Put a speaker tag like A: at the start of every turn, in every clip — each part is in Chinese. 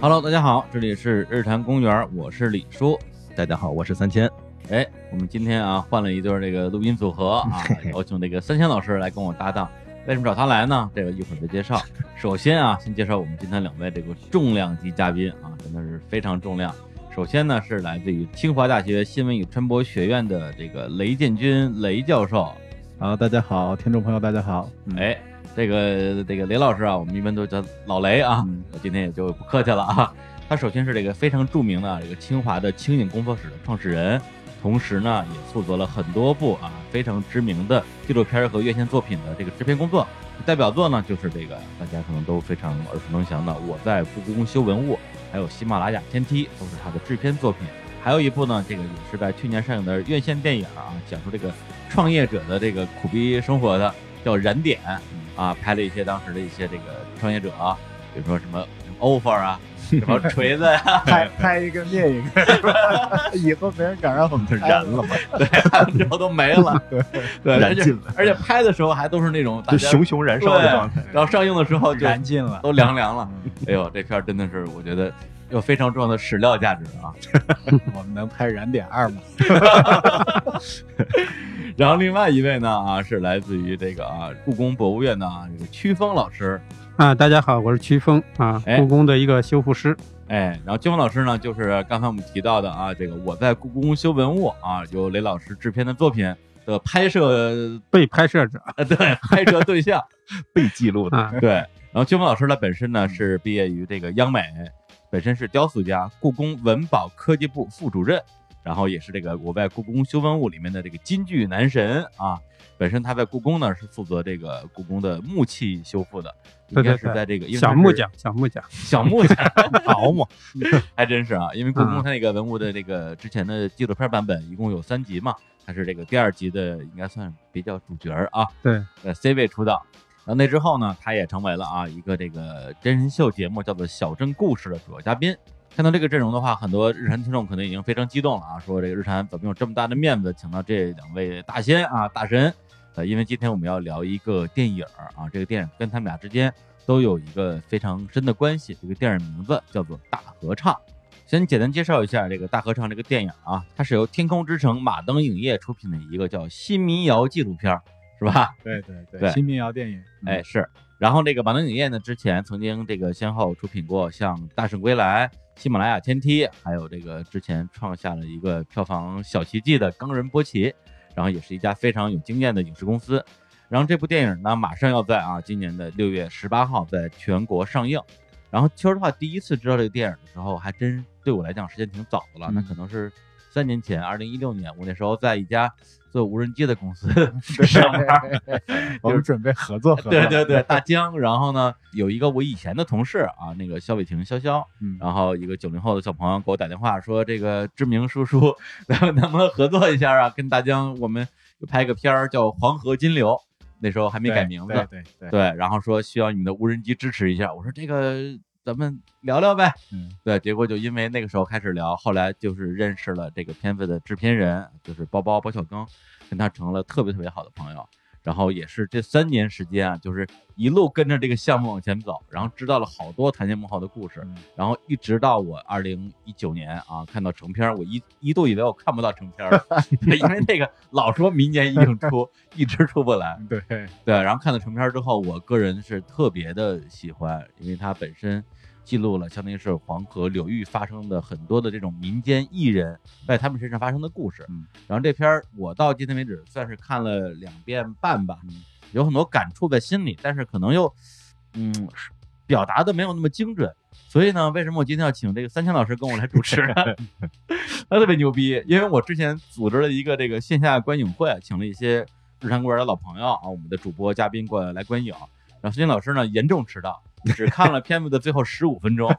A: Hello，大家好，这里是日坛公园，我是李叔。
B: 大家好，我是三千。
A: 哎，我们今天啊换了一对儿这个录音组合啊，有请这个三千老师来跟我搭档。为什么找他来呢？这个一会儿再介绍。首先啊，先介绍我们今天两位这个重量级嘉宾啊，真的是非常重量。首先呢是来自于清华大学新闻与传播学院的这个雷建军雷教授，
B: 啊，大家好，听众朋友，大家好。
A: 哎，这个这个雷老师啊，我们一般都叫老雷啊，
B: 嗯
A: 我今天也就不客气了啊。他首先是这个非常著名的啊这个清华的清影工作室的创始人，同时呢也负责了很多部啊非常知名的纪录片和院线作品的这个制片工作。代表作呢就是这个大家可能都非常耳熟能详的《我在故宫修文物》，还有《喜马拉雅天梯》都是他的制片作品。还有一部呢，这个也是在去年上映的院线电影啊，讲述这个创业者的这个苦逼生活的，叫《燃点》
B: 嗯
A: 啊，拍了一些当时的一些这个创业者啊，比如说什么什么 offer 啊，什么锤子呀、
C: 拍拍一个灭一个，
A: 哎
C: 以后没人敢让我们
B: 燃
C: 拍了。
B: 了嘛，
A: 然后都没了， 对，而
B: 燃
A: 且
B: 尽了，
A: 而且拍的时候还都是那种大
B: 就
A: 家
B: 熊熊燃烧的状态。
A: 然后上映的时候就
C: 燃尽了，
A: 都凉凉了。哎呦，这片儿真的是我觉得有非常重要的史料价值 啊。
C: 我们能拍燃点二 吗？
A: 然后另外一位呢啊是来自于这个啊故宫博物院的啊这个屈峰老师，
D: 啊，大家好，我是曲峰啊
A: 哎，
D: 故宫的一个修复师。
A: 哎，然后屈峰老师呢就是刚才我们提到的啊这个我在故宫修文物啊由雷老师制片的作品的拍摄
D: 被拍摄者
A: 呃对拍摄 对象
B: 被记录的，
D: 啊，
A: 对，然后邱峰老师呢本身呢是毕业于这个央美，本身是雕塑家，故宫文保科技部副主任，然后也是这个我在故宫修文物里面的这个金句男神啊。本身他在故宫呢是负责这个故宫的木器修复的，应
D: 对对
A: 该是
D: 对
A: 在这个因为
D: 小
A: 它
D: 木
A: 是
D: 匠，小木匠，
A: 小木匠，
B: 好嘛，
A: 还真是啊，因为故宫
D: 嗯
A: 它那个文物的这个之前的纪录片版本一共有三集嘛，它是这个第二集的应该算比较主角儿啊，
D: 对，
A: 呃 C 位出道。然后那之后呢，他也成为了啊一个这个真人秀节目叫做《小镇故事》的主要嘉宾。看到这个阵容的话，很多日坛听众可能已经非常激动了啊，说这个日坛怎么有这么大的面子请到这两位大仙啊大神？呃，因为今天我们要聊一个电影儿啊，这个电影跟他们俩之间都有一个非常深的关系。这个电影名字叫做《大合唱》。先简单介绍一下这个《大合唱》这个电影啊，它是由天空之城马登影业出品的一个叫新民谣纪录片儿，是吧？
C: 对对
A: 对
C: 对，新民谣电影，嗯
A: 哎，，是。然后这个马登影业呢，之前曾经这个先后出品过像《大圣归来》《喜马拉雅天梯》，还有这个之前创下了一个票房小奇迹的《冈仁波齐》，然后也是一家非常有经验的影视公司。然后这部电影呢，马上要在啊今年的六月十八号在全国上映。然后说实话，第一次知道这个电影的时候，还真对我来讲时间挺早的了，那
C: 嗯
A: 可能是三年前，二零一六年，我那时候在一家做无人机的公司 上班。
C: 我们准备合作合作。
A: 对对对，大江。然后呢，有一个我以前的同事啊，那个肖伟霆潇潇，
C: 嗯，
A: 然后一个九零后的小朋友给我打电话说，这个志明叔叔， 咱们能不能合作一下啊？跟大江我们拍个片儿叫《黄河金流》，那时候还没
C: 对
A: 改名字，
C: 对对对
A: 对，然后说需要你们的无人机支持一下，我说这个咱们聊聊呗，
C: 嗯，
A: 对，结果就因为那个时候开始聊，后来就是认识了这个片子的制片人，就是包包包小刚，跟他成了特别特别好的朋友，然后也是这三年时间啊，就是一路跟着这个项目往前走，然后知道了好多谈钱幕后的故事，
C: 嗯
A: 然后一直到我二零一九年啊看到成片儿，我一一度以为我看不到成片儿了， 因为那个老说明年一定出，一直出不来，
C: 对 对，
A: 对，然后看了成片儿之后，我个人是特别的喜欢，因为它本身记录了相当于是黄河流域发生的很多的这种民间艺人在他们身上发生的故事。
C: 嗯，
A: 然后这片儿我到今天为止算是看了两遍半吧，
C: 嗯
A: 有很多感触在心里，但是可能又嗯是表达的没有那么精准。所以呢，为什么我今天要请这个三千老师跟我来主持呢？他特别牛逼，因为我之前组织了一个这个线下观影会，请了一些日坛公园的老朋友啊，我们的主播嘉宾过来来观影。然后孙坚老师呢严重迟到，只看了片子的最后十五分钟。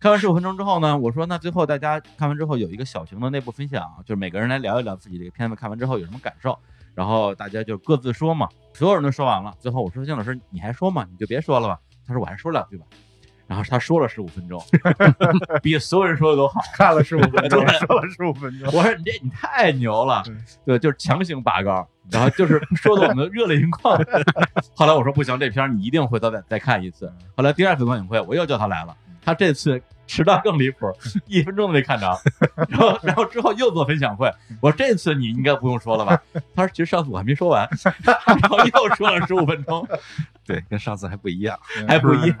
A: 看完十五分钟之后呢，我说那最后大家看完之后有一个小型的内部分享，就是每个人来聊一聊自己这个片子看完之后有什么感受，然后大家就各自说嘛。所有人都说完了，最后我说孙坚老师你还说吗？你就别说了吧。他说我还说两句吧。然后他说了十五分钟， 比所有人说的都好。
C: 看了十五分钟，
B: 说了十五分钟，
A: 我说你这你太牛了
C: 嗯，
A: 对，就是强行拔高，然后就是说的我们热泪盈眶。 后来我说不行，这片儿你一定回头再再看一次。后来第二次观影会，我又叫他来了，他这次迟到更离谱，一分钟都没看着。然后，然后之后又做分享会，我说这次你应该不用说了吧？他说其实上次我还没说完， 然后又说了十五分钟，
B: 对，跟上次还不一样。
A: 还不一样。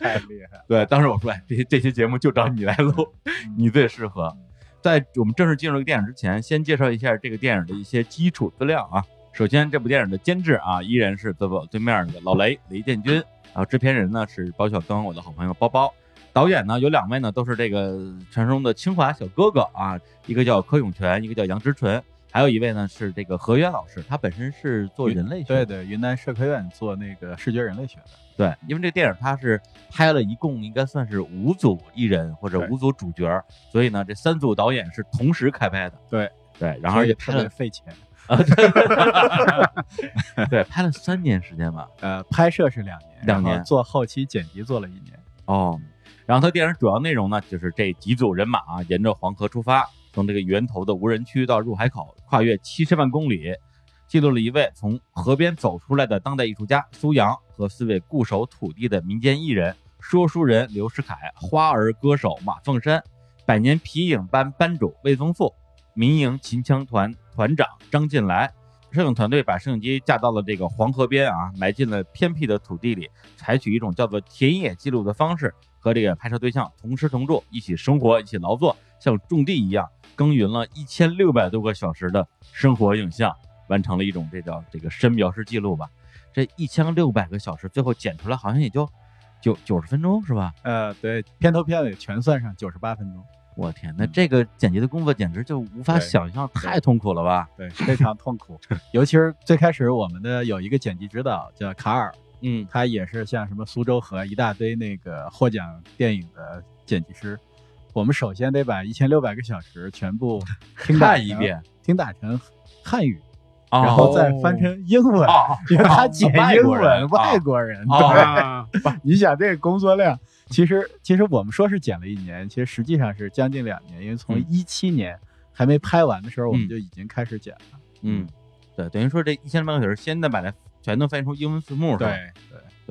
C: 太厉害了，
A: 对，当时我说，哎，这这期节目就找你来录， 你最适合。在我们正式进入这个电影之前，先介绍一下这个电影的一些基础资料啊。首先，这部电影的监制啊，依然是坐在我对面的老雷雷建军，然后制片人呢是包小刚，我的好朋友包包。导演呢有两位呢都是这个传说中的清华小哥哥啊，一个叫柯永泉，一个叫杨之纯，还有一位呢是这个何渊老师，他本身是做
C: 嗯
A: 人类学的
C: 对对，云南社科院做那个视觉人类学的，
A: 对，因为这电影它是拍了一共应该算是五组艺人或者
C: 对
A: 五组主角儿，所以呢，这三组导演是同时开拍的。
C: 对
A: 对，然后
C: 也
A: 也
C: 特
A: 拍
C: 别
A: 了啊
C: 费钱。
A: 对拍了三年时间吧。
C: 呃，拍摄是两年，
A: 两年
C: 然后做后期剪辑做了一年，
A: 哦，然后它电影主要内容呢，就是这几组人马啊，沿着黄河出发，从这个源头的无人区到入海口，跨越七十万公里，记录了一位从河边走出来的当代艺术家苏阳和四位固守土地的民间艺人说书人刘世凯、花儿歌手马凤山、百年皮影班班主魏宗富、民营秦腔团团长张进来。摄影团队把摄影机架到了这个黄河边啊，埋进了偏僻的土地里，采取一种叫做田野记录的方式，和这个拍摄对象同吃同住，一起生活，一起劳作，像种地一样耕耘了一千六百多个小时的生活影像，完成了一种这叫这个深描式记录吧。这一千六百个小时，最后剪出来好像也就九九十分钟是吧？
C: 呃，对，片头片尾全算上九十八分钟，
A: 我天，那这个剪辑的工作简直就无法
C: 嗯对
A: 想象，太痛苦了吧？
C: 对，非常 痛苦。尤其是最开始我们的有一个剪辑指导叫卡尔，
A: 嗯，
C: 他也是像什么苏州河一大堆那个获奖电影的剪辑师。我们首先得把一千六百个小时全部听打
A: 看一
C: 成，
A: 遍，
C: 听打成汉语，
A: 哦
C: 然后再翻成英文，
B: 啊
A: 哦
C: 因为他剪英
A: 外国人
C: 文，
A: 啊
C: 外国人。
A: 哦
C: 对
D: 啊，
C: 你想这个工作量，其实其实我们说是减了一年，其实实际上是将近两年，因为从
A: 嗯
C: 一七年还没拍完的时候，我
A: 嗯
C: 们就已经开始减了。
A: 嗯，对，等于说这一千六百个小时，先得把它全都翻译出英文字幕，是吧？
C: 对，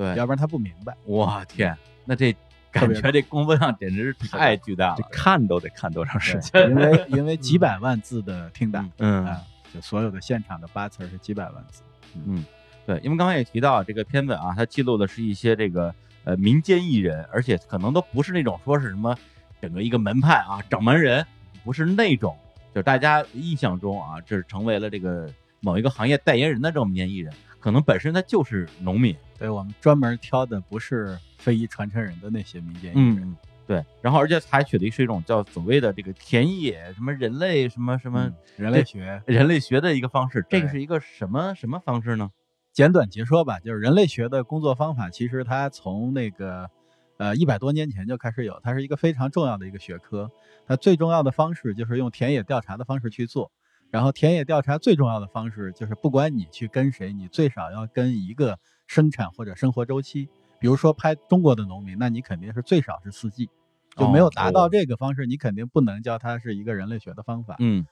A: 对，
C: 要不然他不明 白。
A: 我天，那这
C: 特
A: 感
C: 别
A: 觉这工作量简直是太巨大了
B: 这。看都得看多长时间？
C: 对，因为因为几百万字的听打
A: 嗯
B: 嗯，
C: 啊，就所有的现场的八词儿是几百万字。
A: 嗯，对，因为刚才也提到这个片子啊，它记录的是一些这个呃民间艺人，而且可能都不是那种说是什么整个一个门派啊掌门人，不是那种，就是大家印象中啊，这是成为了这个某一个行业代言人的这种民间艺人，可能本身他就是农民。
C: 对我们专门挑的不是非遗传承人的那些民间艺人，
A: 嗯，对，然后而且采取的是一种叫所谓的这个田野什么人类什么什么
C: 嗯人类学
A: 人类学的一个方式，这个
C: 对
A: 是一个什么什么方式呢？
C: 简短截说吧，就是人类学的工作方法，其实它从那个呃一百多年前就开始有，它是一个非常重要的一个学科。它最重要的方式就是用田野调查的方式去做，然后田野调查最重要的方式就是不管你去跟谁，你最少要跟一个生产或者生活周期。比如说拍中国的农民，那你肯定是最少是四季，就没有达到这个方式，你肯定不能叫它是一个人类学的方法。啊
A: 嗯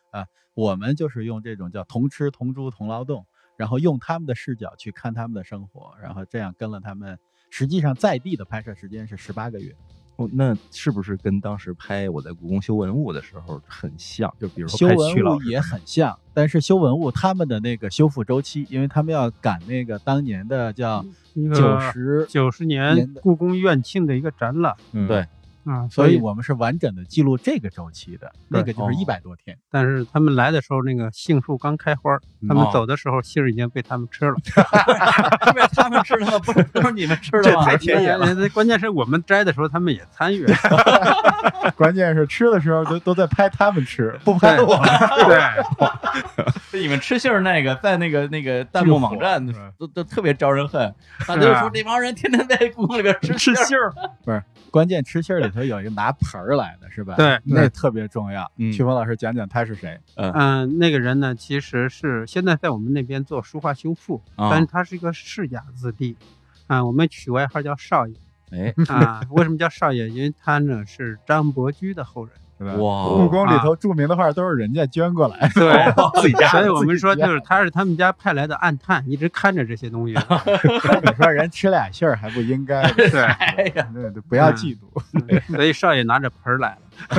C: 我们就是用这种叫同吃同住同劳动，然后用他们的视角去看他们的生活，然后这样跟了他们。实际上在地的拍摄时间是十八个月，
B: 哦那是不是跟当时拍我在故宫修文物的时候很像？就比如
C: 修
B: 说拍曲
C: 文
B: 老
C: 物
B: 师
C: 也很像，
D: 啊
C: 但是修文物他们的那个修复周期，因为他们要赶那个当年的叫
D: 一
C: 九
D: 个
C: 十，
D: 九十年
C: 年的
D: 故宫院庆的一个展览
B: 嗯
A: 对
D: 啊，
C: 所
D: 所
C: 以
D: 以
C: 我们是完整的记录这个周期的，那
D: 对
C: 个就是
A: 哦
C: 一百 多天。
D: 但是他们来的时候，那个杏树刚开花，他
A: 哦
D: 们走的时候杏儿已经被他们 吃了。
A: 因为他们吃的不是不是你们吃的吗？
D: 田野了。呃关键是我们摘的时候，他们也参与。
C: 关键是吃的时候都都在拍他们吃，不
D: 拍
C: 我。
D: 对，
A: 你们吃杏儿那个在那个那个弹幕网站
C: 巨火
A: 都都特别招人恨，大家
D: 是
A: 都
D: 啊
A: 说这帮人天天在故 宫里边吃
D: 吃
A: 杏儿。
D: 杏儿。
C: 关键吃信儿里头有一个拿盆儿来的是吧？
D: 对
C: 那特别重要。
A: 嗯
C: 曲峰老师讲讲他是谁？
D: 嗯，那个人呢，其实是现在在我们那边做书画修复，
A: 啊
D: 但是他是一个世家子弟。啊，我们取外号叫少爷
A: 哎，
D: 啊。为什么叫少爷？因为他呢是张伯驹的后人。啊
C: 对吧？故
A: 哇，
C: 宫里头著名的画都是人家捐过来，
D: 对，
B: 自己家
D: 所以我们说
C: 哦自己家
D: 就是他是他们家派来的暗探，一直看着这些东西。
C: 你说人吃俩杏儿还不应该？
D: 对，嗯
A: 哎呀，
C: 对对，不要嫉妒。
D: 所以少爷拿着盆儿来了，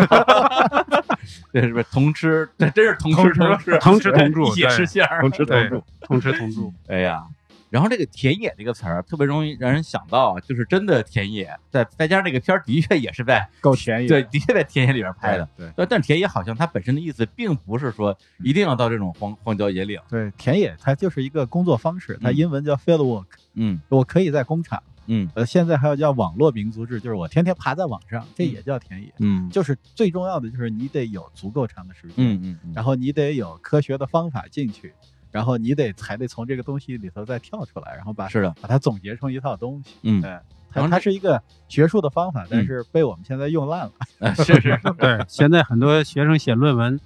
A: 这是不是同吃？这真是同吃同吃
D: 同吃同住
A: 一起
D: 对
A: 吃馅儿，
B: 同吃同
D: 对
B: 住，
D: 同吃同住。
A: 哎呀，然后这个田野这个词儿啊特别容易让人想到，啊就是真的田野，在再加上这个片儿的确也是在
C: 够便宜的。
A: 对，的确在田野里边拍的。
C: 对
A: 但但田野好像它本身的意思并不是说一定要到这种荒荒郊野岭，
C: 对，田野它就是一个工作方式，它
A: 嗯
C: 英文叫 field work，
A: 嗯
C: 我可以在工厂，
A: 嗯，
C: 呃，现在还有叫网络民族志，就是我天天爬在网上，这也叫田野。
B: 嗯，
C: 就是最重要的就是你得有足够长的时间，
A: 嗯嗯嗯，
C: 然后你得有科学的方法进去，然后你得才得从这个东西里头再跳出来，然后把
A: 是的，
C: 把它总结成一套东西。
A: 嗯
C: 对，
A: 然
C: 它
A: 后
C: 它
A: 这
C: 是一个学术的方法，但
A: 嗯
C: 是被我们现在用烂了。
A: 呃 是是，
D: 对，现在很多学生写论文，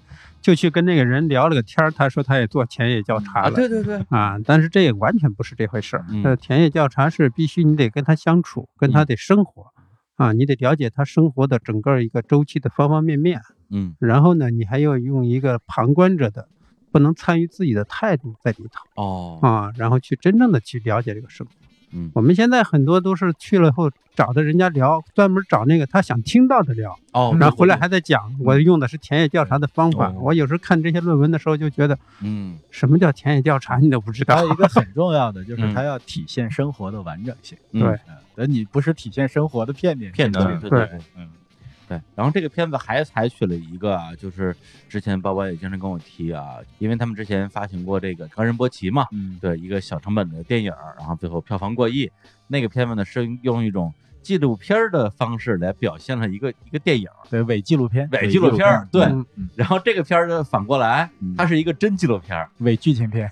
D: 就去跟那个人聊了个天儿，他说他也做田野调查
A: 啊，
D: 了。
A: 对对对，
D: 啊，但是这也完全不是这回事儿。
A: 嗯
D: 呃，田野调查是必须你得跟他相处，跟他
A: 嗯
D: 得生活，啊，你得了解他生活的整个一个周期的方方面面。
A: 嗯
D: 然后呢，你还要用一个旁观者的，不能参与自己的态度在里头
A: 哦，
D: 啊，然后去真正的去了解这个生活。
A: 嗯
D: 我们现在很多都是去了后找的人家聊，专门找那个他想听到的聊，
A: 哦，
D: 然后回来还在讲。我用的是田野调查的方法。
B: 哦
D: 我有时候看这些论文的时候就觉得，
A: 嗯
D: 什么叫田野调查，你都不 知
C: 还
D: 道
C: 有。一个很重要的就是
A: 嗯
C: 它要体现生活的完整性。
A: 嗯
D: 对
C: 嗯，呃，你不是体现生活的片面性，
A: 片子
B: 嗯
D: 对
A: 对对。
C: 嗯，
A: 对，然后这个片子还采取了一个啊，就是之前包包也经常跟我提啊，因为他们之前发行过这个《冈仁波齐》嘛，
C: 嗯，
A: 对一个小成本的电影儿，然后最后票房过亿。那个片子呢是用一种纪录片儿的方式来表现了一个一个电影儿，
C: 对，伪纪录片，
A: 伪纪录片儿对
C: 嗯
A: 然后这个片儿呢反过来
C: 嗯，
A: 它是一个真纪录片儿，
C: 伪剧情片，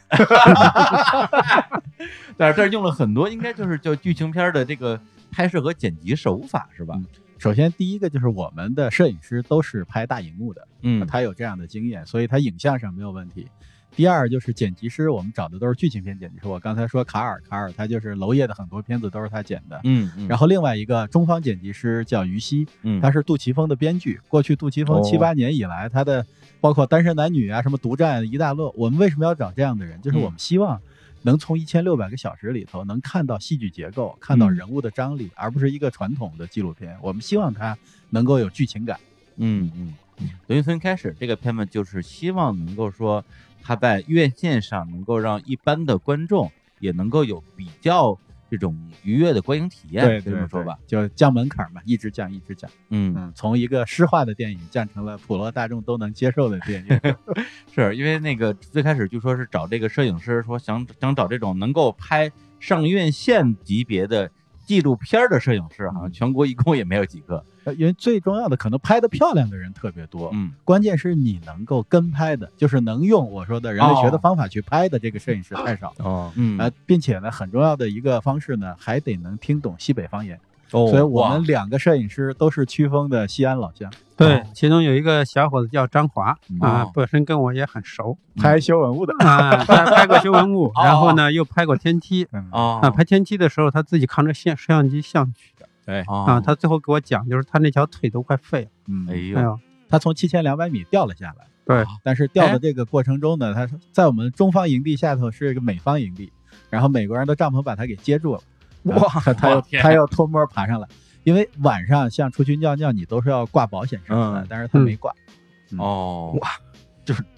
A: 但是这儿用了很多应该就是叫剧情片儿的这个拍摄和剪辑手法是吧？
C: 首先，第一个就是我们的摄影师都是拍大荧幕的，
A: 嗯，
C: 他有这样的经验，所以他影像上没有问题。第二就是剪辑师，我们找的都是剧情片剪辑师。我刚才说卡尔，卡尔他就是娄烨的很多片子都是他剪的。
A: 嗯嗯，
C: 然
A: 后
C: 后另外一个中方剪辑师叫于西，
A: 嗯
C: 他是杜琪峰的编剧。过去杜琪峰
B: 哦
C: 七八年以来，他的包括《单身男女》啊，什么《独占》一大摞。我们为什么要找这样的人？就是
A: 嗯
C: 我们希望能从一千六百个小时里头能看到戏剧结构，看到
D: 嗯
C: 人物的张力，而不是一个传统的纪录片。我们希望它能够有剧情感。
A: 嗯嗯，等于从一开始这个片子就是希望能够说它在院线上能够让一般的观众也能够有比较这种愉悦的观影体验，
C: 对，
A: 可以这么说吧？，
C: 就降门槛嘛，一直降，一直降。
A: 嗯。
C: 嗯，从一个诗化的电影降成了普罗大众都能接受的电影。
A: 是因为那个最开始据说是找这个摄影师，说想想找这种能够拍上院线级别的纪录片儿的摄影师，好
C: 嗯
A: 像全国一共也没有几个。
C: 呃因为最重要的，可能拍的漂亮的人特别多，
A: 嗯，
C: 关键是你能够跟拍的，就是能用我说的人类学的
A: 哦
C: 方法去拍的这个摄影师太少了。
B: 哦，
A: 嗯
C: 呃，并且呢，很重要的一个方式呢，还得能听懂西北方言。
A: 哦
C: 所以我
A: 哇
C: 们两个摄影师都是曲峰的西安老乡，
D: 对，其中有一个小伙子叫张华啊
A: 哦，
D: 本身跟我也很 熟
C: 拍修文物的。
D: 啊，他拍过修文物，然后呢又拍过天梯
C: 嗯，
A: 哦
D: 啊，拍天梯的时候他自己扛着相摄像机上去的
B: 哎
C: 对，
A: 哦
D: 啊，他最后给我讲，就是他那条腿都快废了，
C: 嗯，
A: 哎
D: 哎
A: 呦
D: 呦，
C: 他从七千两百米掉了下来。
B: 啊
D: 对，
C: 但是掉的这个过程中呢，他在我们中方营地下头是一个美方营地，然后美国人的帐篷把他给接住了，然后他他
A: 我
C: 又
A: 天
C: 他又偷摸爬上来，因为晚上像出去尿尿你都是要挂保险绳的
B: 嗯，
C: 但是他没挂，嗯
A: 哦，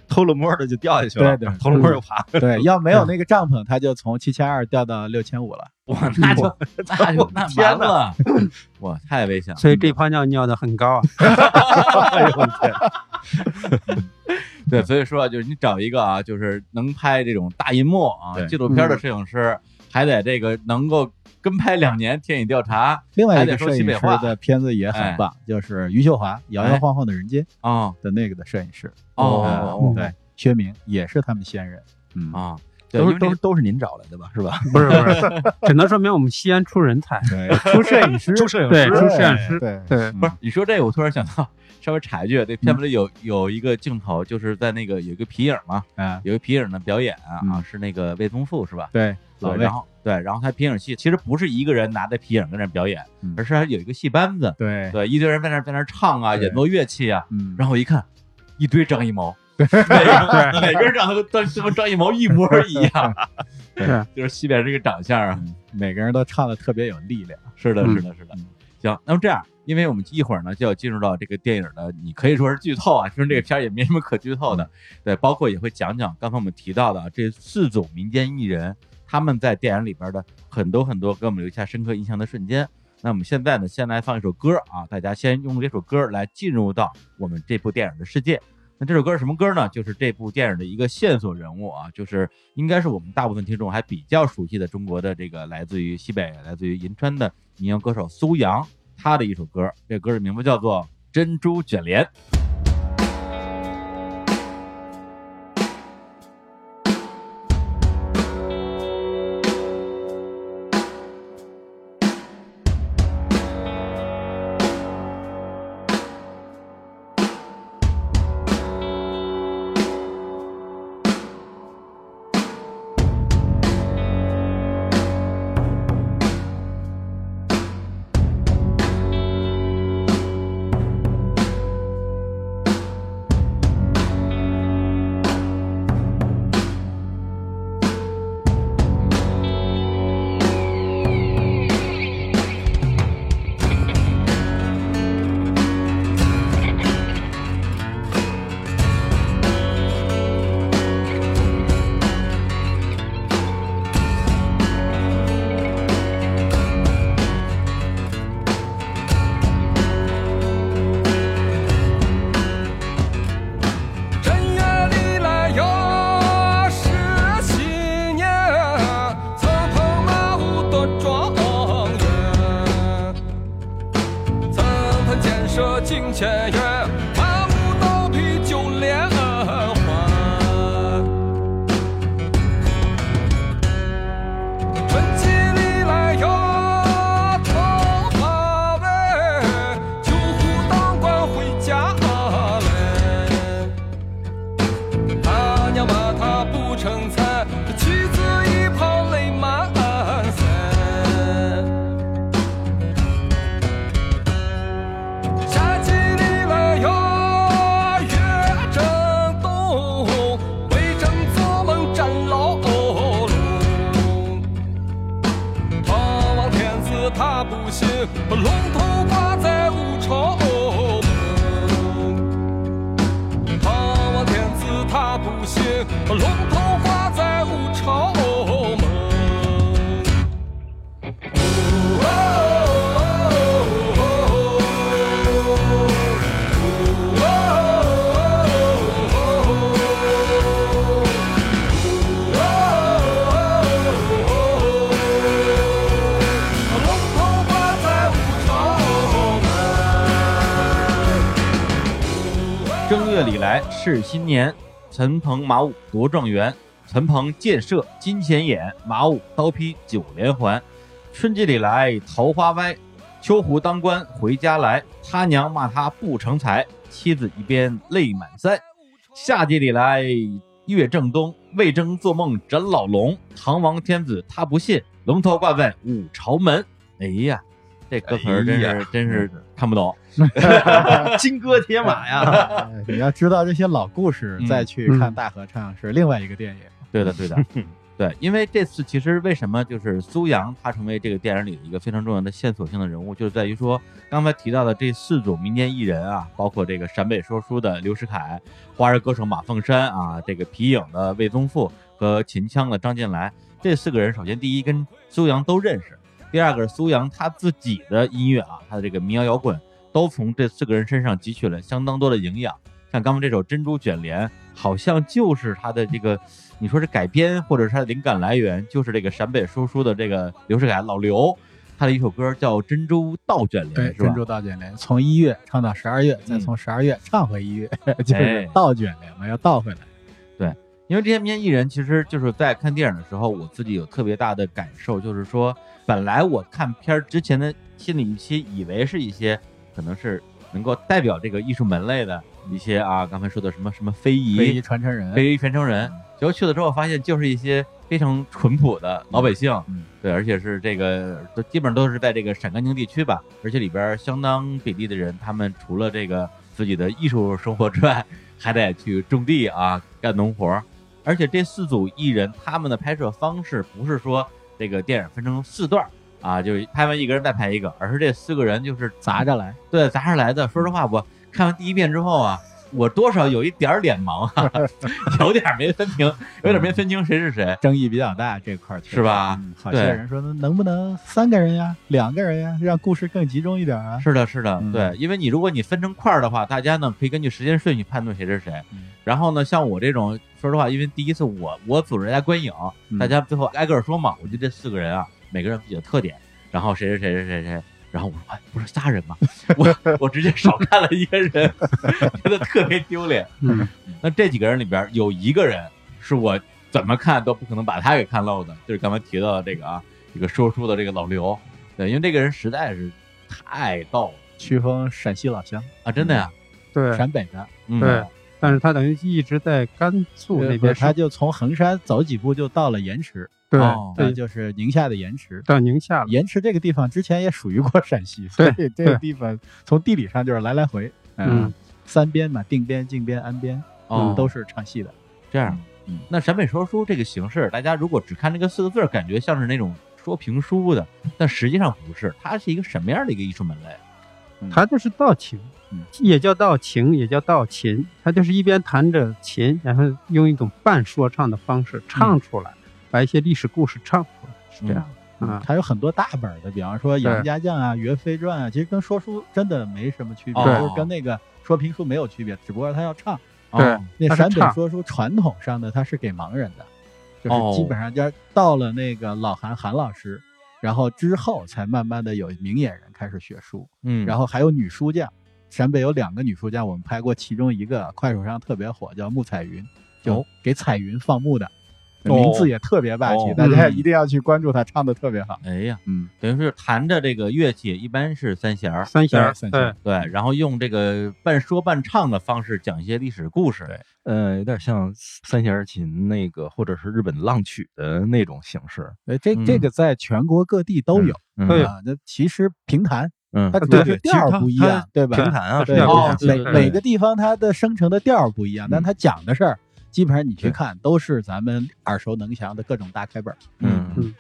B: 偷了摸的就掉下去了，
C: 对对嗯
B: 偷了摸就爬，
C: 对，要没有那个帐篷，他就从七千二掉到六千五了。
A: 哇，那就那 就哎那完了，哇，太危险 了。
D: 所以这泡尿尿的很 高啊，
B: 哎
A: 对，所以说啊，就是你找一个啊，就是能拍这种大银幕啊
B: 对
A: 纪录
C: 嗯
A: 片的摄影师，还得这个能够跟拍两年田野调查
C: 另外一
A: 还
C: 个
A: 得说
C: 摄
A: 西
C: 影
A: 北
C: 师
A: 话哎
C: 的片子也很棒，就是余秀华《摇摇晃晃的人间》
A: 啊
C: 的那个的摄影师
A: 哦
C: 嗯
A: 哦
C: 对，薛明也是他们西安人，嗯
A: 啊。
B: 对，
D: 都是
B: 因为
D: 都
B: 这
D: 是
B: 都是您找来的吧，是吧？
D: 不是不是，只能说明我们西安出人才，
B: 对，
D: 出摄影师，
E: 出摄影
D: 对，
E: 师
D: 出摄影师，
B: 哎
C: 对，嗯
D: 对，
A: 不是你说这，我突然想到，稍微插一句，这片子里有有一个镜头，就是在那个有一个皮影嘛，
C: 啊，
A: 有一个皮影的表演啊，
C: 嗯
A: 是那个魏宗富是吧？
C: 对，老
A: 对
C: 魏
A: 然，后对，然后他皮影戏其实不是一个人拿着皮影跟那儿表演，
C: 嗯
A: 而是他有一个戏班子，
C: 对，
A: 对，一堆人在那儿在那儿唱啊，
C: 对
A: 演奏乐器啊，
C: 嗯，
A: 然后我一看，一堆张艺谋，每个每个人长得跟张跟张艺谋一模一 样，
D: 是
A: 就是西边这个长相啊，
C: 每个人都唱的特别有力量，
A: 是的，
D: 嗯
A: 是的，是的。行，那么这样，因为我们一会儿呢就要进入到这个电影的，你可以说是剧透啊，其实这个片儿也没什么可剧透的，对，包括也会讲讲刚才我们提到的啊这四种民间艺人他们在电影里边的很多很多给我们留下深刻印象的瞬间。那我们现在呢，先来放一首歌啊，大家先用这首歌来进入到我们这部电影的世界。那这首歌是什么歌呢？就是这部电影的一个线索人物啊，就是应该是我们大部分听众还比较熟悉的中国的这个来自于西北、来自于银川的民谣歌手苏阳，他的一首歌，这歌的名字叫做《珍珠卷帘》。
F: 正月里来又是新年，走跑马虎多庄严，餐盘建设进前院，马虎刀劈九连环。春季里来有桃花味，酒壶当官回家来。他娘骂他不成才，这妻子一泡泪满腮。夏季里来哟，月正东，为争做梦占牢笼。逃亡天子他不信，把龙头挂在五朝门。唐王天子他不信，把龙头挂在五朝门。哦哦哦龙头挂在五朝门。
A: 正月里来是新年，陈鹏马武夺状元，陈鹏箭射金钱眼，马武刀劈九连环。春季里来桃花歪，秋胡当官回家来，他娘骂他不成才，妻子一边泪满腮。夏季里来月正东，魏征做梦枕老龙，唐王天子他不信，龙头挂在五朝门。哎呀，这歌词儿真是、
B: 哎呀
A: 真是看不懂，
C: 嗯
B: 金戈铁马呀，
C: 哎你要知道这些老故事，
A: 嗯
C: 再去看大合唱是另外一个电影。
A: 对的，对的，对，因为这次其实为什么就是苏阳他成为这个电影里的一个非常重要的线索性的人物，就是在于说刚才提到的这四种民间艺人啊，包括这个陕北说书的刘世凯、花儿歌手马凤山啊，这个皮影的魏宗富和秦腔的张进来，这四个人首先第一跟苏阳都认识，第二个是苏阳他自己的音乐啊，他的这个民谣摇滚都从这四个人身上汲取了相当多的营养。像刚刚这首《珍珠卷帘》，好像就是他的这个，你说是改编或者是他的灵感来源，就是这个陕北说书的这个刘世凯老刘，他的一首歌叫《珍珠倒卷帘》，是吧
C: 珍？珠倒卷帘从一月唱到十二月，
A: 嗯
C: 再
A: 哎
C: 从十二月唱回一月，就是倒卷帘嘛，要倒回来。
A: 因为这些民间艺人，其实就是在看电影的时候，我自己有特别大的感受，就是说，本来我看片儿之前的心理预期，以为是一些可能是能够代表这个艺术门类的一些啊，刚才说的什么什么非遗、
C: 非遗传承人，嗯
A: 非遗传承人，结果去了之后发现就是一些非常淳朴的老百姓，
C: 嗯
A: 对，而且是这个都基本上都是在这个陕甘宁地区吧，而且里边儿相当比例的人，他们除了这个自己的艺术生活之外，还得去种地啊，干农活儿。而且这四组艺人他们的拍摄方式不是说这个电影分成四段儿啊，就是拍完一个人再拍一个，而是这四个人就是
C: 砸着来。
A: 对，杂上来的。说实话，我看完第一遍之后啊，我多少有一点儿脸盲啊， 有点儿没分清，有点儿没分清谁是谁。
C: 争议比较大这块儿确实
A: 是吧
C: 嗯好些
A: 对
C: 人说能不能三个人呀，两个人呀，让故事更集中一点啊。
A: 是的，是的，
C: 嗯
A: 对，因为你如果你分成块儿的话，大家呢可以根据时间顺序判断谁是谁
C: 嗯。
A: 然后呢，像我这种，说实话，因为第一次我我组织大家观影，
C: 嗯
A: 大家最后挨个儿说嘛，我觉得这四个人啊，每个人有自己的特点，然后谁谁谁谁谁谁，然后我说哎，不是仨 人吗？我我直接少看了一个人， 觉得特别丢脸。
D: 嗯，
A: 那这几个人里边儿有一个人是我怎么看都不可能把他给看漏的，就是刚才提到的这个啊，这个说书的这个老刘，对，因为这个人实在是太逗了
C: 曲峰陕西老乡，嗯
A: 啊，真的呀，
D: 对
C: 陕北的，
A: 嗯，
D: 对，但是他等于一直在甘肃那边
C: 他
D: 是，
C: 就从衡山走几步就到了盐池，
D: 对
A: 哦
C: 对，
D: 对，
C: 就是宁夏的盐池。
D: 到宁夏了，
C: 盐池这个地方之前也属于过陕西，所以这个
D: 对
C: 地方从地理上就是来来回，啊
D: 嗯，
C: 三边嘛，定边、靖边、安边，
A: 哦
C: 嗯，都是唱戏的。
A: 这样。啊
C: 嗯
A: 那陕北说书这个形式，大家如果只看这个四个字儿，感觉像是那种说评书的，但实际上不是，它是一个什么样的一个艺术门类？
D: 他就是道情
C: 嗯，
D: 也叫道情，也叫道琴，他就是一边弹着琴，然后用一种半说唱的方式
C: 嗯
D: 唱出来，把一些历史故事唱出来，是这样的啊。
C: 嗯还有很多大本儿的，比方说《杨家将》啊，《岳飞传》啊，其实跟说书真的没什么区别，
A: 对
C: 就是跟那个说评书没有区别，只不过他要唱。
A: 哦
D: 对
C: 那
D: 它是
C: 陕北
D: 唱
C: 说书传统上的，它是给盲人的，
A: 哦
C: 就是基本上就是到了那个老韩韩老师，然后之后才慢慢的有明眼人开始学书，
A: 嗯，
C: 然
A: 后
C: 后还有女书匠。陕北有两个女书匠，我们拍过其中一个，快手上特别火，叫穆彩云，就
A: 哦
C: 给彩云放牧的，
A: 哦
C: 名字也特别霸气，
A: 哦
C: 大家
D: 嗯
C: 一定要去关注她，唱的特别好。
A: 哎呀，
C: 嗯，
A: 等于是弹着这个乐器，一般是三弦儿，
D: 三弦儿
C: 对三，弦
D: 对
C: 儿，
A: 对，然后用这个半说半唱的方式讲一些历史故事，对，
B: 呃，有点像三弦琴那个，或者是日本浪曲的那种形式。
C: 对，这这
A: 嗯
C: 个在全国各地都有
B: 嗯
D: 对
C: 啊。那其实评弹，
B: 嗯
C: 它，主要
D: 对
C: 是调儿不一样，对吧？
B: 评弹啊，
D: 它是
C: 对
D: 调
A: 儿
C: 哦
A: 不一
C: 每
A: 样
C: 每个地方它的生成的调儿不一样，但它讲的事儿，基本上你去
B: 对
C: 看都是咱们耳熟能详的各种大开本儿，
B: 嗯
D: 嗯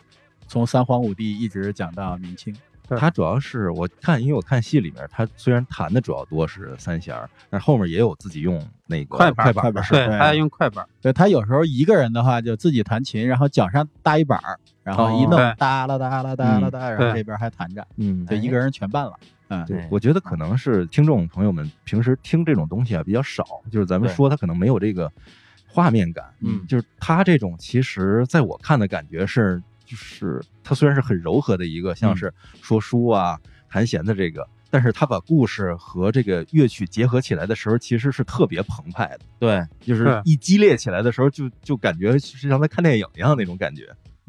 C: 从三皇五帝一直讲到明清。
D: 对
B: 他主要是我看，因为我看戏里面，他虽然弹的主要多是三弦儿，但后面也有自己用那个
D: 快板
B: 板
D: 儿
B: 儿
C: 快板儿
B: 是
D: 对，
C: 对
D: 他要用快板儿，
C: 对他有时候一个人的话，就自己弹琴，然后脚上搭一板儿，然后一
B: 哦
C: 弄
D: 对
C: 哒啦哒啦哒啦
B: 嗯
C: 哒，然后
D: 对
C: 这边还弹着，
B: 嗯，
C: 就一个人全办了。嗯，
B: 对
A: 哎，
B: 我觉得可能是听众朋友们平时听这种东西啊比较少，就是咱们
A: 对
B: 说他可能没有这个画面感，
A: 嗯
B: 就是他这种其实在我看的感觉是，就是他虽然是很柔和的一个，像
C: 嗯
B: 是说书啊、弹弦的这个，但是他把故事和这个乐曲结合起来的时候，其实是特别澎湃的，
A: 对，
B: 就是
D: 是
B: 一激烈起来的时候就，就感觉是像在看电影一样那种感觉，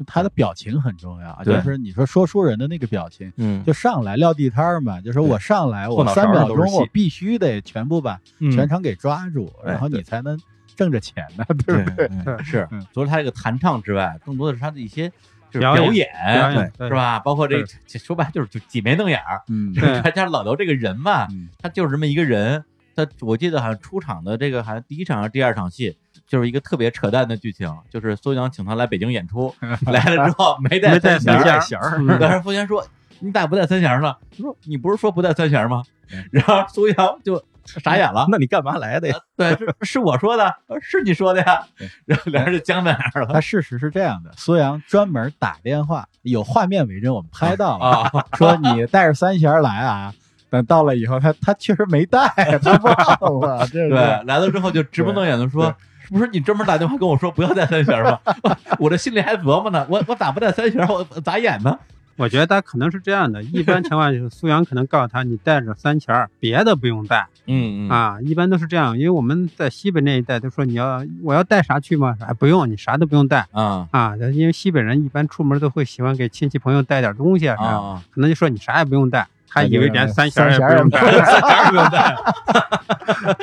C: 他的表情很重要，啊
B: 对
C: 就是你说说书人的那个表情，
B: 嗯
C: 就上来撂地摊儿嘛，就说我上来，我
B: 后脑勺
C: 三
B: 儿
C: 秒
B: 都是
C: 钟我
B: 戏
C: 必须得全部把全场给抓住，
B: 哎
C: 然后你
B: 对
C: 才能挣着钱 呢，对
B: 对
C: 不对？
B: 对
A: 是
C: 嗯，
A: 除了他这个弹唱之外，更多的是他的一些就是
D: 表
A: 表
D: 演表
A: 演，
D: 演对
A: 是？吧？包括这
D: 对
A: 这说白了就是就挤眉弄眼儿，
C: 嗯
A: 就
D: 对
A: 是他家老刘这个人嘛，
C: 嗯
A: 他就是这么一个人。他我记得好像出场的这个好像第一场还是第二场戏，就是一个特别扯淡的剧情，就是苏阳请他来北京演 出，来了之后没带
D: 没带
A: 三
D: 三弦儿
A: 弦弦儿，
D: 嗯
A: 当时苏阳说：“你咋不带三弦儿呢？”他说：“你不是说不带三弦儿吗？”然后苏阳就傻眼
B: 嗯
A: 了，呃
B: 那你干嘛来的呀？
A: 对，是是我说的，呃是你说的呀。然后俩人就僵在那儿了。
C: 他事实是这样的，苏阳专门打电话，有画面为证，我们拍到了，
A: 啊，
C: 说你带着三弦儿来啊。等到了以后，他他确实没带， 他忘了，这
A: 对，
C: 是
A: 来了之后就直不瞪眼的说。是不是你专门打电话 跟我说不要带三弦吗？我这心里还琢磨呢，我我咋不带三弦？我我咋演呢？
D: 我觉得他可能是这样的，一般情况下就是苏阳可能告诉他，你带着三钱儿，别的不用带
A: 嗯嗯，
D: 啊，一般都是这样，因为我们在西北那一带都说你要我要带啥去吗？哎，不用，你啥都不用带
A: 啊
D: 啊，因为西北人一般出门都会喜欢给亲戚朋友带点东西啊
A: 啊
D: 啥，
A: 啊，
D: 可能就说你啥也不用带，他以为连三钱
C: 三
D: 儿也
C: 弦
D: 不
C: 儿也
D: 用带，
C: 不
D: 三钱儿不用 带，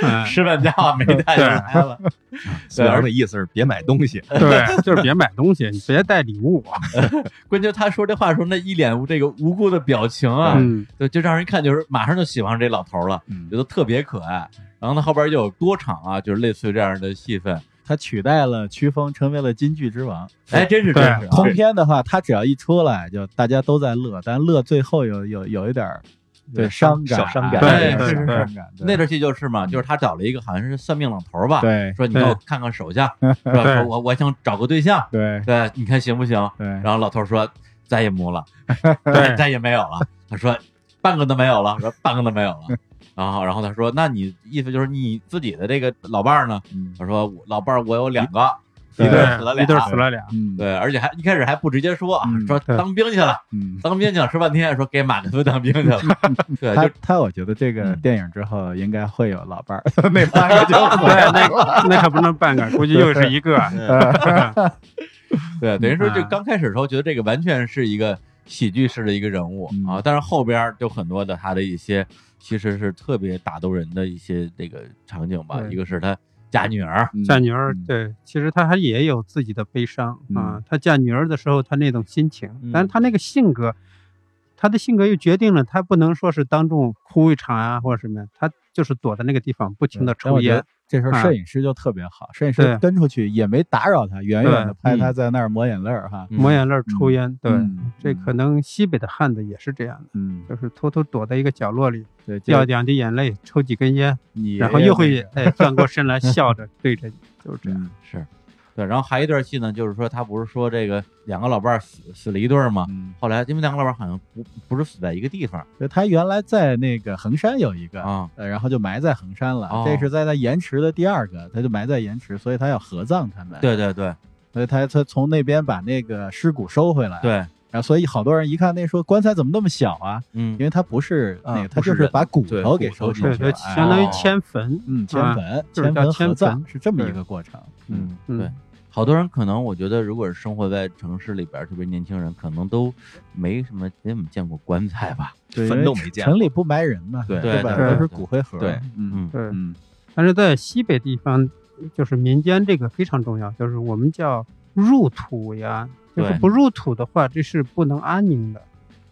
D: 嗯
A: 吃饭家伙没带就来 了，
B: 虽然的意思是别买东西，
D: 对，就是别买东西，你别带礼物，啊
A: 关键他说这话的时候那一脸无这个无辜的表情啊，
D: 嗯。
A: 就就让人看就是马上就喜欢上这老头了，
B: 嗯
A: 觉得特别可爱。然后呢，后边就有多场啊，就是类似于这样的戏份，
C: 他取代了曲风，成为了金句之王。
A: 哎，真是
D: 对
A: 真是啊，
C: 通篇的话，他只要一出来，就大家都在乐，但乐最后有有有一点儿对伤感，啊
B: 小伤感
A: 对
C: 有点
A: 是是
C: 伤
A: 是
C: 感。对
A: 那段戏就是嘛，就是他找了一个好像是算命老头儿吧，
C: 对
A: 说你给我
D: 对
A: 看看手 相，是吧？说我我想找个对象，
C: 对
A: 对，你看行不行？
C: 对
A: 然后老头儿说再也 没了，
D: 对
A: 再也没有了。他说半个都没有了，说半个都没有 了。然后，然后他说：“那你意思就是你自己的这个老伴儿呢？”
C: 嗯
A: 他说：“我老伴儿我有两个，
C: 对
A: 一对儿死了
D: 一对儿
A: 俩，
D: 死了俩，
C: 嗯
A: 对，而且还一开始还不直接说啊，
C: 嗯
A: 说
D: 对
A: 当兵去了，
C: 嗯，
A: 当兵去了，说半天说给马克思当兵去 了，对，
C: 他
A: 就
C: 他我觉得这个
A: 嗯
C: 电影之后应该会有老 伴儿，那半个就
D: 对，那 那可不能半个，估计又是一个。啊
A: 对， 等于说就
D: 嗯
A: 刚开始的时候觉得这个完全是一个喜剧式的一个人物
C: 嗯
A: 啊，但是后边儿就很多的他的一些其实是特别打动人的一些这个场景吧，
D: 对
A: 一个是他嫁女儿，
D: 嫁女儿
C: 嗯，
D: 对，其实她还也有自己的悲伤啊。她嫁女儿的时候，她那种心情
A: 嗯，
D: 但是她那个性格，她的性格又决定了她不能说是当众哭一场啊，或者什么，呀，她就是躲在那个地方不停的
C: 但
D: 抽
C: 我觉
D: 烟
C: 得。这时候
D: 啊
C: 摄影师就特别好，摄影师
D: 对
C: 跟出去也没打扰他，远远的拍
A: 嗯
C: 他在那儿抹眼泪儿哈。
A: 嗯
D: 抹眼泪儿抽烟，对，
C: 嗯
D: 这可能西北的汉子也是这样的，
C: 嗯，
D: 就是偷偷躲在一个角落里，
C: 对，就
D: 掉两滴眼泪，抽几根烟，
C: 你
D: 然后又会哎转过身来笑着对着你，就是这样。
C: 嗯
A: 是对，然后还有一段戏呢，就是说他不是说这个两个老伴儿死死了一对儿吗？
C: 嗯，
A: 后来因为两个老伴儿好像不不是死在一个地方
C: 就他原来在那个衡山有一个，
A: 啊，
C: 呃，然后就埋在衡山了。
A: 哦
C: 这是在他延迟的第二个，他就埋在延迟，所以他要合葬他们。，
A: 对对对
C: 所以他他从那边把那个尸骨收回来。，
A: 对，
C: 然后所以好多人一看那说棺材怎么那么小啊？
A: 嗯
C: 因为他不是那
B: 啊
C: 个，
B: 不
C: 他
B: 是
C: 就是
B: 人
C: 把骨
B: 对
C: 头
B: 骨
C: 给
B: 头
C: 收
B: 是
C: 进
D: 对
C: 去
D: 对，
C: 了，
D: 它
C: 哎
D: 相当于
A: 哦
D: 迁坟，
C: 嗯，迁
D: 啊
C: 坟，
D: 就是
C: 迁
D: 叫
C: 坟
D: 迁
C: 合葬
D: 坟
C: 是这么
D: 对
C: 一个过程。
A: 嗯
D: 嗯
A: 对。好多人可能，我觉得，如果是生活在城市里边儿，特别年轻人，可能都没什么没怎么见过棺材吧。
C: 对，
B: 坟
C: 因为
B: 都没见
C: 城里不埋人嘛，
B: 对
A: 对
C: 吧？
A: 对
C: 都
A: 对
C: 是骨灰盒。
B: 对，
C: 嗯
A: 嗯
D: 对，
C: 嗯
D: 但是在西北地方，就是民间这个非常重要，就是我们叫入土为安，就是
A: 对
D: 不入土的话，这是不能安宁的。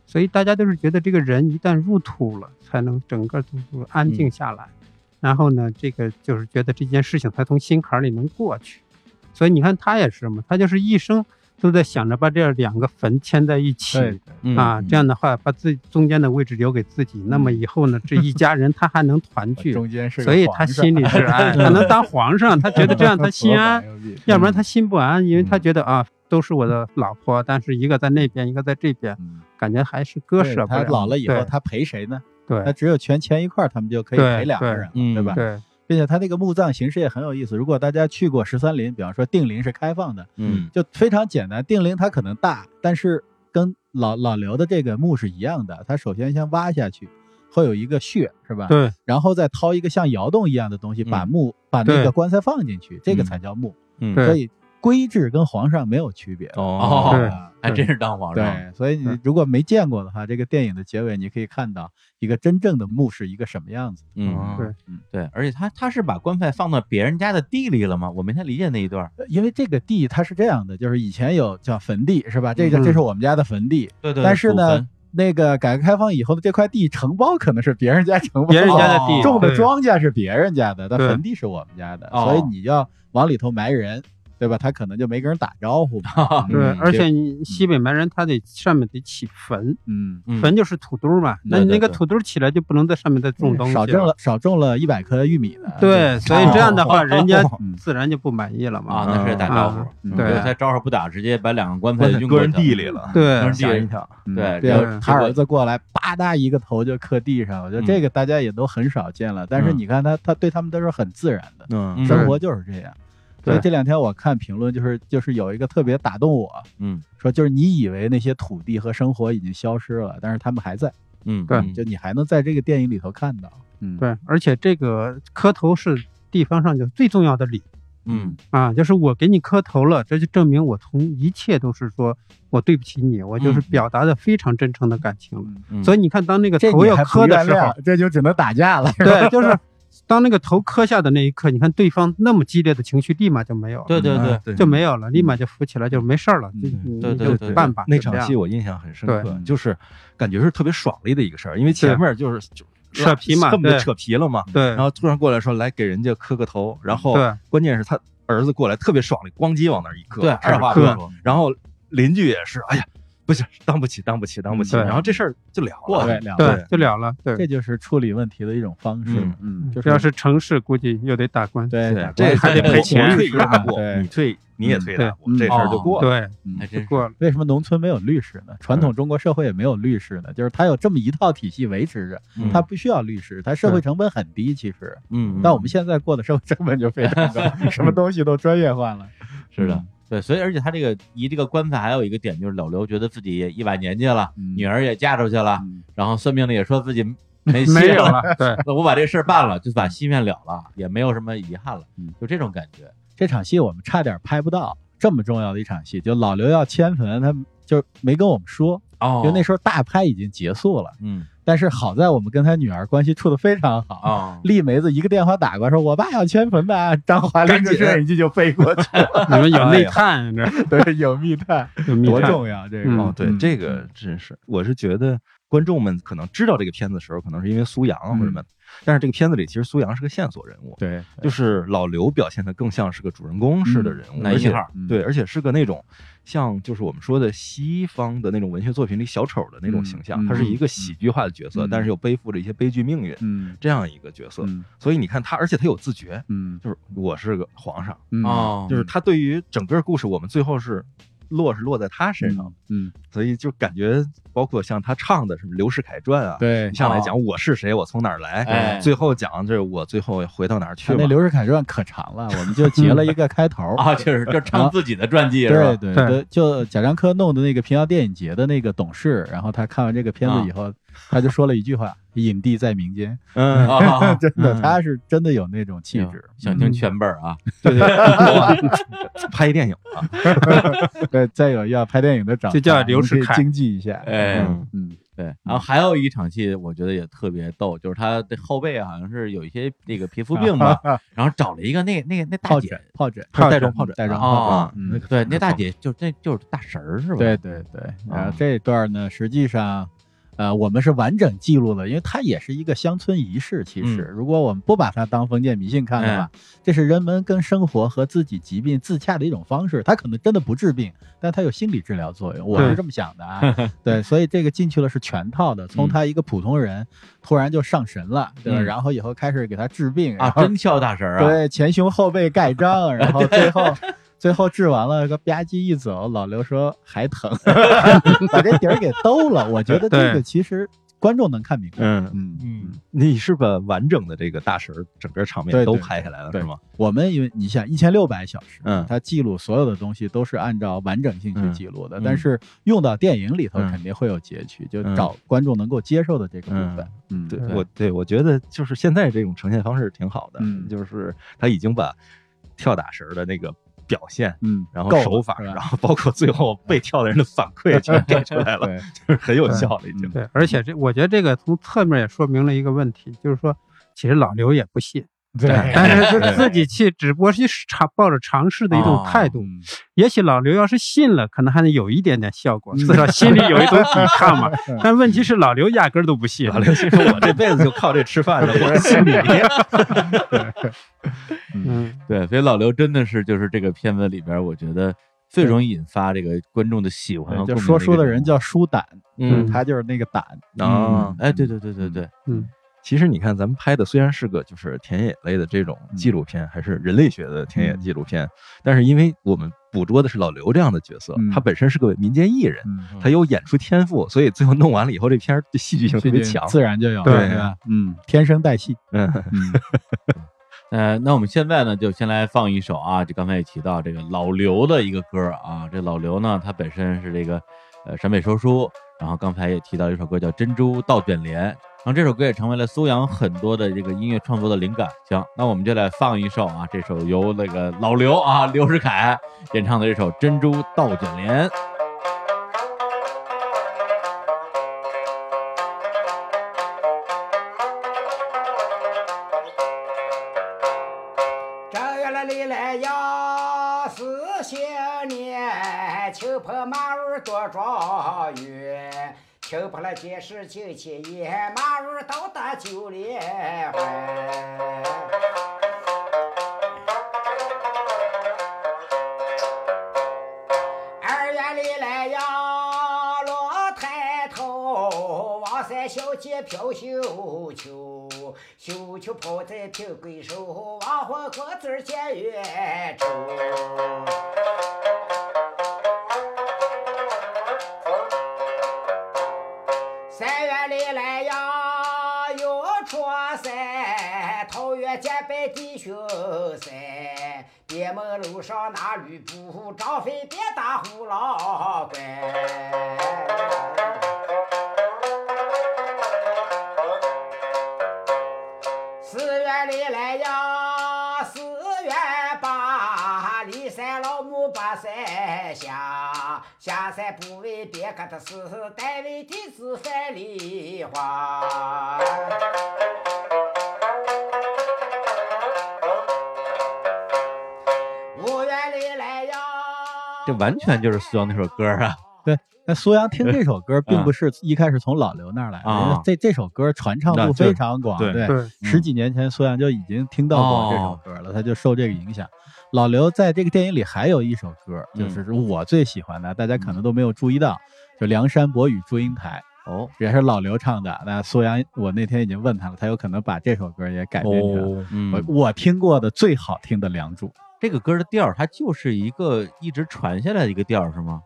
D: 所以大家都是觉得这个人一旦入土了，才能整个都安
A: 嗯
D: 静下来。然后呢，这个就是觉得这件事情才从心坎里能过去。所以你看他也是嘛，他就是一生都在想着把这两个坟牵在一起。
C: 对
A: 嗯
D: 啊，这样的话把自己中间的位置留给自己，那么以后呢，这一家人他还能团聚，
C: 嗯中间是个
D: 所以
C: 皇
D: 他
C: 上
D: 心里是 安，他能当皇上，他觉得这样他心安，
C: 牛逼
D: 要不然他心不安，因为
C: 嗯
D: 他觉得啊，都是我的老婆，但是一个在那边，一个在这边，
C: 嗯
D: 感觉还是割
C: 对
D: 舍不
C: 他
D: 了。
C: 老了以后，
D: 对
C: 他陪谁呢？他
D: 对
C: 只有全钱一块儿，他们就可以
D: 对
C: 陪两个
D: 对
C: 人了，
A: 嗯
C: 对吧？
D: 对
C: 并且他那个墓葬形式也很有意思。如果大家去过十三陵，比方说定陵是开放的，
A: 嗯
C: 就非常简单。定陵它可能大，但是跟老老刘的这个墓是一样的。它首先先挖下去，会有一个穴，是吧？
D: 对
C: 然后再掏一个像窑洞一样的东西，
A: 嗯
C: 把墓把那
D: 对
C: 个棺材放进去，这个
A: 嗯
C: 才叫墓。
A: 嗯，
D: 对
C: 所以规制跟皇上没有区别。
A: 哦
D: 对
C: 啊
A: 还真是当皇上。
C: 对，所以你
D: 对
C: 如果没见过的话，这个电影的结尾你可以看到一个真正的墓是一个什么样子。
A: 嗯，
D: 对
A: 对，而且他他是把棺材放到别人家的地里了吗？我没太理解那一段。
C: 呃因为这个地它是这样的，就是以前有叫坟地是吧？这
D: 嗯
C: 个这是我们家的坟地，
A: 对对
C: 但是呢，，那个改革开放以后的这块地承包可能是别人家承包，
D: 别人家的地
A: 哦
C: 种的
D: 对
C: 庄稼是别人家的，但
D: 对
C: 坟地是我们家的，
A: 哦
C: 所以你要往里头埋人，对吧？他可能就没跟人打招呼嘛。
D: 啊 对，
A: 嗯
D: 而且你西北蛮人他得上面得起坟，
C: 嗯，
A: 嗯
D: 坟就是土堆嘛，那
C: 对
D: 你那
C: 对
D: 个
C: 对
D: 土堆起来就不能在上面再种东西
C: 嗯少种了少种了一百颗玉米呢。
D: 对，所以这样的话，人家
C: 嗯
D: 自然就不满意了嘛。
A: 啊，那是得打招呼。
C: 嗯
D: 对
A: 对，他招呼不打，直接把两个棺材
B: 关
A: 运
B: 搁
A: 过
B: 人
A: 去
B: 地里了，
D: 对
A: 当，然地
B: 想
A: 里
B: 一想，
C: 嗯
A: 对
C: 对
A: 这个
C: 他儿子过来，吧嗒一个头就磕地上，我觉得
D: 嗯
C: 这个大家也都很少见了。但是
A: 嗯
C: 你看他，他对他们都是很自然的，
B: 嗯
A: 嗯
C: 生活就是这样。所以
A: 对
C: 这两天我看评论，就是就是有一个特别打动我，
A: 嗯
C: 说就是你以为那些土地和生活已经消失了，但是他们还在，
A: 嗯，
D: 对
A: 嗯
C: 就你还能在这个电影里头看到。嗯，，
D: 对，而且这个磕头是地方上就最重要的礼
A: 嗯
D: 啊，就是我给你磕头了，这就证明我从一切都是说我对不起你，我就是
A: 嗯
D: 表达的非常真诚的感情了。
A: 嗯
D: 所以你看，当那个
C: 这
D: 头
C: 你
D: 要
C: 还
D: 磕
C: 不
D: 的
C: 原
D: 时候
C: 谅，，这就只能打架了。
D: 对，就是当那个头磕下的那一刻，你看对方那么激烈的情绪立马就没有了，
A: 对对对
C: 嗯，
B: 啊对
D: 就没有了，立马就扶起来，就没事儿了，就
C: 嗯
D: 你
A: 对
D: 你
A: 对
D: 就
A: 对
D: 办吧。
B: 那
D: 就这
B: 场
D: 样
B: 戏我印象很深刻
D: 对，
B: 就是感觉是特别爽利的一个事儿，因为前面就是就
D: 扯皮嘛
B: 恨不得
D: 对
B: 扯皮了嘛。
D: 对
B: 然后突然过来说来给人家磕个头，然后
D: 对
B: 关键是他儿子过来特别爽利，咣叽往那儿一磕，
A: 对
B: 二话不
D: 磕
B: 说。然后邻居也是，哎呀，不行，当不起，当不起，当不起。
D: 对
B: 然后这事儿就了
C: 过
B: 了
C: 来，两位
D: 对，就了了。对，
C: 这就是处理问题的一种方式
A: 嗯。
C: 嗯，就
D: 这要是城市，估计又得打官司。
C: 对
B: 对
C: 打，
B: 这
C: 官司
D: 还得
B: 这
D: 赔钱
B: 我退一大步，
C: 对
B: 你退你也退一大步，
C: 嗯
B: 这事儿就
A: 哦
B: 过了。
D: 对，
C: 嗯
A: 还真是
D: 过了。
C: 为什么农村没有律师呢？传统中国社会也没有律师呢？就是他有这么一套体系维持着，
A: 嗯
C: 他不需要律师，他社会成本很低。其实，
A: 嗯，嗯
C: 但我们现在过的社会成本就非常高，什么东西都专业化了。
A: 是的，嗯对，所以而且他这个移这个棺材还有一个点就是老刘觉得自己也一把年纪了，
C: 嗯
A: 女儿也嫁出去了，
C: 嗯
A: 然后算命的也说自 己没戏
D: 没有
A: 了，
D: 了，对，
A: 那我把这事儿办了，就把心愿了了，也没有什么遗憾了
C: 嗯，
A: 就这种感觉。
C: 这场戏我们差点拍不到，这么重要的一场戏，就老刘要迁坟，他就没跟我们说，
A: 哦
C: 因为那时候大拍已经结束了。
A: 嗯
C: 但是好在我们跟他女儿关系处的非常好。
A: 啊，
C: 丽梅子一个电话打过来，说我爸要迁坟的，张华拎着摄影机就飞过去了，
D: 你
B: 哎
D: 们有 密探，这
C: 对，有密探，
D: 有密
C: 多
D: 探，
C: 重要这个。
D: 嗯
B: 哦，对，
C: 嗯
B: 这个真是，我是觉得观众们可能知道这个片子的时候，可能是因为苏阳啊或者什么，但是这个片子里其实苏阳是个线索人物，
C: 嗯对，
B: 就是老刘表现的更像是个主人公式的人物，
A: 嗯
B: 而且
A: 男一号
C: 嗯
B: 对，而且是个那种像就是我们说的西方的那种文学作品里小丑的那种形象，
C: 嗯
B: 他是一个喜剧化的角色，
C: 嗯
B: 但是又背负着一些悲剧命运
C: 嗯
B: 这样一个角色，
C: 嗯
B: 所以你看他，而且他有自觉，
C: 嗯
B: 就是我是个皇上，
C: 嗯
A: 哦，
B: 就是他对于整个故事，我们最后是落是落在他身上的。
C: 嗯，
B: 所以就感觉包括像他唱的什么《刘氏凯传》啊，
C: 对
B: 上来讲我是谁，我从哪儿来，
A: 哎
B: 最后讲这我最后回到哪儿去
C: 他
B: 了。
C: 那《刘氏凯传》可长了，我们就截了一个开头 嗯
A: 啊，就是就唱自己的传记是
C: 对
A: 吧？
C: 对
D: 对
C: 对，就贾樟柯弄的那个平遥电影节的那个董事，然后他看完这个片子以后，他就说了一句话：“影帝在民间。
B: 嗯，
A: 啊，
C: 真的，
A: 嗯
C: 他是真的有那种气质。嗯
A: 想听全本儿 啊，
B: 对 对，拍一电影啊，
C: 对，再有要拍电影的找他，
D: 这叫刘世
C: 我们可以
D: 凯
C: 经济一下。
A: 哎
C: 嗯嗯，
A: 对，然后还有一场戏，我觉得也特别逗，就是他的后背好像是有一些那个皮肤病 吧，然后找了一个那那那大
C: 疱
A: 姐
C: 疹，疱疹，
B: 他是带状疱疹
C: 带状疱
A: 啊
C: 疹。嗯，
A: 对，那大姐就那就是大神儿是吧？哦
C: 对对对。然后这段呢，实际上。呃，我们是完整记录了，因为它也是一个乡村仪式。其
A: 嗯
C: 实，如果我们不把它当封建迷信看
A: 哎
C: 的话，这是人们跟生活和自己疾病自洽的一种方式。它可能真的不治病，但它有心理治疗作用。我是
D: 对
C: 这么想 的
A: 嗯
C: 啊。对，
B: 嗯
C: 所以这个进去了是全套的，从他一个普通人突然就上神了，对吧？
A: 嗯
C: 然后以后开始给他治病，
A: 啊，
C: 然后
A: 真跳大神儿啊！
C: 对，前胸后背盖 章，然后最后最后治完了，个吧唧一走，老刘说还 疼，把这底儿给兜了。我觉得这个
D: 对
C: 其实观众能看明白。
B: 嗯，
C: 嗯，
A: 嗯，
B: 你是把完整的这个大神儿整个场面
C: 对
B: 都
C: 对
B: 拍下来了
C: 对
B: 是吗？
C: 我们因为你想一千六百小时，
B: 嗯
C: 它记录所有的东西都是按照完整性去记录的，
A: 嗯
C: 但是用到电影里头
B: 嗯
C: 肯定会有截取，
B: 嗯
C: 就找观众能够接受的这个部分。嗯，
B: 对
C: 对
B: 我对我觉得就是现在这种呈现方式挺好的，
C: 嗯
B: 就是他已经把跳大神儿的那个表现。
C: 嗯，
B: 然后
C: 够了
B: 手法，
C: 是吧嗯
B: 然后包括最后被跳的人的反馈 全给出来了， 啊
C: 对，
B: 就是很有效了，已经
C: 嗯。
D: 对，而且这我觉得这个从侧面也说明了一个问题，就是说，其实老刘也不信，
C: 对
D: 但是自自己去，只不过是尝抱着尝试的一种态
B: 哦
D: 度。
C: 嗯
D: 也许老刘要是信了，可能还能有一点点效果，至少心里有一种抵抗 嘛。但问题是老刘压根儿都不信
B: 老，刘心说：“我这辈子就靠这吃饭了，我信 你。
D: 嗯，
A: 对，所以老刘真的是就是这个片子里边儿，我觉得最容易引发这个观众的喜
B: 嗯
A: 欢和
C: 嗯
A: 共
C: 就
A: 鸣
C: 说书的
A: 这个
C: 人叫书胆，
A: 嗯，
C: 他就是那个胆。
B: 啊
C: 啊，
A: 哎，对对对对对，
B: 其实你看，咱们拍的虽然是个就是田野类的这种
C: 嗯
B: 纪录片，还是人类学的田野纪录片，但是因为我们捕捉的是老刘这样的角色，
C: 嗯
B: 他本身是个民间艺人，
C: 嗯，
B: 他有演出天赋，所以最后弄完了以后，这片儿的戏剧性特别强。
C: 自然就有了，
D: 对
C: 吧？嗯，天生带戏，
B: 嗯，
C: 嗯，
A: 呃，那我们现在呢，就先来放一首啊，就刚才也提到这个老刘的一个歌啊，这老刘呢，他本身是这个呃陕北说书，然后刚才也提到一首歌叫《珍珠倒卷帘》，然后这首歌也成为了苏阳很多的这个音乐创作的灵感。行，那我们就来放一首啊，这首由那个老刘啊刘世凯演唱的这首《珍珠倒卷帘》。
E: 这月来里来呀，四些年，秋坡马儿多状元，秋坡来结识亲戚也，马儿到达九哎连环。二院里来呀，落抬头，王三哦小姐飘绣球，绣球抛在平贵手，王火锅子儿见月愁。三月里来呀，又出塞，桃园结拜弟兄噻。别门楼上拿吕布，张飞别打虎老怪。四月里来呀，四月八，里山老母把山下，下山不为别个的事，但为弟子翻梨花。五月里来呀，
A: 这完全就是苏阳那首歌啊，
C: 对，那苏阳听这首 歌，并不是一开始从老刘那儿来的，
A: 嗯啊
C: 因为这这首歌传唱
A: 那
C: 度
A: 就
C: 非常广，
A: 对嗯哦
C: 对，
D: 对，
C: 十几年前苏阳就已经听到过这首歌了，他就受这个影响。老刘在这个电影里还有一首歌，
A: 嗯
C: 就是我最喜欢的，大家可能都没有注意到，就《梁山伯与祝英台》。
A: 哦
C: 也是老刘唱的。那苏阳，我那天已经问他了，他有可能把这首歌也改编成、我
A: 嗯，
C: 我听过的最好听的《梁祝》，
A: 这个歌的调儿它就是一个一直传下来的一个调儿是吗？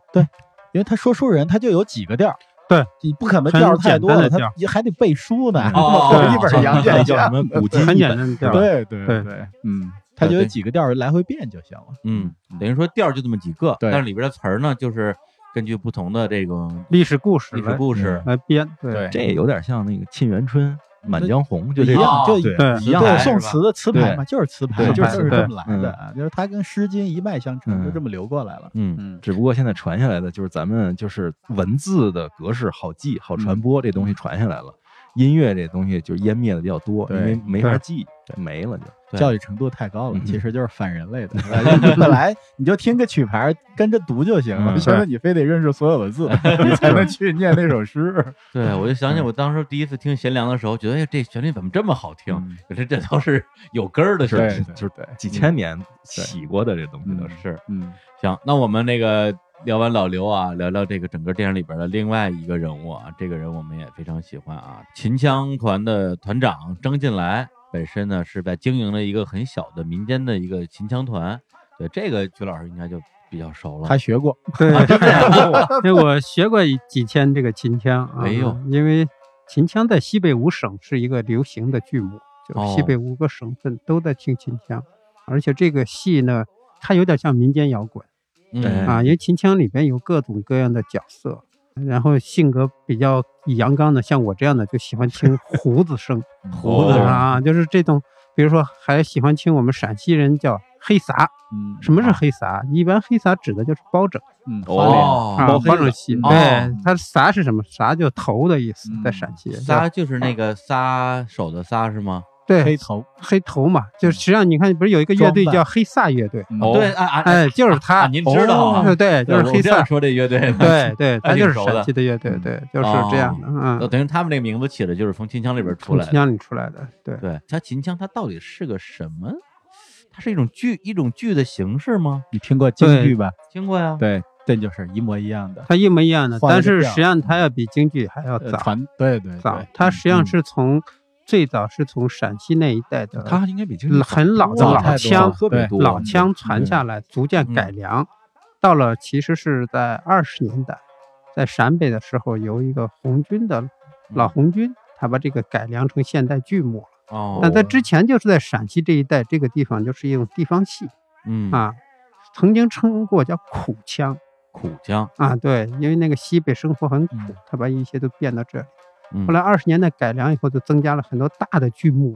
C: 因为他说书人他就有几个调儿，
D: 对
C: 你不可能
D: 很
C: 调儿太多
D: 简单的
C: 了，
D: 调
C: 他
D: 儿啊
C: 你还得背书呢，
A: 哦
C: 我啊一本杨
B: 那
C: 卷
B: 叫什 么古今
D: 很
B: 一
D: 简
B: 本，
D: 单的调儿，
C: 对对
D: 对
C: 对，嗯，他就有几个调儿来回变就行了。
A: 嗯，等于说调儿就这么几个，
C: 对
A: 但是里边的词儿呢，就是根据不同的这种
D: 历史故事
A: 历史
D: 来嗯
A: 故
B: 嗯
A: 事，
D: 来编，对
C: 对，
B: 这有点像那个沁园春、满江红，就
C: 就
B: 这
C: 一
B: 种
C: 样，就
B: 对
D: 对
B: 一样来
C: 哦
B: 是
C: 对宋
B: 吧
C: 词的词牌嘛，就是词牌，
B: 对
C: 就是
D: 词
C: 就是
D: 牌
C: 这么来
B: 嗯
C: 的啊，就是它跟《诗经》一脉相承，就这么流过来了。
A: 嗯
C: 嗯，
B: 只不过现在传下来的就是咱们就是文字的格式好记、好
D: 嗯
B: 传播，这东西传下来了。音乐这东西就湮灭的比较多，因
C: 对
B: 为没法
D: 对
B: 记，没了就。
A: 对
C: 教育程度太高了
B: 嗯，
C: 其实就是反人 类的。是吧你本来你就听个曲牌，跟着读就行了，
B: 嗯
C: 现在你非得认识所有的 字，你才能去念那首诗。
A: 对我就想起我当时第一次听贤良的时候，觉得哎这旋律怎么这么好听
C: 嗯？
A: 可是这都是有根儿的事
C: 对
A: 情，
C: 对
B: 就是
C: 对
B: 几千年洗过的这东西都是。
A: 是
C: 嗯，
A: 行，那我们那个聊完老刘啊，聊聊这个整个电影里边的另外一个人物啊，这个人我们也非常喜欢啊，秦腔团的团长张进来，本身呢是在经营了一个很小的民间的一个秦腔团，对这个曲老师应该就比较熟了。啊
C: 他学过，
D: 对，
B: 啊
D: 因为我学过几天这个秦腔啊，
A: 哎呦
D: 因为秦腔在西北五省是一个流行的剧目，就
A: 哦
D: 是西北五个省份都在听秦腔，而且这个戏呢，它有点像民间摇滚
A: 嗯
D: 啊，因为秦腔里边有各种各样的角色，然后性格比较阳刚的，像我这样的就喜欢 听胡子声
A: 胡子啊，
D: 啊，就是这种，比如说还喜欢听我们陕西人叫黑撒，
C: 嗯，
D: 什么是黑撒？一般黑撒指的就是包拯。
C: 嗯，
A: 哦
D: 啊，包拯戏，
C: 嗯
A: 哦
D: 对，它撒是什么？撒就头的意思
C: 嗯，
D: 在陕西，
A: 撒就是那个撒手的撒是吗？
D: 对
C: 黑
D: 黑
C: 头，
D: 黑头嘛，就是实际上你看，不是有一个乐队
C: 装扮
D: 叫黑撒乐队，
C: 嗯
A: 哦对啊啊，
D: 哎，就是
A: 啊
D: 他，
A: 您知道啊
D: 哦对，就是
A: 我
D: 黑
A: 这样
D: 撒，
A: 说这乐队，
D: 对对，
A: 还
D: 他
A: 挺
D: 就是
A: 熟的
D: 陕西的乐队，对，就是这样的，
A: 呃
D: 嗯，
A: 等于他们这个名字起的就是从秦腔里边出
D: 从
A: 来
D: 新
A: 的。
D: 疆里出来的，对，
A: 对，它秦腔它到底是个什么？它是一种剧，一种剧的形式吗？
C: 你听过京剧吧？
A: 听过呀，
C: 对，这就是一模一样的
D: 它一模一样的，
C: 换了
D: 但是
C: 个调
D: 实际上它要比京剧还要
C: 呃
D: 早
C: 传，对对
D: 早
C: 对，，嗯
D: 它实际上是从最早是从陕西那一带的，
B: 他应该比京
D: 很老的
C: 早
D: 老
C: 太多了嗯
D: 腔
B: 特别多，
D: 老腔传下来，逐渐改良，到了其实是在二十年代，在陕北
C: 嗯
D: 的时候，由一个红军的老红军，他把这个改良成现代剧目了。
A: 哦，
D: 但在之前就是在陕西这一带这个地方，就是一种地方戏
A: 嗯
D: 啊，曾经称过叫苦腔
A: 苦腔，
D: 啊，对，因为那个西北生活很苦
A: 嗯，
D: 他把一些都变到这里。
A: 嗯
D: 后来二十年代改良以后，就增加了很多大的剧目，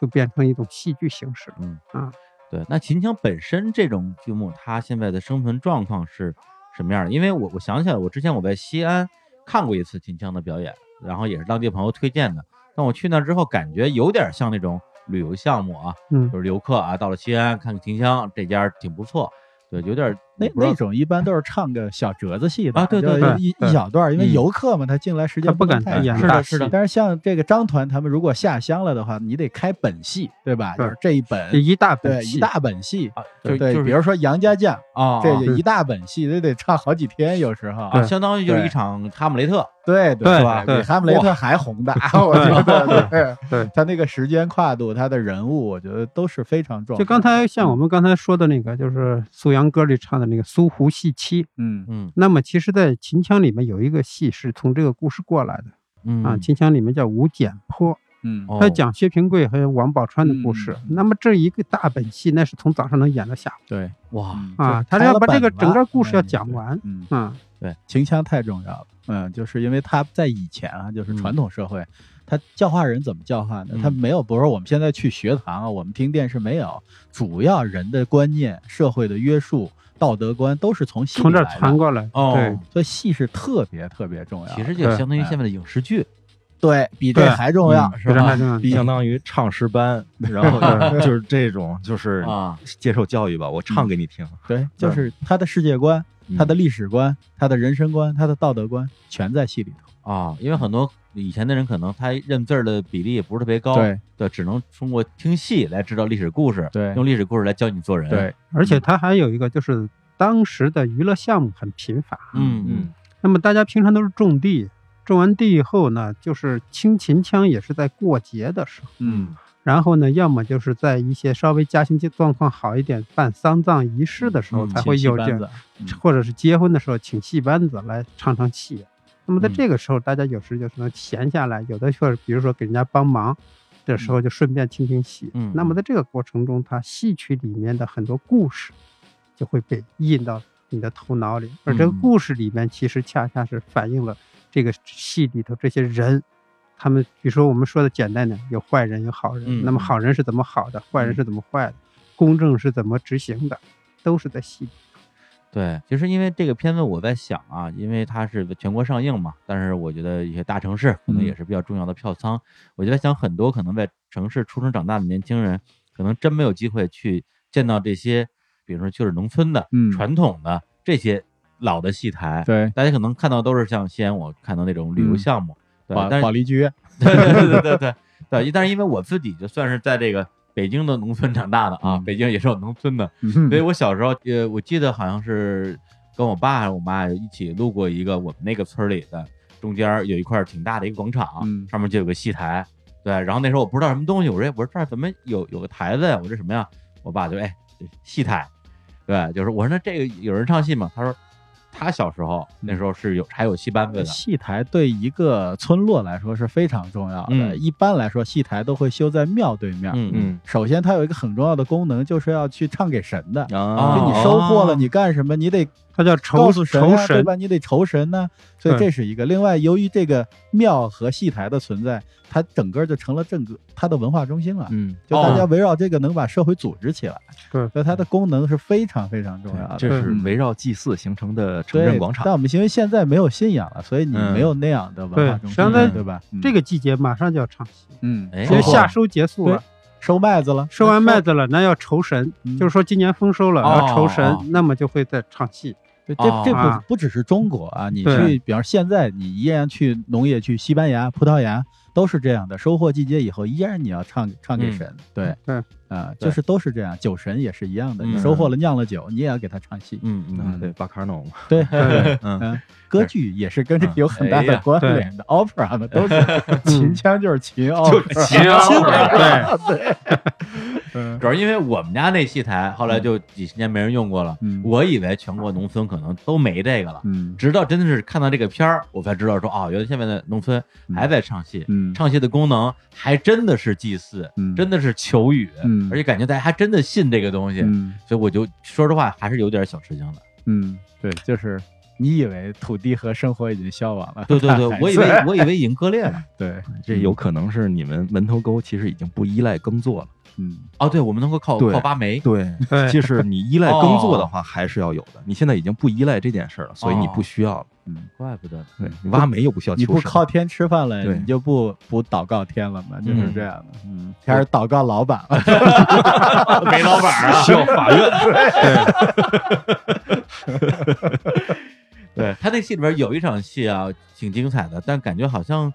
D: 就变成一种戏剧形式了。
A: 嗯
D: 啊
A: 对，那秦腔本身这种剧目，它现在的生存状况是什么样的？因为我我想起来，我之前我在西安看过一次秦腔的表演，然后也是当地朋友推荐的。但我去那之后，感觉有点像那种旅游项目啊，
D: 嗯
A: 就是游客啊到了西安看看秦腔，这家挺不错，对，有点
C: 那
A: 我不知道
C: 那种一般都是唱个小折子戏的
A: 啊对
C: 就
A: 对对
C: 一
D: 对
C: 一小段儿，因为
A: 嗯
C: 游客嘛，他进来时间
D: 他不
C: 能
D: 敢
C: 太
D: 演
C: 长
A: 是的是的
C: 但是像这个张团他们如果下乡了的话，你得开本戏，对吧？
D: 对
C: 就是这一本
D: 这，一大本
C: 对
D: 戏
C: 一大本戏，
A: 啊，就
C: 对，
A: 就
C: 比
A: 是
C: 如说杨家将，
A: 啊，
C: 这
A: 啊
C: 也一大本戏，这得唱好几天，有时候
A: 啊，相当于就是一
C: 对
A: 场《哈姆雷特》
C: 对
D: 对
C: 是吧？比
D: 对
C: 哈姆雷特还宏 大，我觉得对
D: 对
C: 他那个时间跨度，他的人物，我觉得都是非常重要的。
D: 就刚才
A: 嗯
D: 像我们刚才说的那个，就是苏阳歌里唱的那个苏湖戏妻。
C: 嗯，
A: 嗯，
D: 那么其实，在秦腔里面有一个戏是从这个故事过来的
A: 嗯
D: 啊，秦腔里面叫《无简坡》，
C: 嗯嗯，
A: 哦
D: 它讲薛平贵和王宝钏的故事。
C: 嗯
D: 那么这一个大本戏，那是从早上能演到下午
C: 对
A: 哦哇，
D: 啊，他
C: 他
D: 是要把这个整个故
A: 哎
D: 事要讲完
C: 嗯，
D: 啊。
C: 秦腔太重要了。嗯，就是因为他在以前啊，
D: 嗯
C: 就是传统社会，他教化人怎么教化呢？
A: 嗯
C: 他没有，比如说我们现在去学堂啊，我们听电视没有，主要人的观念、社会的约束、道德观都是从戏
D: 从
C: 里
D: 这儿
C: 来的
D: 传，过来，
A: 哦
D: 对，
C: 所以戏是特别特别重要的。嗯
A: 其实就相当于现在的影视剧，
C: 对比这
D: 对嗯
C: 还重要，
D: 比
C: 是
D: 这还
C: 吧？
D: 重要。
B: 相当于唱诗班，然后就是这种，就是
A: 啊
B: 接受教育吧，我唱给你听。啊
C: 对，就是他的世界观、
A: 嗯
C: 他的历史观、他的人生观、他的道德观，全在戏里头。
A: 啊，因为很多以前的人可能他认字儿的比例也不是特别高，
C: 对
A: 对，只能通过听戏来知道历史故事，
C: 对
A: 用历史故事来教你做人。，嗯
C: 对，
D: 而且它还有一个就是当时的娱乐项目很贫乏，
A: 嗯嗯
C: 嗯
D: 那么大家平常都是种地，种完地以后呢，就是清秦腔也是在过节的时候，
C: 嗯
D: 然后呢，要么就是在一些稍微家庭状况好一点办丧葬仪式的时候
A: 嗯
D: 才会有这
C: 请戏班
D: 样，
C: 子嗯
D: 或者是结婚的时候请戏班子来唱唱戏。那么在这个时候，大家有时就是能闲下来，有的或者比如说给人家帮忙。这时候就顺便听听戏，
A: 嗯
D: 那么在这个过程中，它戏曲里面的很多故事就会被印到你的头脑里，而这个
A: 嗯
D: 故事里面其实恰恰是反映了这个戏里头这些人，他们比如说我们说的简单点，有坏人有好人，
A: 嗯
D: 那么好人是怎么好的，坏
C: 嗯
D: 人是怎么坏的，公正是怎么执行的，都是在戏里。
A: 对，其实因为这个片子我在想啊，因为它是全国上映嘛，但是我觉得一些大城市可能
C: 嗯
A: 也是比较重要的票仓，我就在想很多可能在城市出生长大的年轻人，可能真没有机会去见到这些，比如说就是农村的、
C: 嗯
A: 传统的这些老的戏台。
C: 对，
A: 大家可能看到都是像西安，我看到那种旅游
C: 嗯
A: 项目，对，
C: 保
A: 但是
C: 保利剧院，
A: 对对对对对对，但是因为我自己就算是在这个北京的农村长大的啊，
C: 嗯
A: 北京也是有农村的，所以我小时候，呃，我记得好像是跟我爸还是我妈一起路过一个我们那个村儿里的中间儿有一块儿挺大的一个广场，
C: 嗯
A: 上面就有个戏台，对，然后那时候我不知道什么东西，我说哎我说这儿怎么有有个台子呀？我这什么呀？我爸就哎这戏台，对，就是我说那这个有人唱戏吗？他说他小时候那时候是有还有戏班子的，
C: 嗯戏台对一个村落来说是非常重要的。
A: 嗯
C: 一般来说，戏台都会修在庙对面。
A: 嗯嗯
B: 嗯
C: 首先，它有一个很重要的功能，就是要去唱给神的。
A: 啊
C: 就
A: 哦
C: 你收获了，你干什么？你得
D: 它叫
C: 告
D: 酬
C: 诉神
D: 酬
C: 呀、对
D: 神，
C: 吧？你得酬神呢、所以
D: 对
C: 这是一个。另外，由于这个庙和戏台的存在，它整个就成了整个它的文化中心了。
A: 嗯，
C: 就大家围绕这个能把社会组织起来，
D: 对
C: 所以它的功能是非常非常重要的。
B: 这是
C: 嗯
B: 围绕祭祀形成的城
C: 对，
B: 镇广
C: 但
B: 场。
C: 我们因为现在没有信仰了，所以你
B: 嗯
C: 没有那样的文
D: 对
C: 化中
D: 实际
C: 心
D: 上
C: 了，
D: 在
C: 对吧？嗯
D: 这个季节马上就要唱戏，
C: 嗯
A: 哎，
D: 因为
A: 哦
D: 夏收结束了
C: 对。收麦子了，
D: 收完麦子了，那要酬神，
C: 嗯
D: 就是说今年丰收了，
A: 哦
D: 要酬神
A: 哦，
D: 那么就会在唱戏。
C: 对，
A: 哦
C: 这这
D: 啊
C: 不不只是中国啊，你
D: 对
C: 去，比方现在你依然去农业区，西班牙、葡萄牙都是这样的，收获季节以后依然你要唱唱给
A: 嗯
C: 神，对
D: 对
C: 啊，
A: 对
C: 就是都是这样，酒神也是一样的，
A: 嗯
C: 你收获了酿了酒，你也要给他唱戏，
A: 嗯嗯
B: 嗯，对，巴卡农。
C: 对。
D: 对
B: 嗯，
C: 嗯， 歌剧也是跟这
B: 嗯
C: 有很大
A: 哎
C: 的
A: 呀
C: 关
D: 对
C: 联的，opera 嘛都是秦腔就是秦 opera，
A: 秦
C: 啊对嗯
A: 主要因为我们家那戏台后来就几十年没人用过了，
C: 嗯
A: 我以为全国农村可能都没这个了，
C: 嗯
A: 直到真的是看到这个片儿，我才知道说啊，原来现在的农村还在唱戏，
C: 嗯
A: 唱戏的功能还真的是祭祀，
C: 嗯
A: 真的是求雨，
C: 嗯
A: 而且感觉大家还真的信这个东西，
C: 嗯
A: 所以我就说实话还是有点小吃惊的。
C: 嗯，对，就是你以为土地和生活已经消亡了，
A: 对对 对，我以为
C: 还
A: 我以为已经割裂 了。
C: 对，
B: 这有可能是你们门头沟其实已经不依赖耕作了。
C: 嗯
A: 哦，对，我们能够靠
B: 对
A: 靠挖煤。
B: 对，
D: 对
B: 就是你依赖耕作的话，还是要有的。你现在已经不依赖这件事了，所以你不需要了。
C: 嗯
A: 怪不得呢
B: 对你挖煤又不需要
C: 你
B: 求
C: 不
B: 神，
C: 靠天吃饭了，
B: 对
C: 你就不不祷告天了嘛，就是
A: 嗯
C: 这样的。嗯，开始祷告老板了。
A: 煤老板啊，
B: 需要法院。
A: 对他那戏里边有一场戏啊，挺精彩的，但感觉好像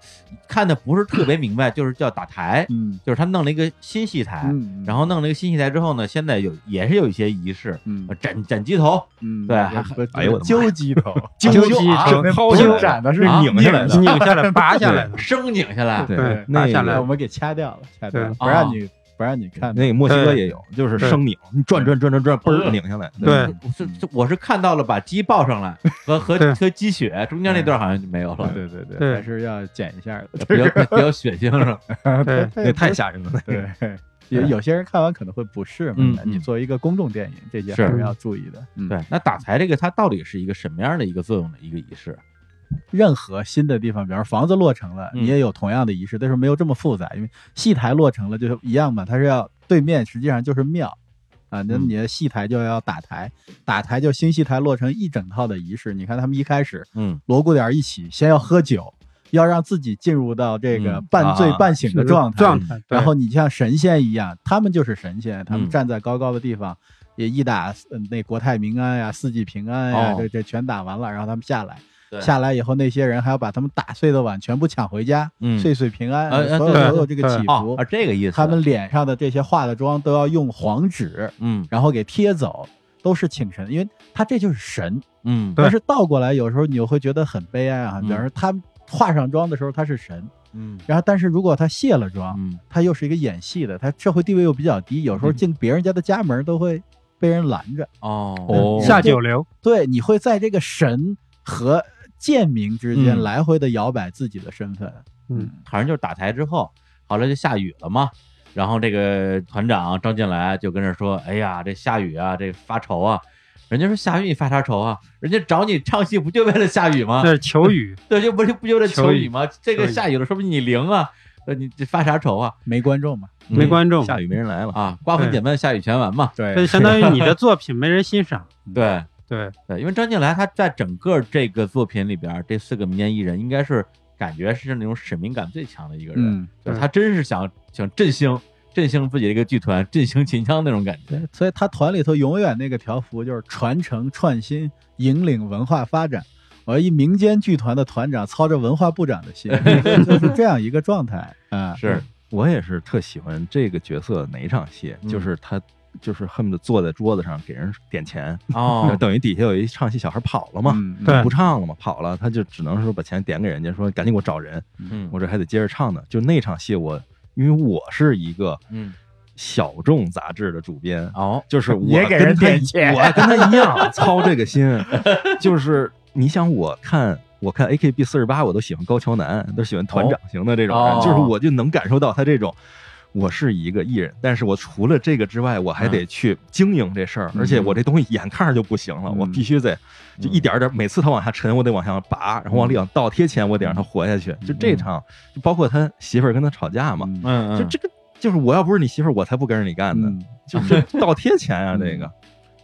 A: 看的不是特别明白，就是叫打台，
C: 嗯
A: 就是他弄了一个新戏台，
C: 嗯，
A: 然
C: 后
A: 后弄了一个新戏台之后呢，现在有也是有一些仪式，呃
C: 嗯
A: 斩斩鸡头，
C: 嗯，
A: 对还
C: 不
B: 哎呦我的妈
C: 揪鸡 头，
B: 揪
C: 鸡
B: 鸡
C: 啊
B: 头
C: 那
B: 薅
C: 不
B: 下
C: 是
B: 来的
C: 斩的是
B: 啊拧下来的
D: 拧下 来、拔下来的，
A: 生拧下来，哦
B: 对
D: 对，
B: 那
D: 拔下
B: 个
D: 来
C: 我。们给掐掉了，掐掉了
D: 对，
C: 不让你不让你看
B: 那个墨西哥也有，就是生拧，你转转转转转，嘣儿拧下来。
D: 对
A: 我嗯是这我是看到了把鸡抱上来和和
D: 对
A: 和鸡血中间那段好像就没有了，
C: 对对对
D: 对
C: 还是要剪一下 的。
A: 比较比较血腥了。
D: 对，
B: 那太吓人了。
C: 对， 有有些人看完可能会不适
A: 嗯
C: 嘛，你
A: 嗯
C: 作为一个公众电影，这些
A: 是
C: 还是要注意的。嗯，
A: 对，那打财这个它到底是一个什么样的一个作用的一个仪式？啊
C: 任何新的地方，比方房子落成了，
A: 嗯
C: 你也有同样的仪式，但是没有这么复杂，因为戏台落成了就是一样嘛，它是要对面实际上就是庙。啊，那
A: 嗯
C: 你的戏台就要打台，打台就新戏台落成一整套的仪式。你看他们一开始
A: 嗯，
C: 锣鼓点儿一起，先要喝酒，要让自己进入到这个
A: 嗯
C: 半醉
B: 啊
C: 半醒的状态。
D: 状态，对
C: 然后你像神仙一样，他们就是神仙，他们
A: 嗯
C: 站在高高的地方，也一打呃那国泰民安呀、四季平安呀，
A: 哦
C: 这这全打完了，然后他们下来
A: 对。
C: 下来以后，那些人还要把他们打碎的碗全部抢回家，
A: 嗯
C: 岁岁平安，
A: 呃呃
C: 所有
D: 对
C: 所有这个
D: 对
C: 祈
A: 哦
C: 福，
A: 啊，，这个意思。
C: 他们脸上的这些化的妆都要用黄纸，
A: 嗯
C: 然后给贴走，都是请神，因为他这就是神，
A: 嗯
D: 对
C: 但是倒过来，有时候你又会觉得很悲哀啊。
A: 嗯
C: 比方说，他化上妆的时候他是神，
A: 嗯
C: 然后但是如果他卸了妆，
A: 嗯
C: 他又是一个演戏的，他社会地位又比较低，有时候
A: 嗯
C: 进别人家的家门都会被人拦着。嗯
A: 哦
B: 哦
D: 下九流，
C: 对，你会在这个神和贱民之间
A: 嗯
C: 来回的摇摆自己的身份。
D: 嗯，
A: 好像就是打台之后，后来就下雨了嘛。然后这个团长张进来就跟着说：“哎呀，这下雨啊，这发愁啊。”人家说：“下雨你发啥愁啊？人家找你唱戏不就为了下雨吗？
D: 这是求雨，
A: 对，就不就不就为了求
D: 求
A: 雨
D: 雨
A: 吗？这个
D: 求雨
A: 下雨了，说不定你灵啊，呃，你这发啥愁啊？
C: 没观众嘛？
D: 没
A: 嗯
D: 观众，
B: 下雨没人来了，
A: 啊，瓜分
D: 对
A: 简单下雨全完嘛。
D: 这就
C: 对，
D: 相当于你的 作品没人欣赏，
A: 对
D: 对，
A: 对，因为张静来他在整个这个作品里边儿，这四个民间艺人应该是感觉是那种使命感最强的一个人，
C: 嗯，
A: 对
D: 对
A: 他真是想想振兴振兴自己的一个剧团，振兴秦腔那种感觉
C: 对。，所以他团里头永远那个条幅就是传承创新，引领文化发展。我一民间剧团的团长操着文化部长的心， 就是这样一个状态啊。
A: 是，
B: 我也是特喜欢这个角色哪一场戏，
A: 嗯
B: 就是他就是恨不得坐在桌子上给人点钱，
A: 哦
B: 就， 等于底下有一唱戏小孩跑了嘛，
C: 嗯
D: 对
B: 不唱了嘛，跑了，他就只能说把钱点给人家，说赶紧给我找人，
A: 嗯
B: 我这还得接着唱呢。就那场戏我，因为我是一个
A: 嗯，
B: 小众杂志的主编，
A: 哦，
B: 就是我
C: 也给
B: 跟
C: 人
B: 他
C: 点
B: 一
C: 钱
B: 我跟他一样操这个心， 就是你想我看。我看 A K B 四十八，我都喜欢高桥南，都喜欢团长型的这种人，
A: 哦
B: 就是我就能感受到他这种，我是一个艺人，但是我除了这个之外，我还得去经营这事儿，
C: 嗯
B: 而且我这东西眼看着就不行了，
C: 嗯
B: 我必须得就一点儿点儿，每次他往下沉，我得往下拔，然后
C: 嗯
B: 往里往倒贴钱，我得让他活下去。就这场，就包括他媳妇儿跟他吵架嘛，
C: 嗯
A: 嗯
B: 就
A: 嗯
B: 这个就是我要不是你媳妇儿，我才不跟着你干呢。
C: 嗯
B: 就是倒贴钱啊，
C: 嗯
B: 这个，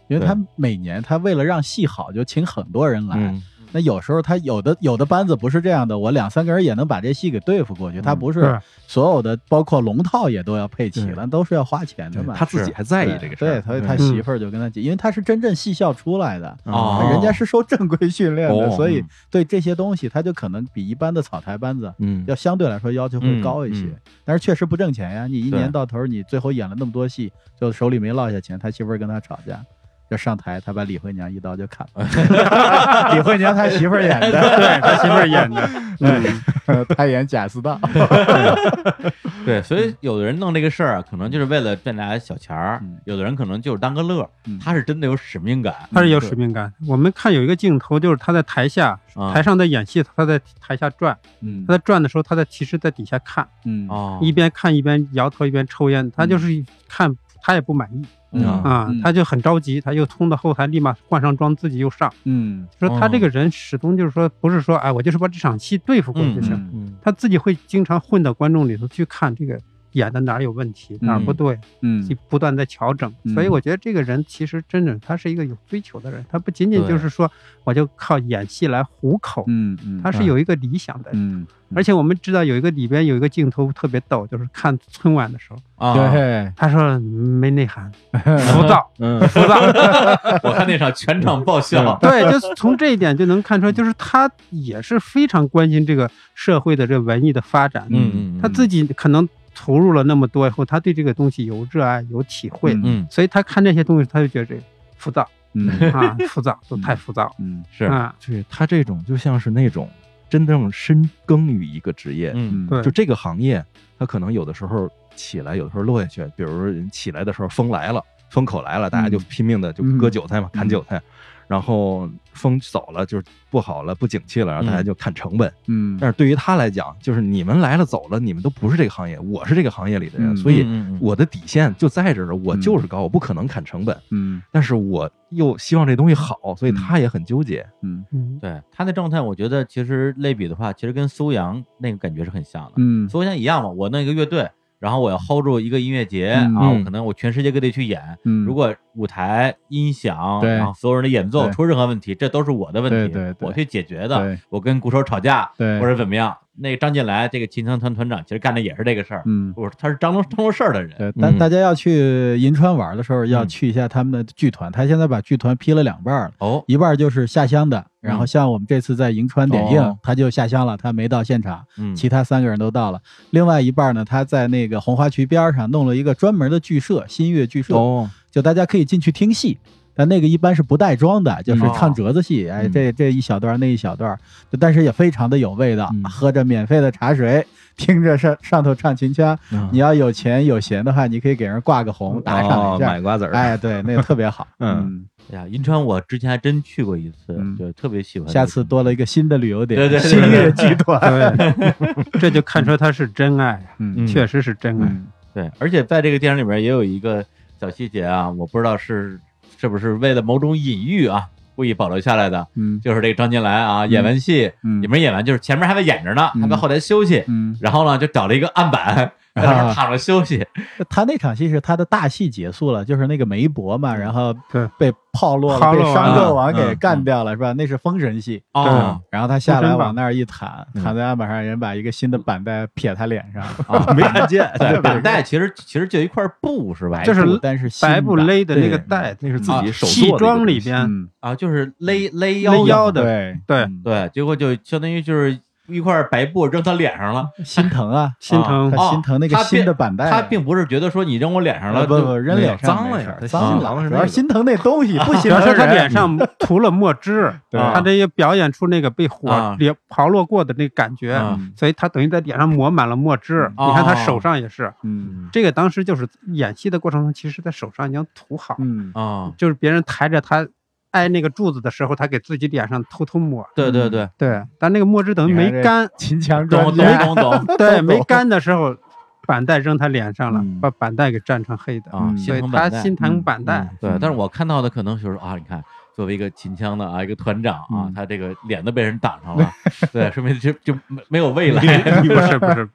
C: 因为他每年他为了让戏好，就请很多人来。
B: 嗯，
C: 那有时候他有的有的班子不是这样的，我两三个人也能把这戏给对付过去。他
B: 嗯
C: 不是
D: 对
C: 所有的，包括龙套也都要配齐了，都是要花钱的嘛。
B: 他自己还在意这个事
C: 对，
B: 儿，
C: 所以他
D: 嗯
C: 媳妇儿就跟他讲，因为他是真正戏校出来的，
A: 哦
C: 人家是受正规训练的，
A: 哦
C: 所以对这些东西他就可能比一般的草台班子
B: 嗯
C: 要相对来说要求会高一些。
A: 嗯嗯
C: 但是确实不挣钱呀，你一
A: 对
C: 年到头儿你最后演了那么多戏，就手里没落下钱，他媳妇儿跟他吵架，要上台，他把李慧娘一刀就砍 了。李慧娘他媳妇儿演的，
G: 对他媳妇儿演 的，
C: 嗯，他演贾似道。
D: 啊
C: 嗯
A: 对，所以有的人弄这个事儿啊，可能就是为了赚俩小钱儿
C: 嗯，
A: 有的人可能就是当个乐儿
C: 嗯，
A: 他是真的有使命感
D: 他是有使命感。我们看有一个镜头，就是他在台下，
A: 啊
D: 台上在演戏，他在台下转，
C: 嗯
D: 他在转的时候，他在其实在底下看，
C: 嗯
A: 哦
D: 一边看一边摇头一边抽烟，他就是看他也不满意啊
C: 嗯，
D: 他就很着急，他又冲到后台立马换上装，自己又上。
C: 嗯
D: 就说他
A: 哦
D: 这个人始终就是说，不是说哎，我就是把这场戏对付过
A: 嗯
D: 就行，
C: 嗯
A: 嗯
D: 他自己会经常混到观众里头去看这个演的哪儿有问题，哪儿不
A: 嗯
D: 对，
C: 嗯
D: 去不断在调整。所以
C: 嗯
D: 我觉得这个人其实真的他是一个有追求的人，他不仅仅
A: 对
D: 就是说我就靠演戏来糊口，
C: 嗯嗯，
D: 他是有一个理想的人。
C: 嗯，
D: 而且我们知道有一个里边有一个镜头特别逗，就是看春晚的时候，
A: 啊，
C: 对，
D: 他说没内 涵，浮躁，
A: 嗯，
D: 浮躁。 嗯
A: 我看那场全场爆 笑，
D: 对，就是从这一点就能看出来，就是他也是非常关心这个社会的这文艺的发展。
A: 嗯嗯，
D: 他自己可能投入了那么多以后，他对这个东西有热爱、有体会，
C: 嗯
A: 嗯
D: 所以他看这些东西，他就觉得这浮躁
C: 嗯
D: 啊，浮躁都太浮躁
C: 嗯
A: 是
D: 啊。
B: 对他这种就像是那种真正深耕于一个职业，
A: 嗯
C: 嗯，
D: 对
B: 就这个行业，它可能有的时候起来，有的时候落下去。比如人起来的时候，风来了，风口来了，大家就
C: 嗯
B: 拼命的就
D: 嗯
B: 割韭菜嘛，砍
C: 嗯
B: 韭菜。然后风走了，就是不好了，不景气了，然后大家
A: 嗯
B: 就砍成本。
C: 嗯
B: 但是对于他来讲，就是你们来了走了，你们都不是这个行业，我是这个行业里的人，
C: 嗯
B: 所以
A: 嗯嗯嗯
B: 我的底线就在这儿，我
C: 嗯
B: 就是高，我不可能砍成本，
C: 嗯
B: 但是我又希望这东西好，所以他也很纠 结。
C: 嗯
D: 嗯，
A: 对他那状态，我觉得其实类比的话，其实跟苏阳那个感觉是很像的。
C: 嗯
A: 苏阳一样嘛，我弄一个乐队，然后我要 hold 住一个音乐节
C: 嗯
A: 啊，我
B: 嗯
A: 可能我全世界各地去演。
C: 嗯，
A: 如果舞台、音响，
C: 对
A: 然后所有人的演奏
C: 对
A: 出任何问题，这都是我的问
C: 对
A: 题，
C: 对对
A: 我去解决的。
C: 对
A: 我跟鼓手吵架，
C: 对，
A: 或者怎么样，那个张进来这个秦腔团团长，其实干的也是这个事儿。
C: 嗯。
A: 我他是张罗张罗事儿的人。
C: 对，但
B: 嗯
C: 大家要去银川玩的时候，要
A: 嗯
C: 去一下他们的剧团。他现在把剧团劈了两半儿了，
A: 哦，
C: 一半儿就是下乡的，然后
A: 嗯
C: 像我们这次在银川点映
A: 哦，
C: 他就下乡了，他没到现场，
A: 嗯，
C: 其他三个人都到了。另外一半儿呢，他在那个红花渠边儿上弄了一个专门的剧社，新月剧社，
B: 哦，
C: 就大家可以进去听戏。但那个一般是不带妆的，就是
A: 哦
C: 唱折子戏，哎，
B: 嗯
C: 这这一小段儿那一小段儿，就但是也非常的有味道，啊
B: 嗯
C: 喝着免费的茶水，听着上上头唱秦腔，你要有钱有闲的话，你可以给人挂个红，打赏
B: 哦
C: 一下。
B: 买瓜子儿，
C: 哎，对，那个特别好。
B: 嗯
A: 哎呀，银川我之前还真去过一次，
C: 嗯
A: 就特别喜欢那
C: 嗯，
A: 个地方。
C: 下次多了一个新的旅游点，
A: 对对对
C: 新月集团。
D: 对，这就看出来他是真爱呀，
C: 嗯
D: 确实是真爱。
C: 嗯
A: 对，而且在这个电影里边也有一个小细节啊，我不知道是是不是为了某种隐喻啊，故意保留下来的，
C: 嗯
A: 就是这个张金兰啊，演完戏，
C: 嗯
A: 也没演完，就是前面还在演着呢，
C: 嗯
A: 还在后台休息，
C: 嗯，啊
A: 然后呢就找了一个案板在那儿躺着休息，
C: 他那场戏是他的大戏结束了，就是那个梅伯嘛，然后
D: 对
C: 被炮落了，
D: 炮
C: 被
D: 落完
C: 商纣
A: 了
C: 王给
A: 嗯
C: 干掉了，是吧？那是封神戏。嗯
A: 哦，
C: 然后他下来
D: 封神
C: 往
D: 榜
C: 那儿一躺，躺在案板上，人把一个新的板带撇他脸上，
A: 啊
C: 没看 见。
A: 对，板带其实其实就一块布是吧？
D: 就
C: 白
D: 是
C: 布但是新
D: 白布
C: 的
D: 勒的那个
C: 对
D: 带，那是
B: 自己手做的一
D: 戏
B: 个
D: 装
B: 东
D: 里
B: 西
D: 边，
C: 嗯，
A: 啊，就是勒勒腰
D: 勒
A: 的
D: 腰的，
C: 对
D: 对
C: 嗯
A: 对，结果就相当于就是一块白布扔他脸上了，
C: 心疼啊，
D: 心疼
C: 他
A: 哦
C: 心疼那个
A: 他
C: 新
A: 并
C: 的板带，
A: 他并不是觉得说你扔我脸上
C: 啊
A: 了，
C: 哎不
A: 就
C: 不扔脸上
B: 脏了
C: 没事
B: 呀
C: 儿
B: 他
C: 脏
A: 新
C: 了
B: 郎是
C: 主
B: 那
C: 要
B: 个
C: 心疼那东西，不
D: 主
C: 心
D: 要
C: 疼
D: 啊是他
C: 人嗯
D: 脸上涂了墨汁，
C: 对
D: 他这些表演出那个被火
A: 啊
D: 也刨落过的那个感觉
A: 嗯，
D: 所以他等于在脸上抹满了墨汁。
A: 嗯
D: 你看他
A: 哦
D: 手上也是，
C: 嗯
D: 这个当时就是演戏的过程中，其实在手上已经涂好，
C: 嗯
A: 啊，
D: 就是别人抬着他挨那个柱子的时候，他给自己脸上偷偷抹。
A: 对对对。
D: 对，但那个墨汁等于
C: 嗯你看
D: 没
C: 这
D: 干，
C: 秦 腔
A: 懂
C: 专
A: 懂
C: 家，
A: 懂懂
D: 对，没干的时候，板带扔他脸上了
C: 嗯，
D: 把板带给蘸成黑的，
A: 啊，
C: 嗯
A: 心
D: 所以
A: 疼
D: 他
A: 板带。
D: 心疼
C: 嗯
D: 板带。
A: 对，但是我看到的可能就是啊，你看，作为一个秦腔的啊，一个团长啊
C: 嗯，
A: 他这个脸都被人挡上了，对，说明就就没没有未来。
D: 不是不 是，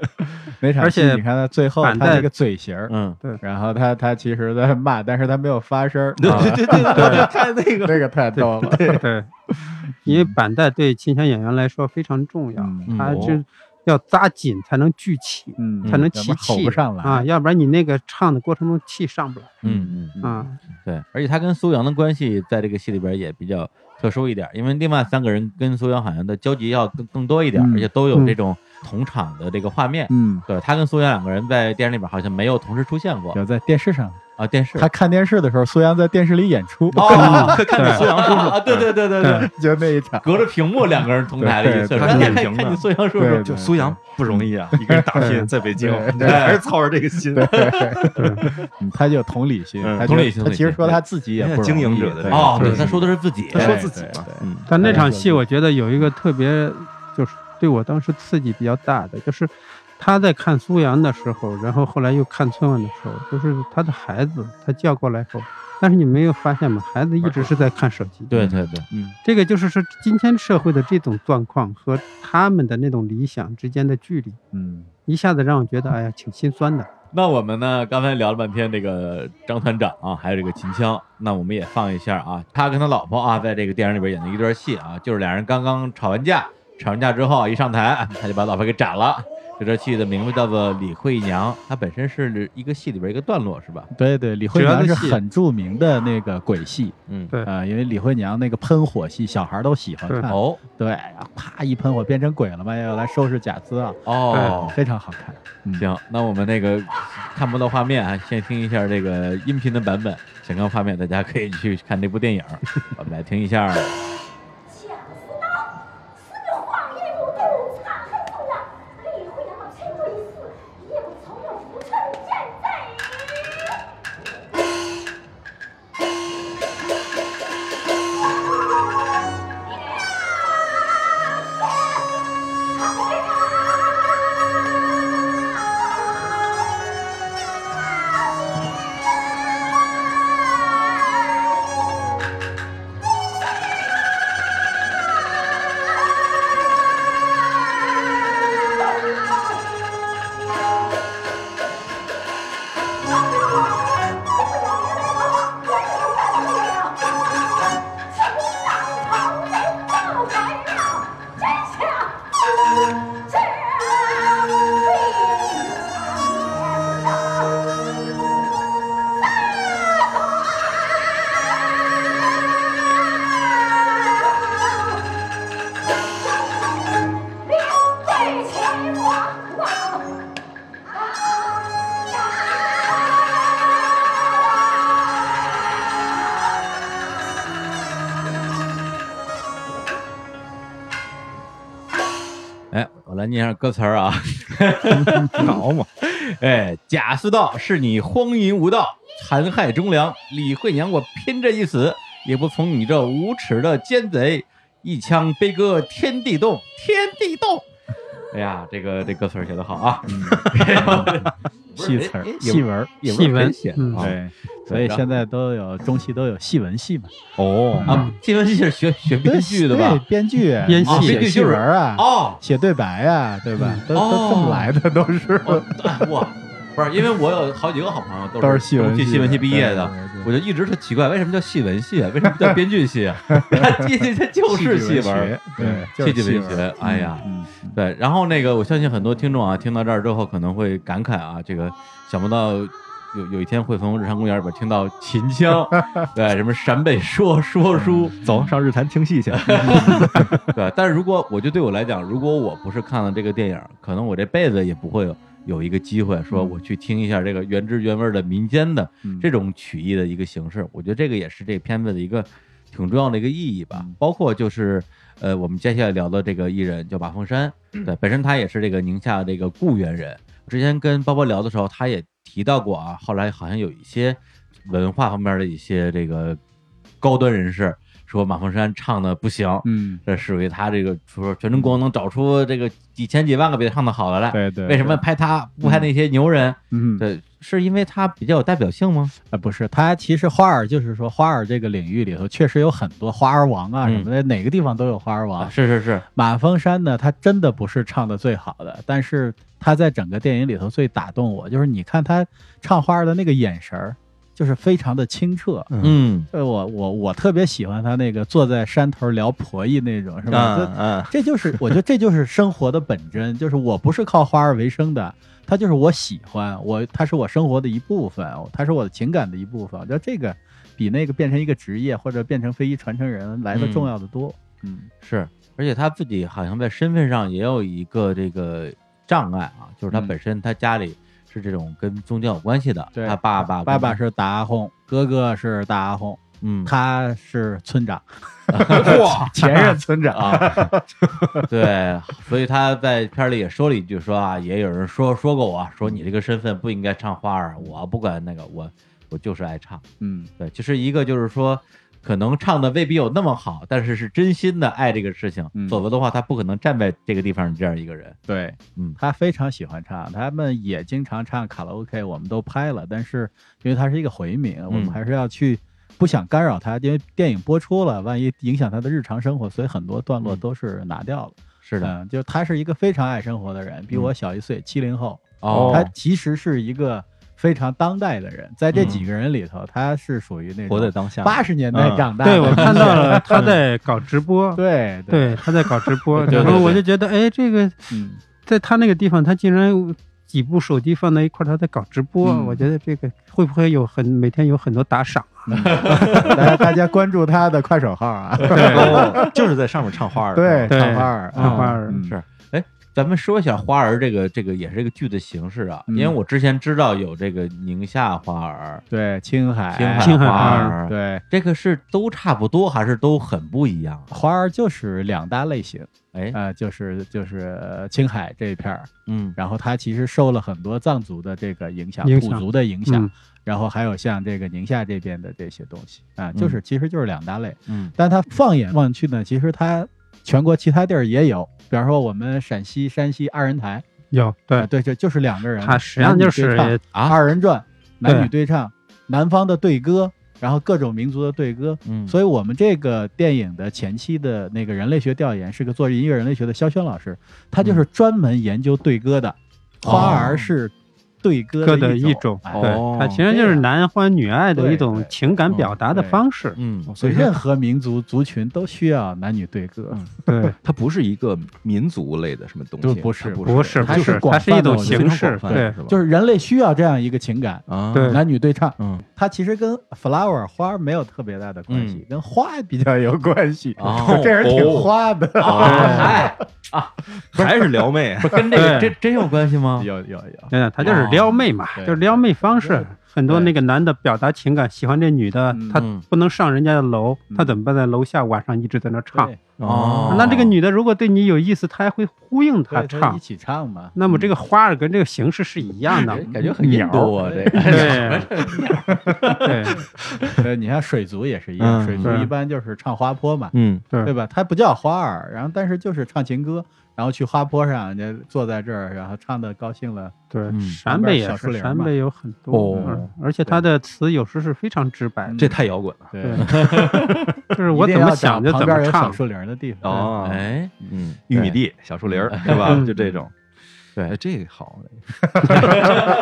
C: 没场
D: 而
C: 戏
D: 且
C: 你看他最后
D: 板
C: 他那
D: 带
C: 个嘴型儿，
A: 嗯，
C: 然后他他其实在骂，但是他没有发声儿，啊对
A: 对对对，看那
C: 这个太逗了，
D: 对，因为板带对秦腔演员来说非常重要，
C: 嗯
D: 他
A: 哦
D: 就要扎紧才能聚气，
C: 嗯，
D: 才能
C: 要
D: 起
C: 不然吼
D: 气
C: 不上来
D: 啊，，要不然你那个唱的过程中气上不来
A: 嗯嗯，
D: 啊。
A: 对，而且他跟苏阳的关系在这个戏里边也比较特殊一点，因为另外三个人跟苏阳好像的交集要更更多一点，
C: 嗯
A: 而且都有
D: 嗯
A: 这种同场的这个画面。
C: 嗯，
A: 对他跟苏阳两个人在电影里边好像没有同时出现过，
C: 有在电视上
A: 啊，电视
C: 他看电视的时候，苏阳在电视里演出，
A: 哦， 看看见
D: 对
A: 苏阳叔叔啊，对对对对对，
C: 就那一场。
A: 隔着屏幕两个人同台的一次，
B: 对
A: 说
B: 对
A: 哎
B: 对
A: 看看你苏阳叔
C: 对
A: 叔，
B: 就苏阳不容易啊，一个人打拼在北京，
C: 对
B: 还是操着这个心。
C: 嗯他就有同理心，
B: 嗯
C: 他就
A: 同理心
C: 他其实说他自己也不容易
B: 经营者的
C: 嗯对
A: 哦，对，
D: 对
A: 他说的是自己，
B: 他说自己
C: 对
B: 嘛
C: 对，
B: 嗯，
D: 但那
C: 对
D: 场
C: 对
D: 戏，我觉得有一个特别，就是对我当时刺激比较大的，就是他在看苏阳的时候，然后后来又看春晚的时候，就是他的孩子，他叫过来后，但是你没有发现吗？孩子一直是在看手机。
A: 对，对对，
D: 这个就是说今天社会的这种状况和他们的那种理想之间的距离，
C: 嗯，
D: 一下子让我觉得，哎呀，挺心酸的。
A: 那我们呢，刚才聊了半天这个张团长啊，还有这个秦腔，那我们也放一下啊，他跟他老婆啊，在这个电影里边演的一段戏啊，就是俩人刚刚吵完架，吵完架之后啊一上台，他就把老婆给斩了。这段戏的名字叫做《李慧娘》，它本身是一个戏里边一个段落是吧？
C: 对对，李慧
D: 主要
C: 娘
D: 的
C: 是
D: 戏
C: 很著名的那个鬼戏
A: 嗯，
D: 对
C: 啊、因为李慧娘那个喷火戏，小孩都喜欢
D: 对
C: 看。
A: 哦
C: 对，然后啪一喷火变成鬼了嘛，要来收拾假资啊，
A: 哦，
C: 非常好看。
A: 行，那我们那个看不到画面啊，先听一下这个音频的版本，想看画面大家可以去看这部电影。 我们来听一下，
G: 抢死刀，是个谎言无度，藏恨中了。李慧娘千岁死，也不从容不趁现在。前往往。
A: 哎，我来念一下歌词 儿啊。
B: 好嘛，
A: 哎，贾似道是你荒淫无道，残害忠良。李慧娘，我拼这一死，也不从你这无耻的奸贼！一枪悲歌天地动，天地动。哎呀，这个这歌词儿写得好啊！
C: 嗯 戏词儿
A: 哎、
C: 戏文儿，
A: 也不是
D: 戏文
A: 谁写的
D: 嗯
A: 啊。
C: 对，所以现在都有中戏都有戏文戏嘛，
B: 哦，
A: 啊，新闻系是学学编剧的
C: 对
A: 吧？
C: 编剧、
D: 嗯编
A: 啊
C: 写
A: 编剧
C: 戏
A: 就是
C: 文儿啊，
A: 哦，
C: 写对白啊，对吧？都
A: 哦
C: 都这么来的，都是
A: 哦哎哇，不是，因为我有好几个好朋友
C: 都
A: 是
C: 是戏文
A: 中戏
C: 系
A: 新闻系毕业的
C: 的，对对对
A: 我就一直特奇怪，为什么叫戏文系啊？为什么叫编剧 系啊？它这这就是戏文儿，
C: 对，就
A: 戏
C: 是
A: 剧
C: 戏
A: 文
C: 文
A: 学
C: 儿。。
A: 哎呀，
C: 嗯，嗯
A: 对，然后那个我相信很多听众啊，听到这儿之后可能会感慨啊，这个想不到有有一天会从日常公园里边听到秦 腔，对，什么陕北说说书，
C: 嗯
B: 走上日坛听戏 去。
A: 对。但是如果我就对我来讲，如果我不是看了这个电影，可能我这辈子也不会有有一个机会说我去听一下这个原汁原味的民间的
C: 嗯
A: 这种曲艺的一个形式。我觉得这个也是这片子的一个挺重要的一个意义吧。包括就是呃，我们接下来聊的这个艺人叫马凤山，对，本身他也是这个宁夏这个固原人。之前跟包包聊的时候，他也提到过啊，后来好像有一些文化方面的一些这个高端人士说马凤山唱的不行，
C: 嗯，
A: 这属于他这个说全中国能找出这个几千几万个比他唱的好的来。
C: 对对。
A: 为什么？拍他不拍那些牛人？
C: 嗯，
A: 对，是因为他比较有代表性吗？
C: 啊，不是，他其实花儿就是说花儿这个领域里头确实有很多花儿王啊
A: 嗯
C: 什么的，哪个地方都有花儿王
A: 啊，。是是是，
C: 马峰山呢，他真的不是唱的最好的，但是他在整个电影里头最打动我，就是你看他唱花儿的那个眼神儿，就是非常的清澈。
A: 嗯，
C: 呃，我我我特别喜欢他那个坐在山头聊婆姨那种，是
A: 啊
C: 吧？这
B: 嗯，
C: 这就是我觉得这就是生活的本真， 就是我不是靠花儿为生的，它就是我喜欢我，它是我生活的一部分，它是我的情感的一部分。我觉得这个比那个变成一个职业或者变成非遗传承人来的重要的多。嗯，
A: 是，而且他自己好像在身份上也有一个这个障碍啊，就是他
C: 嗯
A: 本身他家里是这种跟宗教有关系的，
C: 对
A: 他爸爸
C: 爸爸是大阿訇，哥哥是大阿訇，
A: 嗯，
C: 他是 村长，哇，前任村长，
A: 啊， 对，所以他在片儿里也说了一句，说啊，也有人说说过我，说你这个身份不应该唱花儿，我不管那个，我我就是爱唱。
C: 嗯，
A: 对，就是一个就是说，可能唱的未必有那么好，但是是真心的爱这个事情，
C: 嗯
A: 否则的话他不可能站在这个地方这样一个人。
C: 对，
A: 嗯
C: 他非常喜欢唱，他们也经常唱卡拉 OK，我们都拍了，但是因为他是一个回民，我们还是要去。不想干扰他，因为电影播出了，万一影响他的日常生活，所以很多段落
A: 嗯
C: 都是拿掉了。
A: 是的，
C: 嗯，就是他是一个非常爱生活的人，比我小一岁，七零后。
A: 哦
C: 他其实是一个非常当代的人，在这
A: 嗯
C: 几个人里头，他是属于那
B: 活在
C: 种
B: 当下。
C: 八十年代
B: 嗯
C: 长大的。
D: 对我看到 了他在 搞直播，
C: 对
D: 对，他在搞直播，
A: 对对
D: 然后我就
A: 对
D: 觉得，哎，这个
C: 嗯，
D: 在他那个地方，他竟然几部手机放在一块儿，他在搞直播，
C: 嗯
D: 我觉得这个会不会有很每天有很多打赏？啊
C: 嗯 大 家大家关注他的快手号啊，
B: 哦，就是在上面唱花儿。
C: 对，
D: 对
C: 唱花儿，
D: 唱花儿
C: 嗯
A: 是咱们说一下花儿这个这个也是一个剧的形式啊，因为
C: 嗯
A: 我之前知道有这个宁夏花儿、
C: 对，青海，
A: 青
D: 青海
A: 花
D: 花
A: 儿，
C: 对，
A: 这个是都差不多还是都很不一样啊？
C: 花儿就是两大类型，
A: 哎，
C: 呃，就是就是呃青海这一片儿，
A: 嗯
C: 然后它其实受了很多藏族的这个影响，
D: 影响
C: 土族的影响，
D: 嗯
C: 然后还有像这个宁夏这边的这些东西啊，
D: 嗯
C: 就是、其实就是两大类。
A: 嗯
C: 但它放眼望去呢，其实它全国其他地儿也有，比方说我们陕西、山西二人台，
D: 有
C: 啊
D: 对，啊
C: 对，这就是两个人，
D: 他实际上就
C: 男女对
D: 是
C: 唱二人转，
D: 对
C: 男女对唱，南方的对歌，然后各种民族的对歌。
A: 嗯，
C: 所以，我们这个电影的前期的那个人类学调研是个做音乐人类学的肖轩老师，他就是
D: 嗯
C: 专门研究对歌的。花儿是对歌
D: 哦歌的
C: 一
D: 一种，
C: 哎
A: 哦
D: 对，它其实就是男欢女爱的一
C: 对
D: 种
C: 对
D: 情感表达的
C: 嗯
D: 方式。
A: 嗯
C: 所以任何民族族群都需要男女对歌。
A: 嗯
D: 对，
B: 它不是一个民族类的什么东
C: 就
B: 西，
C: 不是
B: 它
D: 不是
C: 它
D: 不
C: 是
D: 是，
C: 广
D: 它是一
C: 泛的
D: 种
C: 我觉得
D: 形式，对，
C: 就是是人类需要这样一个情感，
B: 啊，
D: 对
C: 男女对 唱，
A: 嗯，
C: 它其实跟 flower 花没有特别大的关系
A: 嗯，
C: 跟花比较有关系。
A: 哦
C: 这人挺花的，
A: 哎，
B: 还是撩妹
A: 不是跟这个
D: 对
A: 真真有关系吗？
C: 有有有，
D: 对，他就是撩妹嘛，
C: 对
D: 就是撩妹方式。很多
C: 对
D: 那个男的表达情感，喜欢这女的
C: 嗯，
D: 他
A: 嗯
D: 不能上人家的楼，他
C: 嗯
D: 怎么办？在楼下晚上一直在那唱。
C: 对
A: 哦
D: 那这个女的如果对你有意思，她还会呼应他
C: 对
D: 唱
C: 一。起唱嘛。
D: 那么这个花儿跟这个形式是一样的，嗯
A: 感觉很印度啊，这个
D: 对对
C: 对，你看水族也是一样，
A: 嗯
C: 水族
D: 对
C: 一般 就是唱花坡嘛，
A: 嗯
C: 对
D: 对
C: 吧？它不叫花儿，然后但是就是唱情歌，然后去花坡上，人家坐在这儿，然后唱的高兴了。
A: 嗯
D: 对，陕北也
C: 旁边小树
D: 是，
C: 林
D: 陕
C: 嘛
D: 北有很多
A: 哦，
D: 嗯而且他的词有时是非常直白的，
B: 这太摇滚了。
C: 对，
D: 对， 就是我
C: 一
D: 怎
C: 定
D: 么
C: 要找
D: 想就
C: 旁
D: 怎
C: 边
D: 么
C: 有小
D: 唱，
C: 树林的地方。
B: 哦，
A: 哎，
B: 嗯，玉米地、小树林儿是吧？
D: 嗯
B: 就这种。
A: 对
B: 哎这个好，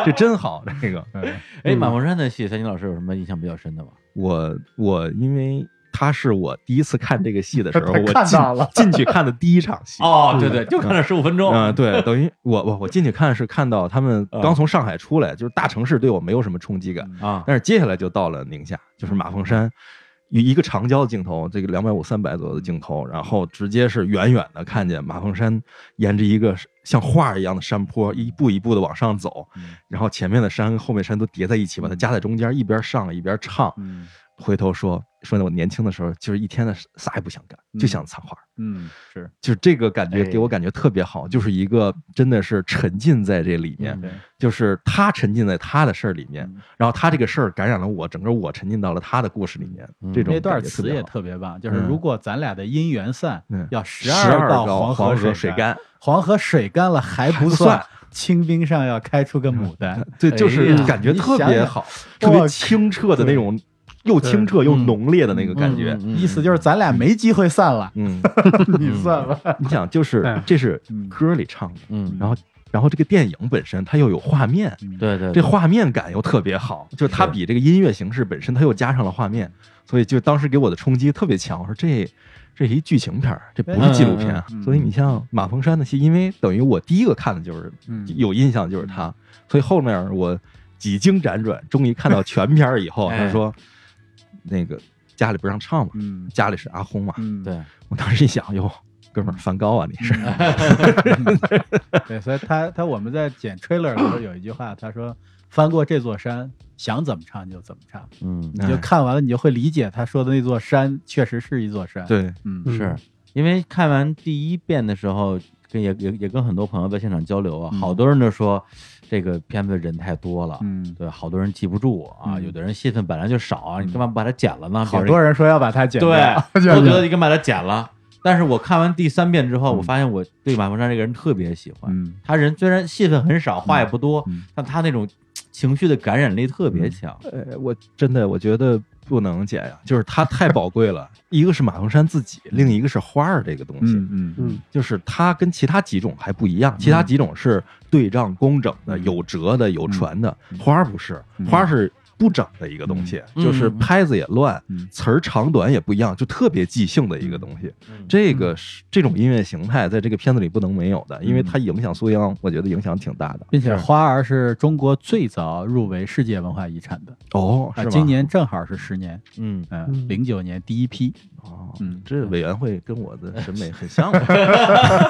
B: 这真好，这个。
C: 嗯
A: 哎，马洪山的戏，三金老师有什么印象比较深的吗？
B: 我我因为他是我第一次看这个戏的时 候，我
C: 看
B: 进
C: 到了
B: 进去看的第一场戏。
A: 哦，对对，就看了十五分钟嗯
B: 嗯，对，等于我我我进去看是看到他们刚从上海出来，就是大城市对我没有什么冲击感，
A: 啊，嗯
B: 但是接下来就到了宁夏，就是马凤山，一一个长焦的镜头，这个两百五三百左右的镜头，然后直接是远远的看见马凤山沿着一个像画儿一样的山坡，一步一步的往上走，
A: 嗯
B: 然后前面的山跟后面山都叠在一起，把它夹在中间，一边上一边唱。
C: 嗯
B: 回头说说我年轻的时候，就是一天的啥也不想干，就想插画儿。
C: 嗯，是
B: 就是这个感觉
A: 哎
B: 给我感觉特别好，就是一个真的是沉浸在这里面，
C: 对，
B: 就是他沉浸在他的事儿里面
C: 嗯，
B: 然后他这个事儿感染了我，整个我沉浸到了他的故事里面
A: 嗯。
B: 这种
C: 那段
B: 感觉特
C: 词
B: 别
C: 也
B: 好
C: 特别棒，就是
B: 嗯
C: 如果咱俩的姻缘散
B: 嗯，
C: 要十
B: 12
C: 道
B: 道
C: 河
B: 黄河
C: 水
B: 水，干，
C: 黄河水干了还
B: 还
C: 不
B: 不
C: 算
B: 算，
C: 清兵上要开出个牡丹，
B: 对，就是
A: 哎呀
B: 感觉特别好，
C: 你想想
B: 特别
C: 哇嗯
B: 清澈的那种，又清澈又浓烈的那个感觉。
C: 意思就是咱俩没机会散了，
B: 嗯，
C: 你算吧。
B: 你想，就是
D: 对
B: 这是
C: 嗯
B: 歌里唱的，
A: 嗯，
B: 然后然后这个电影本身它又有画面，
C: 嗯
A: 对对，
B: 这画面感又特别好，就是它
A: 是
B: 比这个音乐形式本身，它又加上了画面，所以就当时给我的冲击特别强。我说这这是一剧情片儿，这不是纪录片啊。
C: 嗯嗯嗯
B: 所以你像马峰山的戏，因为等于我第一个看的就是
C: 嗯
B: 有印象就是他，所以后面我几经辗转，终于看到全片儿以后，
A: 哎
B: 他说那个家里不让唱嘛，
C: 嗯
B: 家里是阿轰嘛，
C: 嗯，嗯
A: 对，
B: 我当时一想，哟，哥们儿梵高啊，你是
C: 对，所以他他我们在剪 trailer 的时候有一句话，他说翻过这座山，想怎么唱就怎么唱，
A: 嗯，
C: 你就看完了你就会理解他说的那座山确实是一座山。，
B: 对，
C: 嗯，
D: 嗯
A: 是因为看完第一遍的时候，跟也也也跟很多朋友在现场交流啊，
C: 嗯
A: 好多人都说这个片子人太多了，
C: 嗯，
A: 对，好多人记不住啊，
C: 嗯
A: 有的人戏份本来就少啊，你干嘛不把它剪了呢？
C: 好
A: 别
C: 多人说要把它剪 掉，
A: 对，
C: 就
A: 都
C: 是
A: 觉得你该把它剪了。但是我看完第三遍之后，我发现我对马凤山这个人特别喜欢。
C: 嗯
A: 他人虽然戏份很少，话也不多，
C: 嗯
A: 但他那种情绪的感染力特别强。
B: 呃，我真的我觉得不能剪呀、就是 它太宝贵了。一个是马衡山自己，另一个是花儿这个东西，
C: 嗯嗯
D: 嗯
B: 就是它跟其他几种还不一样，其他几种是对仗工整的、
C: 嗯
B: 有折的、有传的，花儿不是，
C: 嗯
B: 花儿是不整的一个东西，
A: 嗯
B: 就是拍子也乱，
C: 嗯
B: 词儿长短也不一样，就特别即兴的一个东西。
C: 嗯
B: 这个是这种音乐形态在这个片子里不能没有的，因为它影响苏央，我觉得影响挺大的。
C: 并且花儿嗯是中国最早入围世界文化遗产的，
B: 哦，
C: 啊
B: 是，吗？
C: 今年正好是十年，
A: 嗯，
C: 嗯，
D: 嗯
C: 零九年第一批，
B: 哦，
C: 嗯
B: 这委员会跟我的审美很像啊。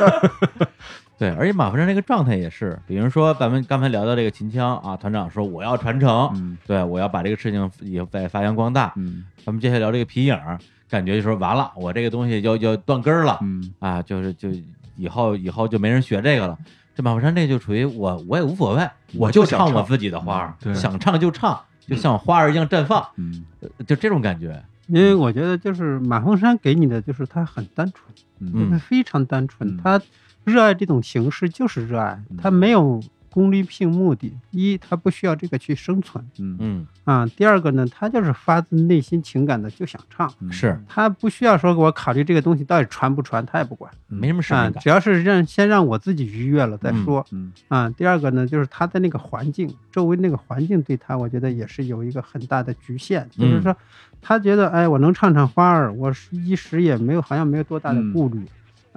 A: 对，而且马凤山这个状态也是，比如说咱们刚才聊到这个秦腔啊，团长说我要传承，
C: 嗯
A: 对我要把这个事情也再发扬光大。
C: 嗯
A: 咱们接下来聊这个皮影儿，感觉就说完了，我这个东西要要断根儿了、
C: 嗯
A: 啊，就是就以后以后就没人学这个了。这马凤山这就属于我我也无所谓，我就唱我自己的花儿，
B: 嗯对
A: 想唱就唱，就像花儿一样绽放，
C: 嗯
A: 呃就这种感觉。
D: 因为我觉得就是马凤山给你的就是他很单纯，
C: 嗯
D: 就是
A: 嗯嗯
D: 非常单
C: 嗯
D: 纯，他热爱这种形式就是热爱，他没有功利性目的，一他不需要这个去生存
C: 嗯
A: 嗯，
D: 啊，第二个呢，他就是发自内心情感的就想唱。
C: 嗯，
A: 是
D: 他不需要说给我考虑这个东西到底传不传，他也不管
A: 没什么使
D: 啊
A: 命，感。
D: 只要是让先让我自己愉悦了再
A: 嗯
D: 说。
C: 嗯
D: 啊，第二个呢，就是他的那个环境，周围那个环境对他，我觉得也是有一个很大的局限。就是
A: 嗯
D: 说，他觉得，哎，我能唱唱花儿，我是一时也没有，好像没有多大的
C: 嗯
D: 顾虑，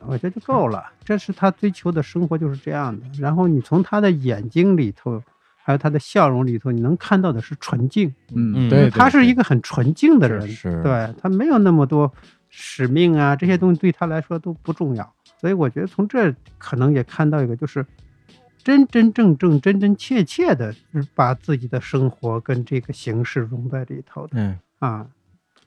D: 我觉得就够了。这是他追求的生活，就是这样的。然后你从他的眼睛里头，还有他的笑容里头，你能看到的是纯净。
A: 嗯
C: 嗯，对，对
D: 他是一
C: 对
D: 个很纯净的人，
A: 是
D: 对他没有那么多使命啊，这些东西对他来说都不重要。所以我觉得从这可能也看到一个，就是真真正正、真真切切的，就是把自己的生活跟这个形式融在里头的
B: 嗯，
D: 啊。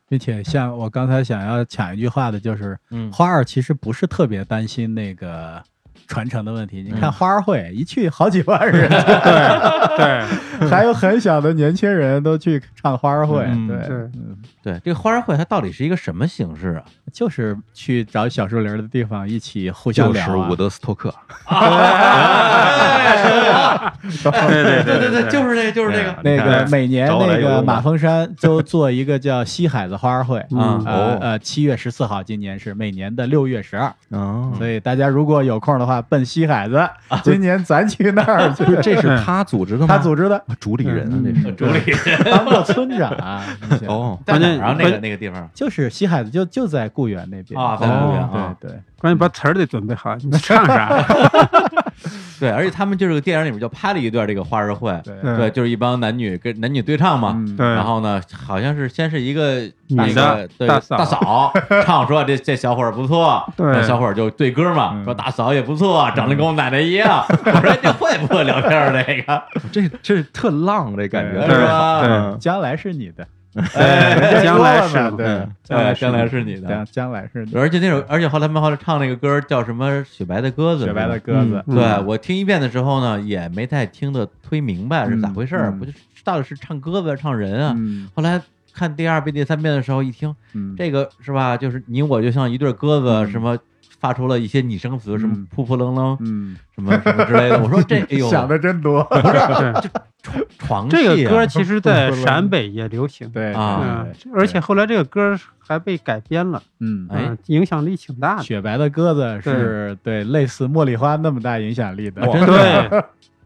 C: 并且像我刚才想要抢一句话的，就是
A: 嗯
C: 花儿其实不是特别担心那个传承的问题。你
A: 嗯
C: 看花儿会一去好几万人，对，还有很小的年轻人都去唱花儿会，
A: 嗯
C: 对，
D: 对
C: 嗯
A: 对，这个花儿会它到底是一个什么形式啊？
C: 就是去找小树林的地方一起互相
B: 就
C: 聊
B: 是
C: 啊
B: 伍德斯托克，
A: 啊对对对对对，就是那个就是那个，
C: 那个每年
B: 找我来
C: 那
B: 游泳
C: 个
B: 吧
C: 马峰山都做一个叫西海子花儿会，
A: 嗯
C: 呃
B: 哦
C: 呃，七月十四号，今年是每年的六月十二，
B: 哦
C: 所以大家如果有空的话，奔西海子，今年咱去那儿去，
B: 啊 这 是他组织的吗？
C: 他组织的，嗯
B: 啊主理人啊，这是
A: 主理
C: 当过村长啊，你想
B: 哦，
A: 在哪
D: 关
A: 儿啊？
D: 键
A: 那个
D: 关
A: 那个地方
C: 就是西海子就就在固原那边
A: 啊，在
B: 哦
A: 公园啊
C: 对，对，
D: 关键把词儿得准备好，你唱啥？
A: 对，而且他们就是电影里面就拍了一段这个花儿会，
C: 对
B: 嗯
A: 对，就是一帮男女跟男女对唱嘛。
C: 嗯
D: 对，
A: 然后呢，好像是先是一个
D: 女
A: 那个
D: 的
A: 对
D: 大嫂
A: 大 嫂唱说这这小伙儿不错，
D: 对
A: 那小伙儿就对歌嘛，
C: 嗯
A: 说大嫂也不错，长得跟我奶奶一 样。我说哎这会不会聊天儿这个
B: 这这特浪啊这感觉
C: 对
A: 是
B: 是吧？
A: 吧？
D: 对，
C: 将来是你的，
D: 哎将来是
C: 对对，
A: 对，嗯
C: 将
A: 哎将来
C: 来是
A: 是你
C: 你
A: 的
C: 的，。将将来是你的
A: 而且那首，而且后来他们后来唱那个歌儿叫什么？雪白的鸽子，
C: 雪白的
A: 是吧。
C: 鸽子，
D: 嗯
A: 对我听一遍的时候呢，也没太听得忒明白是咋回事儿，
C: 嗯嗯
A: 不就是到底是唱鸽子还是唱人啊？
C: 嗯
A: 后来看第二遍、第三遍的时候，一听
C: 嗯，
A: 这个是吧，就是你我就像一对鸽子，
C: 嗯
A: 什么发出了一些拟声词，什么
C: 嗯
A: 扑扑棱棱，
C: 嗯，
A: 什么什么之类的。我说 这，哎呦，
C: 想的真多，
D: 对
A: 床
D: 这
A: 戏
D: 个
A: 啊
D: 歌其实 在陕北也流行，
C: 对
A: 啊
D: 嗯，而且后来这个歌还被改编了，
C: 嗯。
A: 哎
D: 嗯，影响力挺大的。
C: 雪白的鸽子是对类似茉莉花那么大影响力 的，
A: 啊真的
D: 对，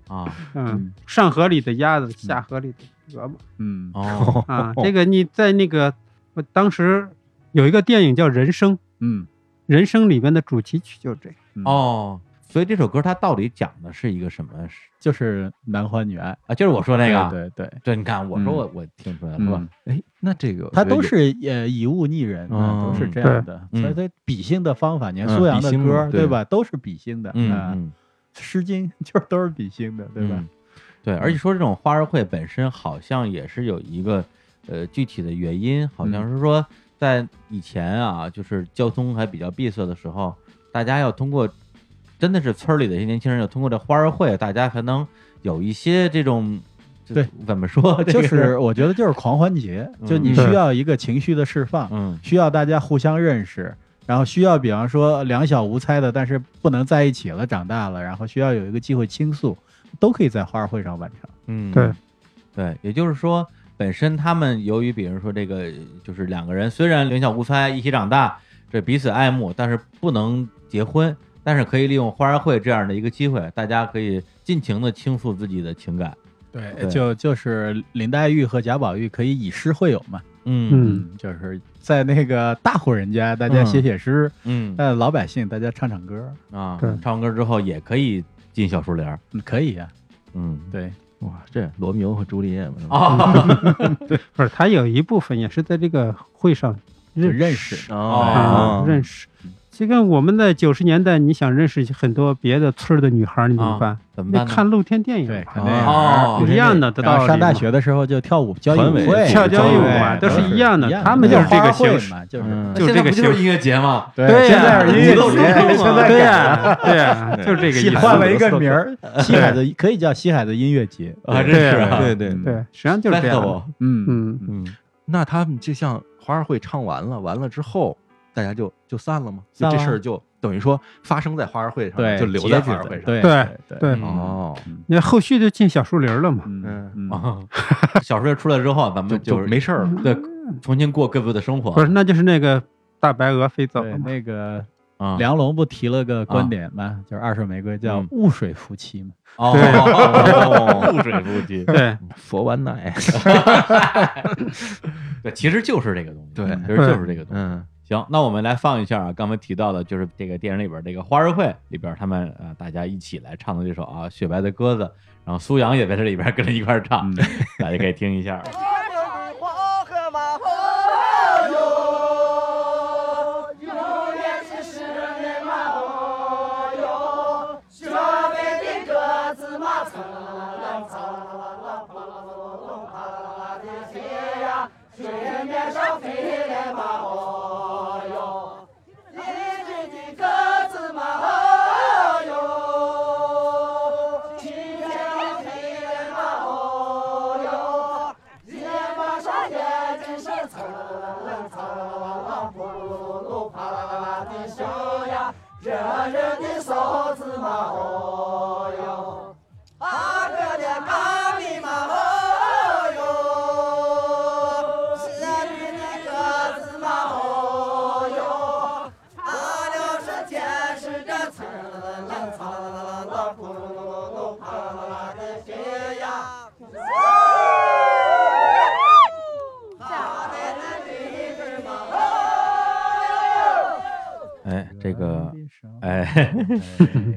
A: 啊，
D: 嗯，上河里的鸭子，下河里的鹅嘛。
C: 嗯
A: 哦，
D: 啊，这个你在那个，我当时有一个电影叫《人生》，《
C: 嗯
D: 人生》里边的主题曲就是这个。
C: 嗯
A: 哦，所以这首歌它到底讲的是一个什么事
C: 就是男欢女爱。
A: 啊？就是我说那个，
C: 对对对，
A: 对你看我说我我听出来了是吧
C: 嗯？，
B: 哎，那这个
C: 他都是呃以物拟人，啊
A: 嗯
C: 都是这样的。
A: 对
C: 所以他比兴的方法，你看
A: 嗯
C: 苏阳
B: 比
C: 的
B: 兴嘛
C: 歌，
B: 对
C: 对吧？都是比兴的，
A: 嗯
C: 啊
A: 嗯，
C: 诗经就是都是比兴的，对吧？
A: 嗯对，而且说这种花儿会本身好像也是有一个呃具体的原因，好像是说在以前啊，就是交通还比较闭塞的时候，大家要通过真的是村儿里的一些年轻人要通过这花儿会，大家才能有一些这种就
C: 对
A: 怎么 说，这
C: 就
A: 个
C: 是我觉得就是狂欢节，就你
D: 嗯
C: 需要一个情绪的释放，
A: 嗯
C: 需要大家互相认识，然后需要比方说两小无猜的，但是不能在一起了，长大了，然后需要有一个机会倾诉，都可以在花儿会上完成。
A: 嗯
D: 对
A: 对，也就是说。本身他们由于，比如说这个，就是两个人虽然两小无猜，一起长大，这彼此爱慕，但是不能结婚，但是可以利用花儿会这样的一个机会，大家可以尽情的倾诉自己的情感。对
C: 对呃就就是林黛玉和贾宝玉可以以诗会友嘛，
A: 嗯
D: 嗯，
C: 嗯，就是在那个大户人家，大家写写诗；
A: 嗯
C: 在老百姓，大家唱唱歌，
A: 啊
D: 对，
A: 唱完歌之后也可以进小树林儿。
C: 嗯可以啊。
A: 嗯，
C: 对，
B: 哇，这罗密欧和朱丽叶嘛，是吧
A: 啊
C: 哦
D: 不是，他有一部分也是在这个会上
C: 就
D: 认
C: 认识，哦
A: 哦
D: 啊，认识。这个我们在九十年代，你想认识很多别的村儿的女
C: 啊
D: 孩儿，你怎么办？
A: 怎么
D: 那
A: 办呢？
D: 看露天电影
C: 对，
D: 吧，啊
C: 肯定
A: 哦
D: 一样的，这
C: 然
D: 道
C: 后
D: 理
C: 上大
D: 嘛
C: 学的时候就跳舞、交谊
B: 团
C: 舞
B: 委
C: 会、
D: 跳交谊舞
C: 对
D: 嘛都
C: 都
D: 是一样的
C: 一样
D: 他们就是这个
C: 花卉
D: 形式
C: 嘛，就是
B: 嗯
A: 那
D: 就
A: 现
D: 这
A: 在
D: 个
A: 不就是音乐节吗？
C: 对，现在是音乐
A: 都是这
C: 节，
A: 样
C: 现在
D: 对呀，对
A: 啊
D: 呀，就是这个意
B: 西
D: 思。
B: 海
C: 换了一个名儿，西海的可以叫西海的音乐节，
A: 啊，真是啊，
B: 对对，
D: 对，实际上就是这样的。
A: Festival，
C: 嗯，
D: 嗯，
A: 嗯，
B: 那他们就像花儿会唱完了，完了之后，大家就就散了吗？就
C: 散
B: 这
C: 了
B: 事儿就等于说发生在花儿会上，
C: 对，
B: 就留在
C: 结
B: 花
C: 局
B: 儿会上。
C: 的对
D: 对
C: 对，
D: 对，
A: 嗯
B: 哦，
D: 那后续就进小树林了嘛。
C: 嗯嗯
A: 啊， 小树林出来之后，咱
B: 就
A: 们
B: 就是没事儿了。
A: 对重新过各自的生活
D: 不是，那就是那个大白鹅飞走
C: 对
D: 了，嘛。
C: 那个
A: 啊。
C: 梁龙不提了个
A: 啊
C: 观点嘛，就是二手玫瑰叫
A: 嗯
C: 雾水夫妻嘛，
A: 哦，
B: 对
A: 不水不进。
D: 对，
B: 嗯佛丸奶，
A: 对，其实就是这个东西，
B: 对
A: 其实就是这个东西。
B: 嗯，
A: 行，那我们来放一下啊，刚才提到的就是这个电影里边这个花儿会里边他们呃大家一起来唱的这首啊《雪白的鸽子》，然后苏阳也在这里边跟着一块儿唱，
B: 嗯
A: 大家可以听一下。
F: 花和马哦
A: 哎，这个
C: 哎
A: 哎，哎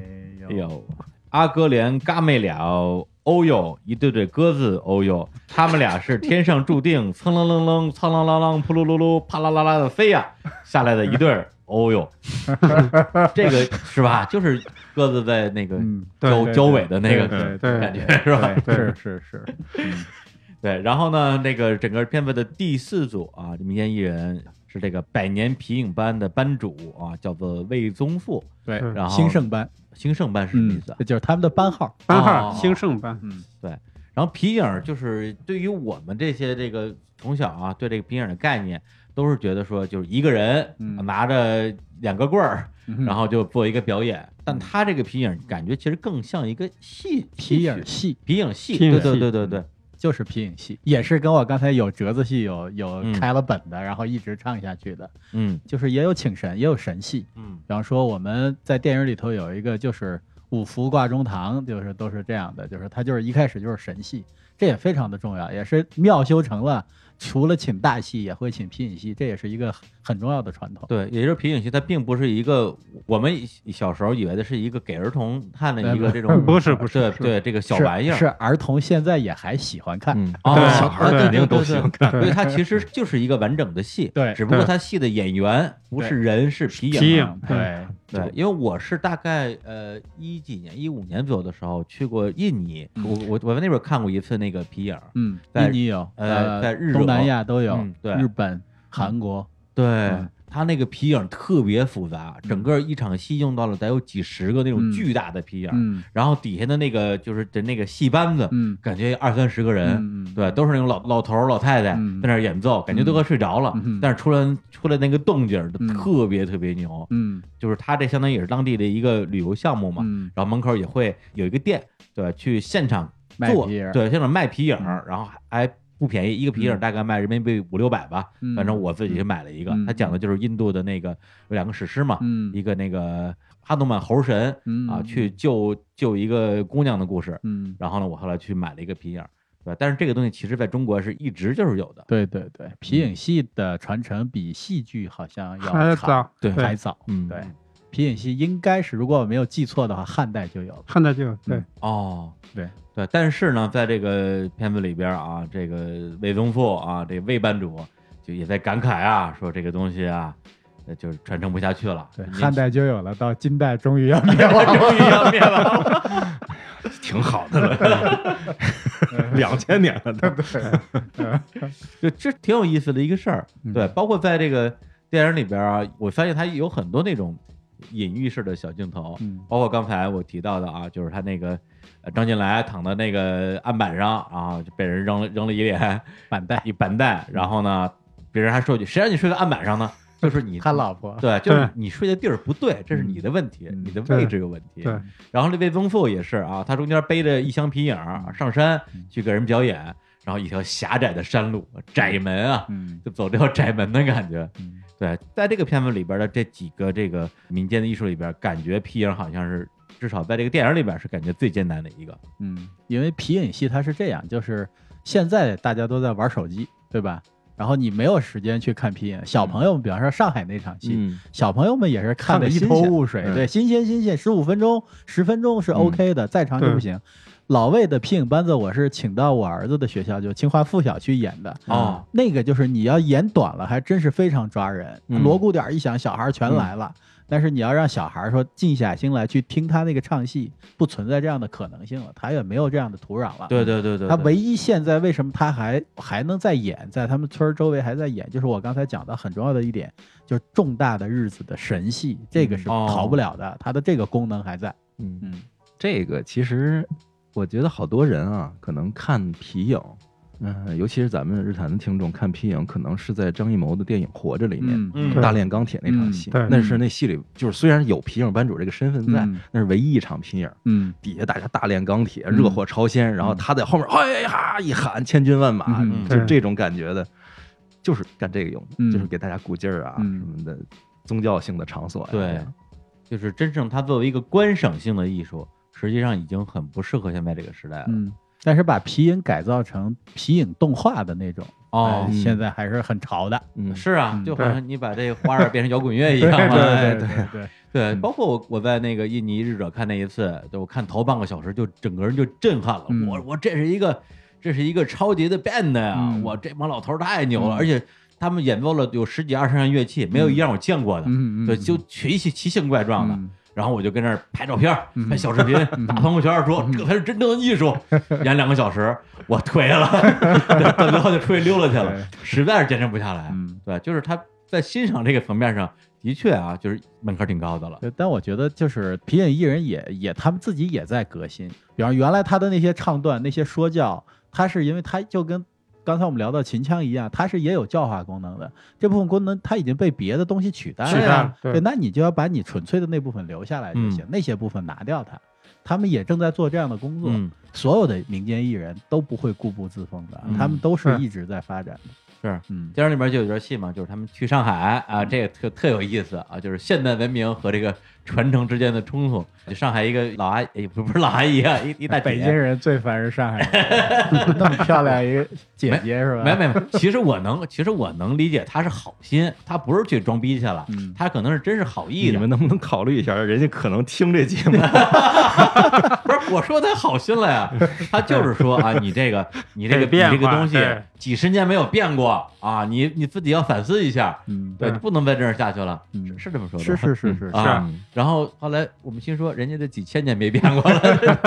C: 呦，
A: 呦，阿哥连嘎没了，哦呦，一对对鸽子，哦呦，他们俩是天上注定，蹭楞楞楞，苍啷啷啷，扑噜噜噜，啪啦啦啦的飞呀，下来的一对儿，哦呦，这个是吧？就是鸽子在那个
C: 嗯
D: 对
A: 交
C: 对
A: 交尾的那个
C: 对
D: 对
A: 感觉是吧？
C: 对，是是是，
A: 对，然后呢，那个整个片子的第四组啊，民间艺人是这个百年皮影班的班主啊，叫做魏宗富，
C: 对，
D: 嗯
A: 然后
C: 兴盛班，
A: 兴盛班是什么意
C: 嗯
A: 思啊，？
C: 这就是他们的班号，
D: 班
A: 哦
D: 号兴盛班，
C: 嗯，
A: 然后皮影儿就是对于我们这些这个从小啊对这个皮影儿的概念，都是觉得说就是一个人
C: 嗯
A: 拿着两个棍儿，然
C: 后
A: 后就做一个表演。
C: 嗯
A: 但他这个皮影儿感觉其实更像一个戏
C: 皮
A: 戏曲
C: 影戏嗯
A: 皮影戏，
D: 皮影
A: 对
D: 戏
A: 对对对对，
C: 就是皮影戏，也是跟我刚才有折子戏有有
A: 嗯
C: 开了本的，然后一直唱下去的，
A: 嗯
C: 就是也有请神，也有神戏，
A: 嗯
C: 比方说我们在电影里头有一个就是五福挂中堂，就是都是这样的，就是它就是一开始就是神戏，这也非常的重要，也是庙修成了，除了请大戏，也会请皮影戏，这也是一个很很重要的传统。
A: 对，也就是皮影戏，它并不是一个我们以小时候以为的是一个给儿童看
C: 呃
A: 的一个这种，啊
D: 不是不是
A: 对对，这个小
C: 是
A: 玩意儿
C: 是儿童现在也还喜欢看。啊
B: 嗯，
A: 哦
D: 对
B: 小孩儿肯定都喜欢看。
A: 所以它其实就是一个完整的戏，
C: 对
A: 只不过
D: 对
A: 它戏的演员不是人，是皮影。啊
D: 皮影
C: 嗯对，
A: 对，因为我是大概呃一几年，一五年左右的时候去过印尼，我我我在那边看过一次那个皮影。
C: 嗯，
A: 在
C: 印尼有，
A: 呃在日
C: 东
A: 惹
C: 南亚都有
A: 嗯，对
C: 日本、韩国，
A: 对
C: 嗯，
A: 它那个皮影特别复杂，整个一场戏用到了得有几十个那种
C: 嗯
A: 巨大的皮影，
C: 嗯
A: 然后底下的那个就是的那个戏班子，
C: 嗯
A: 感觉二三十个人。
C: 嗯，嗯，
A: 对，都是那种老老头儿老太太在
C: 嗯
A: 那儿演奏，感觉都快睡着了
C: 嗯哼，
A: 但是出来出来那个动静儿
C: 嗯
A: 特别特别牛，
C: 嗯
A: 就是它这相当于也是当地的一个旅游项目嘛，
C: 嗯
A: 然后门口也会有一个店，对，去现场
C: 卖
A: 做，
C: 皮影儿
A: 对，现场卖皮影儿，
C: 嗯
A: 然后还不便宜，一个皮影儿
C: 嗯
A: 大概卖人民币五六百吧，
C: 嗯
A: 反正我自己是买了一个
C: 嗯。
A: 他讲的就是印度的那个有两个史诗嘛，
C: 嗯
A: 一个那个哈努曼猴神
C: 嗯
A: 啊去救救一个姑娘的故事，
C: 嗯，
A: 然后呢，我后来去买了一个皮影儿，对吧？但是这个东西其实在中国是一直就是有的，嗯
C: 对对对，皮影戏的传承比戏剧好像要
D: 还
C: 长
D: 早，
A: 对
C: 还
D: 对，
C: 早，
A: 嗯
C: 对，皮影戏应该是如果我没有记错的话，汉代就有了，
D: 看到就有对
C: 嗯，
A: 哦，
C: 对
A: 对，但是呢，在这个片子里边啊，这个魏宗富啊，这个魏班主就也在感慨啊，说这个东西啊，呃就是传承不下去了。
C: 对，
A: 年轻
C: 汉代就有了，到金代哎终于要灭亡了，
A: 终于要灭亡了。
B: 哎 挺好的了，两千年了都。
C: 嗯
A: 就这挺有意思的一个事儿。对，包括在这个电影里边啊，我发现它有很多那种隐喻式的小镜头，
C: 嗯
A: 包括刚才我提到的啊，就是他那个。呃张进来躺在那个案板上，然后就被人扔了扔了一脸
C: 板带
A: 一板带，然后呢，别人还说一句：“谁让你睡在案板上呢？”就是你
C: 他老婆，
A: 对，就是
D: 对
A: 你睡的地儿不对，这是你的问题，
C: 嗯
A: 你的位置有问题。
D: 对，
A: 然后这魏宗富也是啊，他中间背着一箱皮影儿
C: 嗯
A: 上山去给人表演，然后一条狭窄的山路，窄门啊，
C: 嗯
A: 就走这条窄门的感觉。
C: 嗯
A: 对，在这个片子里边的这几个这个民间的艺术里边，感觉皮影好像是至少在这个电影里边是感觉最艰难的一个。
C: 嗯，因为皮影戏它是这样，就是现在大家都在玩手机，对吧？然后你没有时间去看皮影，小朋友们，比方说上海那场戏，
B: 嗯，
C: 小朋友们也是看
B: 看
C: 得
B: 个
C: 一
B: 新
C: 头
B: 鲜
C: 雾水，
B: 嗯
C: 对，新鲜新鲜，十五分钟、十分钟是 OK 的，再长就不
D: 对
C: 行。老魏的皮影班子，我是请到我儿子的学校，就清华附小去演的。
A: 哦，
C: 那个就是你要演短了，还真是非常抓人，
B: 嗯
C: 锣鼓点儿一响，小孩儿全来了。但是你要让小孩儿说静下心来去听他那个唱戏，不存在这样的可能性了，他也没有这样的土壤了。
A: 对对对对，
C: 他
A: 对
C: 唯一现在为什么他还还能再演，在他们村儿周围还在演，就是我刚才讲的很重要的一点，就是重大的日子的神戏，这个是
A: 嗯哦
C: 逃不了的，他的这个功能还在。
B: 嗯，
C: 嗯
B: 这个其实我觉得好多人啊，可能看皮影，嗯、尤其是咱们日坛的听众看皮影，可能是在张艺谋的电影《活着》里面。
C: 嗯
A: 嗯
D: 对
B: 大炼钢铁那场
D: 嗯
B: 戏，
D: 对
B: 那是那戏里就是虽然有皮影班主这个身份在，
C: 嗯
B: 那是唯一一场皮影，
C: 嗯
B: 底下大家大炼钢铁，
C: 嗯
B: 热火朝天，然后他在后面哎哈一喊千军万马，
C: 嗯
B: 就
D: 对
B: 这种感觉的，就是干这个用的，
C: 嗯
B: 就是给大家鼓劲儿啊、
C: 嗯
B: 什么的，宗教性的场所呀、
A: 对
B: 这样
A: 就是真正它作为一个观赏性的艺术，实际上已经很不适合现在这个时代了。
C: 嗯，但是把皮影改造成皮影动画的那种，
A: 哦
C: 哎
B: 嗯
C: 现在还是很潮的。
B: 嗯，
A: 是啊
C: 嗯，
A: 就好
D: 对
A: 像你把这个花儿变成摇滚乐一样嘛。
B: 对
A: 对
B: 对
C: 对对，
A: 对，
C: 嗯
A: 包括我我在那个印尼日者看那一次，就我看头半个小时，就整个人就震撼了。
C: 嗯
A: 我我这是一个这是一个超级的 band 呀、
C: 嗯
A: 我这帮老头儿太牛了，
C: 嗯
A: 而且他们演奏了有十几二十样乐器，没有一样我见过的。
C: 嗯嗯，
A: 对，就奇奇奇形怪状的，
C: 嗯
A: 然后我就跟那儿拍照片儿、
C: 嗯
A: 拍小视频、打朋友圈儿，说这才是真正的艺 术。演两个小时，我颓了，对到最后就出去溜达去了
C: 对，
A: 实在是坚持不下来。
C: 嗯
A: 对，就是他在欣赏这个层面上，的确啊，就是门槛挺高的了。
C: 对，但我觉得就是皮影艺人也也他们自己也在革新，比方原来他的那些唱段、那些说教，他是因为他就跟刚才我们聊到秦腔一样，它是也有教化功能的，这部分功能它已经被别的东西取代了。
D: 取代了对
C: 那你就要把你纯粹的那部分留下来就
A: 嗯
C: 行，那些部分拿掉它。他们也正在做这样的工作，
A: 嗯，
C: 所有的民间艺人都不会固步自封的，
A: 嗯
C: 他们都是
D: 是
C: 一直在发展的。
A: 是
C: 嗯，
A: 电影里面就有一段戏嘛，就是他们去上海啊，这个特特有意思啊，就是现代文明和这个传承之间的冲突。就上海一个老阿姨，不不是老阿姨啊，一一大姐
C: 北京人最烦是上海 人，那么漂亮一个姐姐是吧？
A: 没没没，其实我能，其实我能理解他是好心，他不是去装逼去了，
C: 嗯
A: 他可能是真是好意
B: 你
A: 的
B: 们。能不能考虑一下，人家可能听这节目？
A: 不是我说他好心了呀，他就是说啊，你这个你这
D: 得
A: 个你
D: 变
A: 这个
D: 化
A: 东西
D: 对
A: 几十年没有变过啊，你你自己要反思一下，
C: 嗯，
A: 对，
D: 对
A: 不能再这样下去了，
C: 嗯
A: 是是这么说的，
C: 是是是是，
A: 啊。然后后来我们心说，人家这几千年没变过了，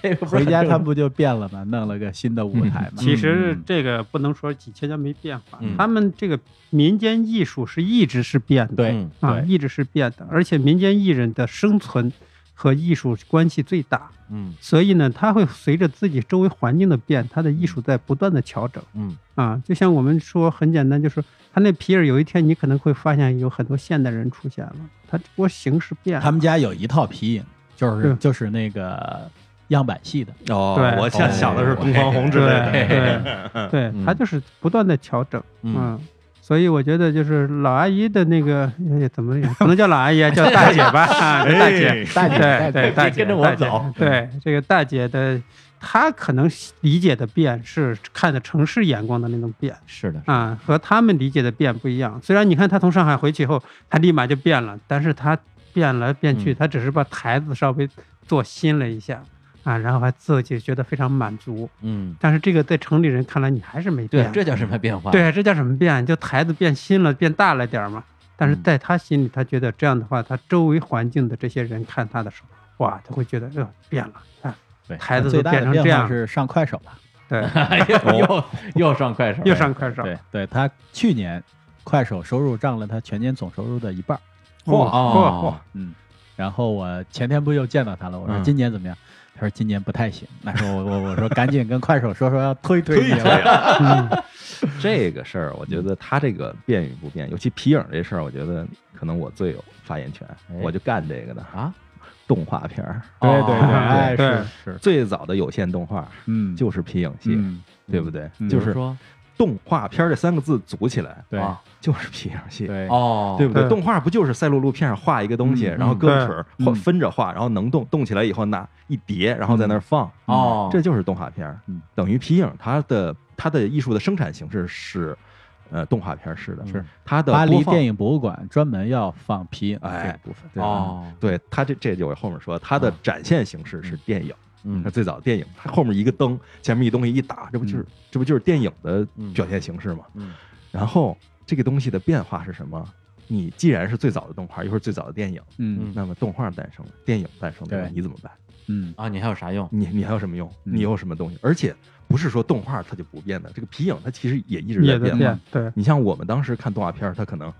A: 这个不是
C: 回
A: 很
C: 家
A: 正
C: 他不就变了吗？弄了个新的舞台嘛。
D: 嗯其实
C: 嗯
D: 这个不能说几千年没变化，
A: 嗯
D: 他们这个民间艺术是一直是变的，
C: 对
A: 嗯
D: 啊，
C: 对
D: 一直是变的，而且民间艺人的生存和艺术关系最大，
A: 嗯
D: 所以呢，他会随着自己周围环境的变，他的艺术在不断的调整。
A: 嗯
D: 啊，就像我们说很简单，就是他那皮尔，有一天你可能会发现有很多现代人出现了，他只不过形式变了。
C: 他们家有一套皮影，就是
D: 对
C: 就是那个样板戏的，
B: 哦
D: 对
B: 我想想的是东方红之类的。
D: 对
A: 嗯
D: 对对，他就是不断的调整，嗯。所以我觉得就是老阿姨的那个哎怎么也不能叫老阿姨啊，叫大姐 吧，啊， 大姐，
B: 哎，
C: 大姐
D: 对对，大姐
A: 跟着我
D: 大姐
A: 走
D: 对这个大姐的，她可能理解的变是看的城市眼光的那种变，
A: 是的，
D: 啊，和他们理解的变不一样。虽然你看他从上海回去以后，他立马就变了，但是他变来变去，
A: 嗯
D: 他只是把台子稍微做新了一下啊，然后还自己觉得非常满足。
A: 嗯，
D: 但是这个在城里人看来你还是没
A: 对
D: 变，，
A: 这叫什么变化？，
D: 对，这叫什么变？就台子变新了，变大了点儿嘛。但是
A: 嗯
D: 在他心里，他觉得这样的话，他周围环境的这些人看他的时候，哇，他会觉得，呃，变了，啊
A: 对，
D: 孩子
C: 最
D: 都
C: 大的
D: 变成这
C: 变化
D: 样，
C: 是上快手了。
D: 对，
A: 又 又又上快手，
D: 又上快手，
C: 对，对他去年快手收入占了他全年总收入的一半儿。
D: 嚯嚯
A: 哦，
C: 然后我前天不又见到他了，我说
A: 嗯
C: 今年怎么样？他说今年不太行。那时候我我我说赶紧跟快手说说要推推你了。
D: 嗯，
B: 这个事儿，我觉得他这个变与不变，尤其皮影这事儿，我觉得可能我最有发言权
A: 哎，
B: 我就干这个的
A: 啊，
B: 动画片儿，
C: 对对
A: 哦
C: 对，哎
D: 对
C: 是是，
B: 最早的有线动画
C: 嗯
B: 就是皮影戏，
C: 嗯
B: 对不对？
C: 嗯
B: 就
A: 比如
B: 是
A: 说
B: 动画片儿这三个字组起来
C: 对
A: 啊
B: 就是皮影戏。
C: 哦对
A: 哦，
B: 对不对？
D: 对
B: 动画不就是赛璐璐片上画一个东西，
C: 嗯
B: 然后胳膊腿儿
C: 对
B: 画
C: 嗯
B: 分着画，然后能动，动起来以后拿一叠，然后在那儿放。
A: 哦，
B: 这就是动画片儿
C: 嗯，
B: 等于皮影它的它的艺术的生产形式是，呃，动画片儿式的，
A: 是
B: 它的
C: 巴
B: 播
C: 黎
B: 放
C: 电影博物馆专门要放皮影这个
B: 哎
C: 部分。对吧
A: 哦，
B: 对它这这就我后面说，它的
A: 嗯
B: 展现形式是电影，
A: 嗯
B: 它最早的电影，它后面一个灯，前面一东西一打，这不就是这不就是电影的
A: 嗯
B: 表现形式吗？
A: 嗯
B: 然后这个东西的变化是什么？你既然是最早的动画，又是最早的电影，
C: 嗯
B: 那么动画诞生了，电影诞生了，
C: 对
B: 你怎么办？
C: 嗯
A: 啊，你还有啥用？
B: 你你还有什么用？
C: 嗯
B: 你有什么东西？而且不是说动画它就不变的，这个皮影它其实也一直
D: 也
B: 在
D: 在
B: 变
D: 变
B: 化。，
D: 对，
B: 你像我们当时看动画片儿，它可能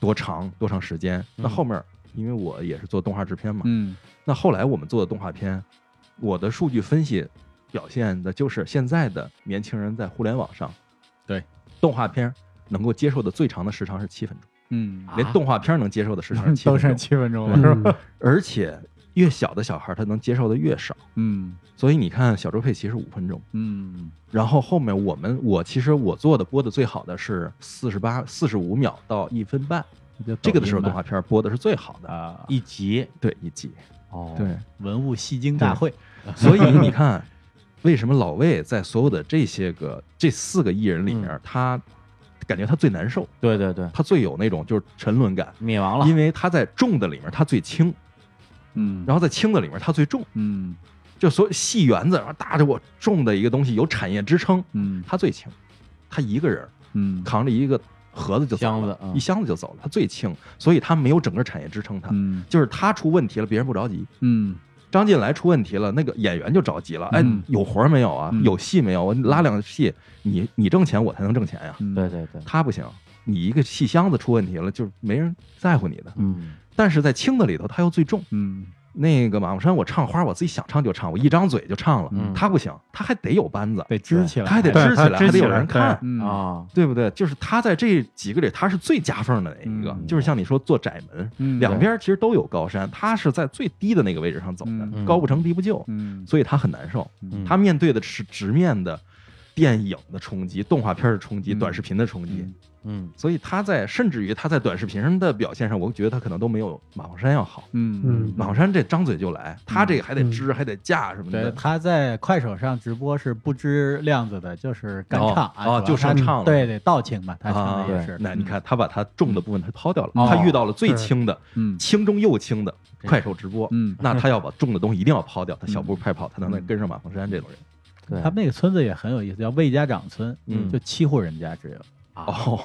B: 多长多长时间？
A: 嗯
B: 那后面因为我也是做动画制片嘛，
C: 嗯
B: 那后来我们做的动画片，我的数据分析表现的就是现在的年轻人在互联网上
C: 对
B: 动画片儿能够接受的最长的时长是七分钟，
C: 嗯，
A: 啊
B: 连动画片儿能接受的时长是七
C: 都
B: 分
C: 剩
B: 钟，
C: 七分钟了是吧？
D: 嗯，
B: 而且越小的小孩儿他能接受的越少。
C: 嗯
B: 所以你看，小猪佩奇是五分钟，
C: 嗯
B: 然后后面我们我其实我做的播的最好的是四十八、四十五秒到一分半，这个的时候动画片儿播的是最好的，
C: 啊，
A: 一集
B: 对一集，
A: 哦，，
C: 文物戏精大会，
B: 所以你看，为什么老魏在所有的这些个这四个艺人里面，他感觉他最难受，
A: 嗯对对对，
B: 他最有那种就是沉沦感，
A: 灭亡了，
B: 因为他在重的里面他最轻，
C: 嗯
B: 然后在轻的里面他最重，
C: 嗯
B: 就所有戏园子，然后搭着我重的一个东西有产业支撑，
C: 嗯
B: 他最轻，他一个人
C: 嗯
B: 扛着一个盒子就走
A: 箱
B: 了
A: 子嗯
B: 一箱子就走了，他最轻，所以他没有整个产业支撑他，
C: 嗯
B: 就是他出问题了，别人不着急。
C: 嗯
B: 张晋来出问题了，那个演员就着急了，哎
C: 嗯，
B: 有活儿没有啊？
C: 嗯
B: 有戏没有？我拉两个戏，你你挣钱，我才能挣钱呀。
C: 嗯
A: 对对对，
B: 他不行，你一个戏箱子出问题了，就是没人在乎你的。
A: 嗯
B: 但是在轻的里头，他又最重。
C: 嗯
B: 那个马木山，我唱花，我自己想唱就唱，我一张嘴就唱了。
A: 嗯
B: 他不行，他还得有班子，
C: 得支起来，
B: 他还得
D: 对
B: 支起
D: 他
B: 来，
D: 支
B: 还得
D: 起
B: 有
D: 来
B: 人
D: 对
B: 看。
C: 嗯
A: 啊，
B: 对不对？就是他在这几个里，他是最夹缝的那一个，
C: 嗯
B: 就是像你说做窄门，
C: 嗯
B: 两边其实都有高山，他是在最低的那个位置上走的，
C: 嗯
A: 嗯
B: 高不成低不就，
C: 嗯
B: 所以他很难受。
A: 嗯
B: 他面对的是直面的电影的冲击、动画片的冲击、
C: 嗯
B: 短视频的冲击，
C: 嗯
A: 嗯
B: 所以他在甚至于他在短视频上的表现上，我觉得他可能都没有马黄山要好。
C: 嗯
D: 嗯
B: 马黄山这张嘴就来，他这个还得
D: 嗯
B: 支、还得架什么
C: 对，
B: 的，
C: 他在快手上直播是不知量子的，就是干
B: 哦
C: 唱
B: 哦
C: 啊，
B: 就上
C: 上
B: 唱了
C: 对对，道情嘛，他
B: 啊
C: 唱的也是。
B: 那
C: 嗯
B: 你，看他把他重的部分他抛掉了，
C: 哦
B: 他遇到了最
D: 是
B: 轻的、
C: 嗯
B: 轻中又轻的
C: 对
B: 快手直播，
C: 嗯，
B: 那他要把重的东西一定要抛掉，他小步快跑，他才能跟上马黄山这种人。
A: 对
C: 他们那个村子也很有意思，叫魏家掌村，
B: 嗯
C: 就七户人家只有，
B: 哦，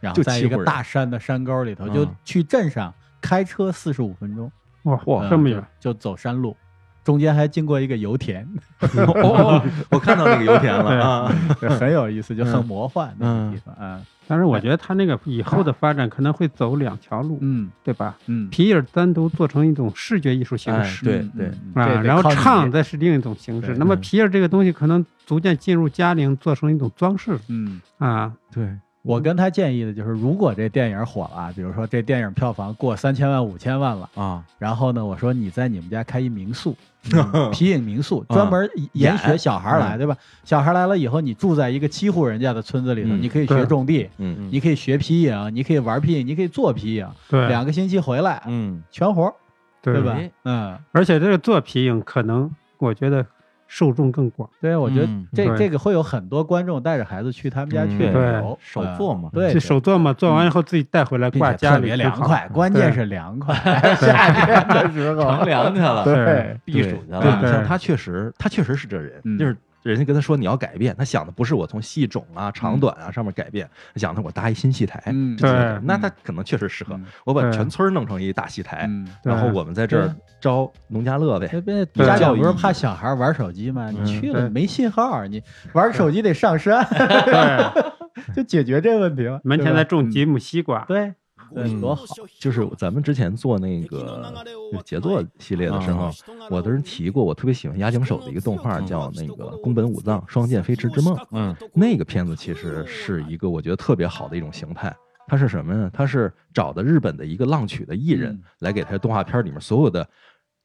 C: 然
B: 就
C: 后在
B: 七
C: 一
B: 户
C: 个
B: 人
C: 大山的山沟里头，就
A: 嗯
C: 去镇上开车四十五分钟，
D: 哇
B: 哇
D: 这么
C: 嗯
D: 远，
C: 就就走山路，中间还经过一个油田，
B: 哦，我看到那个油田了 啊，嗯
C: 很有意思，就很魔幻那个地方啊，
D: 但是我觉得他那个以后的发展可能会走两条路，
C: 嗯
D: 对吧？
C: 嗯，
D: 皮影单独做成一种视觉艺术形
B: 哎
D: 式，
B: 对
C: 嗯
B: 对
C: 嗯这
D: 啊，
C: 得
D: 然后
C: 靠你
D: 唱再是另一种形式
C: 对。
D: 那么皮影这个东西可能逐渐进入家庭，做成一种装饰
C: 嗯。
D: 啊，
B: 对，
C: 我跟他建议的就是，如果这电影火了啊，比如说这电影票房过三千万、五千万了，
A: 啊，
C: 然后呢，我说你在你们家开一民宿，嗯皮影民宿，专门
B: 演
C: 研学小孩来，对吧？小孩来了以后，你住在一个七户人家的村子里头，
B: 嗯
C: 你可以学种地，
B: 嗯
C: 你可以学皮影，你可以玩皮影，你可以做皮影，
D: 对
C: 两个星期回来、
A: 嗯，
C: 全活儿，对吧
A: 哎？
C: 嗯，
D: 而且这个做皮影可能我觉得受众更广，
C: 对，我觉得
A: 嗯
C: 这
D: 对
C: 这个会有很多观众带着孩子去他们家去
B: 嗯
C: 旅游，
A: 手
C: 嗯
A: 做嘛
C: 对，
D: 这
C: 对嗯
D: 手做嘛，做完以后自己带回来
C: 并
D: 挂
C: 且
D: 家
C: 特
D: 里
C: 别
D: 就
C: 凉
D: 好
C: 快，关键是 凉快， 夏天的时候
A: 乘凉去了，
D: 对
A: 避暑去
B: 对，
A: 了，
B: 你像他确实，他确实是这人，
C: 嗯
B: 就是人家跟他说你要改变，他想的不是我从戏种啊、长短啊上面改变，他想的我搭一新戏台，
C: 嗯
B: 这些
D: 对
B: 那他可能确实适合
C: 嗯。
B: 我把
D: 对
B: 全村弄成一大戏台，
C: 嗯，
D: 对
B: 然后我们在这儿招农家乐呗
C: 那。边
D: 对
C: 啊家长
B: 教育
C: 不是
B: 意义
C: 怕小孩玩手机吗？你
A: 嗯
C: 去了
D: 对
C: 没信号，你玩手机得上山， 就解决这问题了。
D: 门前
C: 对吧
D: 再种几亩西瓜，
C: 对，
B: 嗯
C: 对，多好。
B: 就是咱们之前做那个就是杰作系列的时候，我当时提过，我特别喜欢押井守的一个动画，叫那个《宫本武藏双剑飞驰之梦》。
A: 嗯，
B: 那个片子其实是一个我觉得特别好的一种形态。它是什么呢？它是找的日本的一个浪曲的艺人
C: 嗯
B: 来给他的动画片里面所有的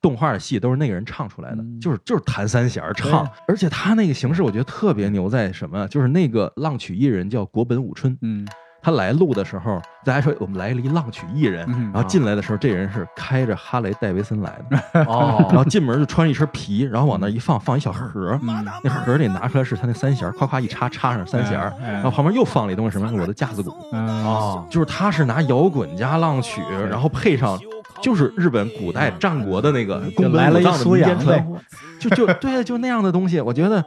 B: 动画戏都是那个人唱出来的，
C: 嗯
B: 就是就是弹三弦儿唱
C: 对，啊
B: 而且他那个形式我觉得特别牛在什么？就是那个浪曲艺人叫国本武春，
C: 嗯
B: 他来录的时候，大家说我们来了一浪曲艺人，
C: 嗯
B: 然后进来的时候这人是开着哈雷戴维森来 的，然
A: 哦，
B: 后进门就穿一身皮，然后往那一放，放一小盒儿，
C: 嗯
B: 那盒儿里拿出来是他那三弦儿，夸夸一插，插上三弦儿，
C: 哎哎
B: 然后旁边又放了一东西，什么我的架子鼓，
C: 嗯
A: 哦，
B: 就是他是拿摇滚加浪曲，然后配上就是日本古代战国的那个宫
C: 嗯来
B: 本武
C: 了一
B: 藏的
C: 苏
B: 民
C: 阳
B: 间传
C: 呗
B: 呼，，就就对，就那样的东西，我 觉得，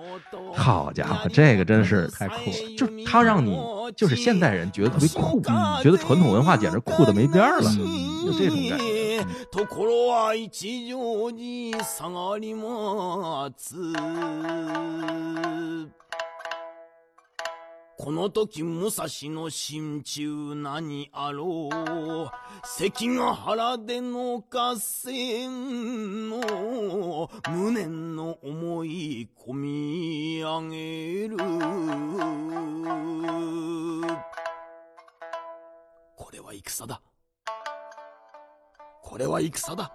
B: 好家伙，这个真是
C: 太酷了
B: 就是他让你就是现代人觉得特别酷，
H: 嗯
B: 觉得传统文化简直酷的没边儿了，
H: 嗯
B: 就这种感觉。
H: ところは一条に下がりまつこの時武蔵の心中何あろう関ヶ原での合戦の無念の思い込み上げるこれは戦だこれは戦だ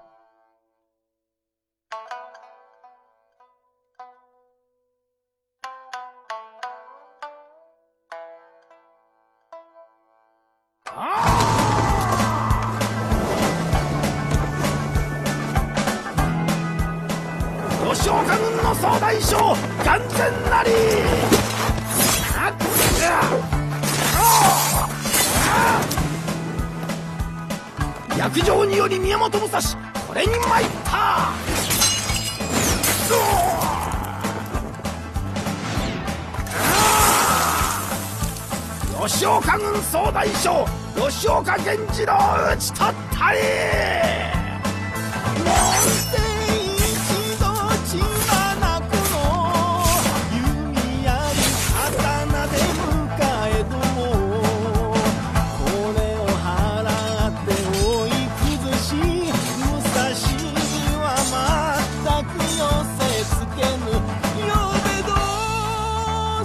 F: 吉岡軍の総大将完全なりあっちゃああああ役場により宮本武蔵これに参ったぞああ吉岡軍総大将吉岡源次郎討ち取ったり
H: もんで一度血眼この弓やり刀で迎えどもこれを払って追い崩し武蔵は全く寄せつけぬ呼べど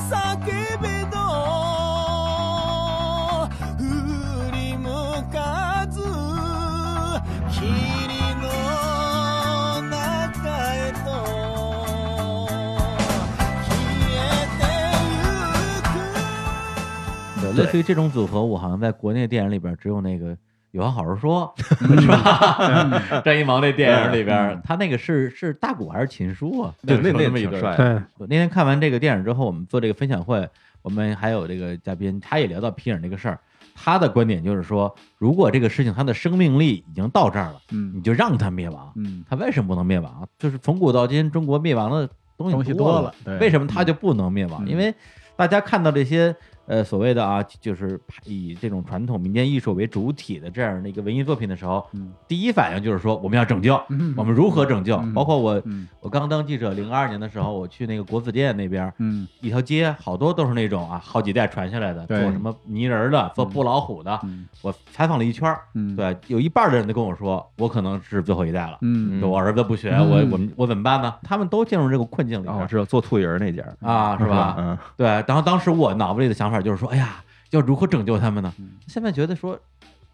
H: 叫べど振り向かず霧の
A: 对，
B: 对
A: 类似于这种组合，我好像在国内电影里边只有那个《有话好好说》，是 吧？张艺谋那电影里边，他那个是是大鼓还是琴书啊？
B: 对，
A: 就
B: 那
A: 成
B: 那
A: 么一
B: 挺
A: 对儿
B: 帅的。
D: 对，
A: 我那天看完这个电影之后，我们做这个分享会，我们还有这个嘉宾，他也聊到皮影这个事儿。他的观点就是说，如果这个事情它的生命力已经到这儿了，你
C: 嗯
A: 就让它灭亡。
C: 嗯，
A: 它为什么不能灭亡？就是从古到今，中国灭亡的东
C: 东西
A: 西多
C: 了，对
A: 为什么它就不能灭亡？
C: 嗯
A: 因为大家看到这些呃所谓的啊，就是以这种传统民间艺术为主体的这样的一个文艺作品的时候，
C: 嗯
A: 第一反应就是说我们要拯救，
C: 嗯
A: 我们如何拯救？
C: 嗯
A: 包括我，
C: 嗯
A: 我刚当记者，零二年的时候，我去那个国子监那边。
C: 嗯
A: 一条街好多都是那种啊，好几代传下来的，做
C: 对
A: 什么泥人儿的，做布老虎的。
C: 嗯
A: 我采访了一圈儿，
C: 嗯，
A: 对，有一半儿的人都跟我说，我可能是最后一代了。
C: 嗯，嗯哦
A: 我儿子不学，我我们我怎么办呢？他们都进入这个困境里
B: 啊，我
A: 边
B: 知道做兔人儿那家儿
A: 啊，是吧？
B: 嗯，
A: 对。然后当时我脑子里的想法就是说，哎呀，要如何拯救他们呢
C: 嗯？
A: 现在觉得说，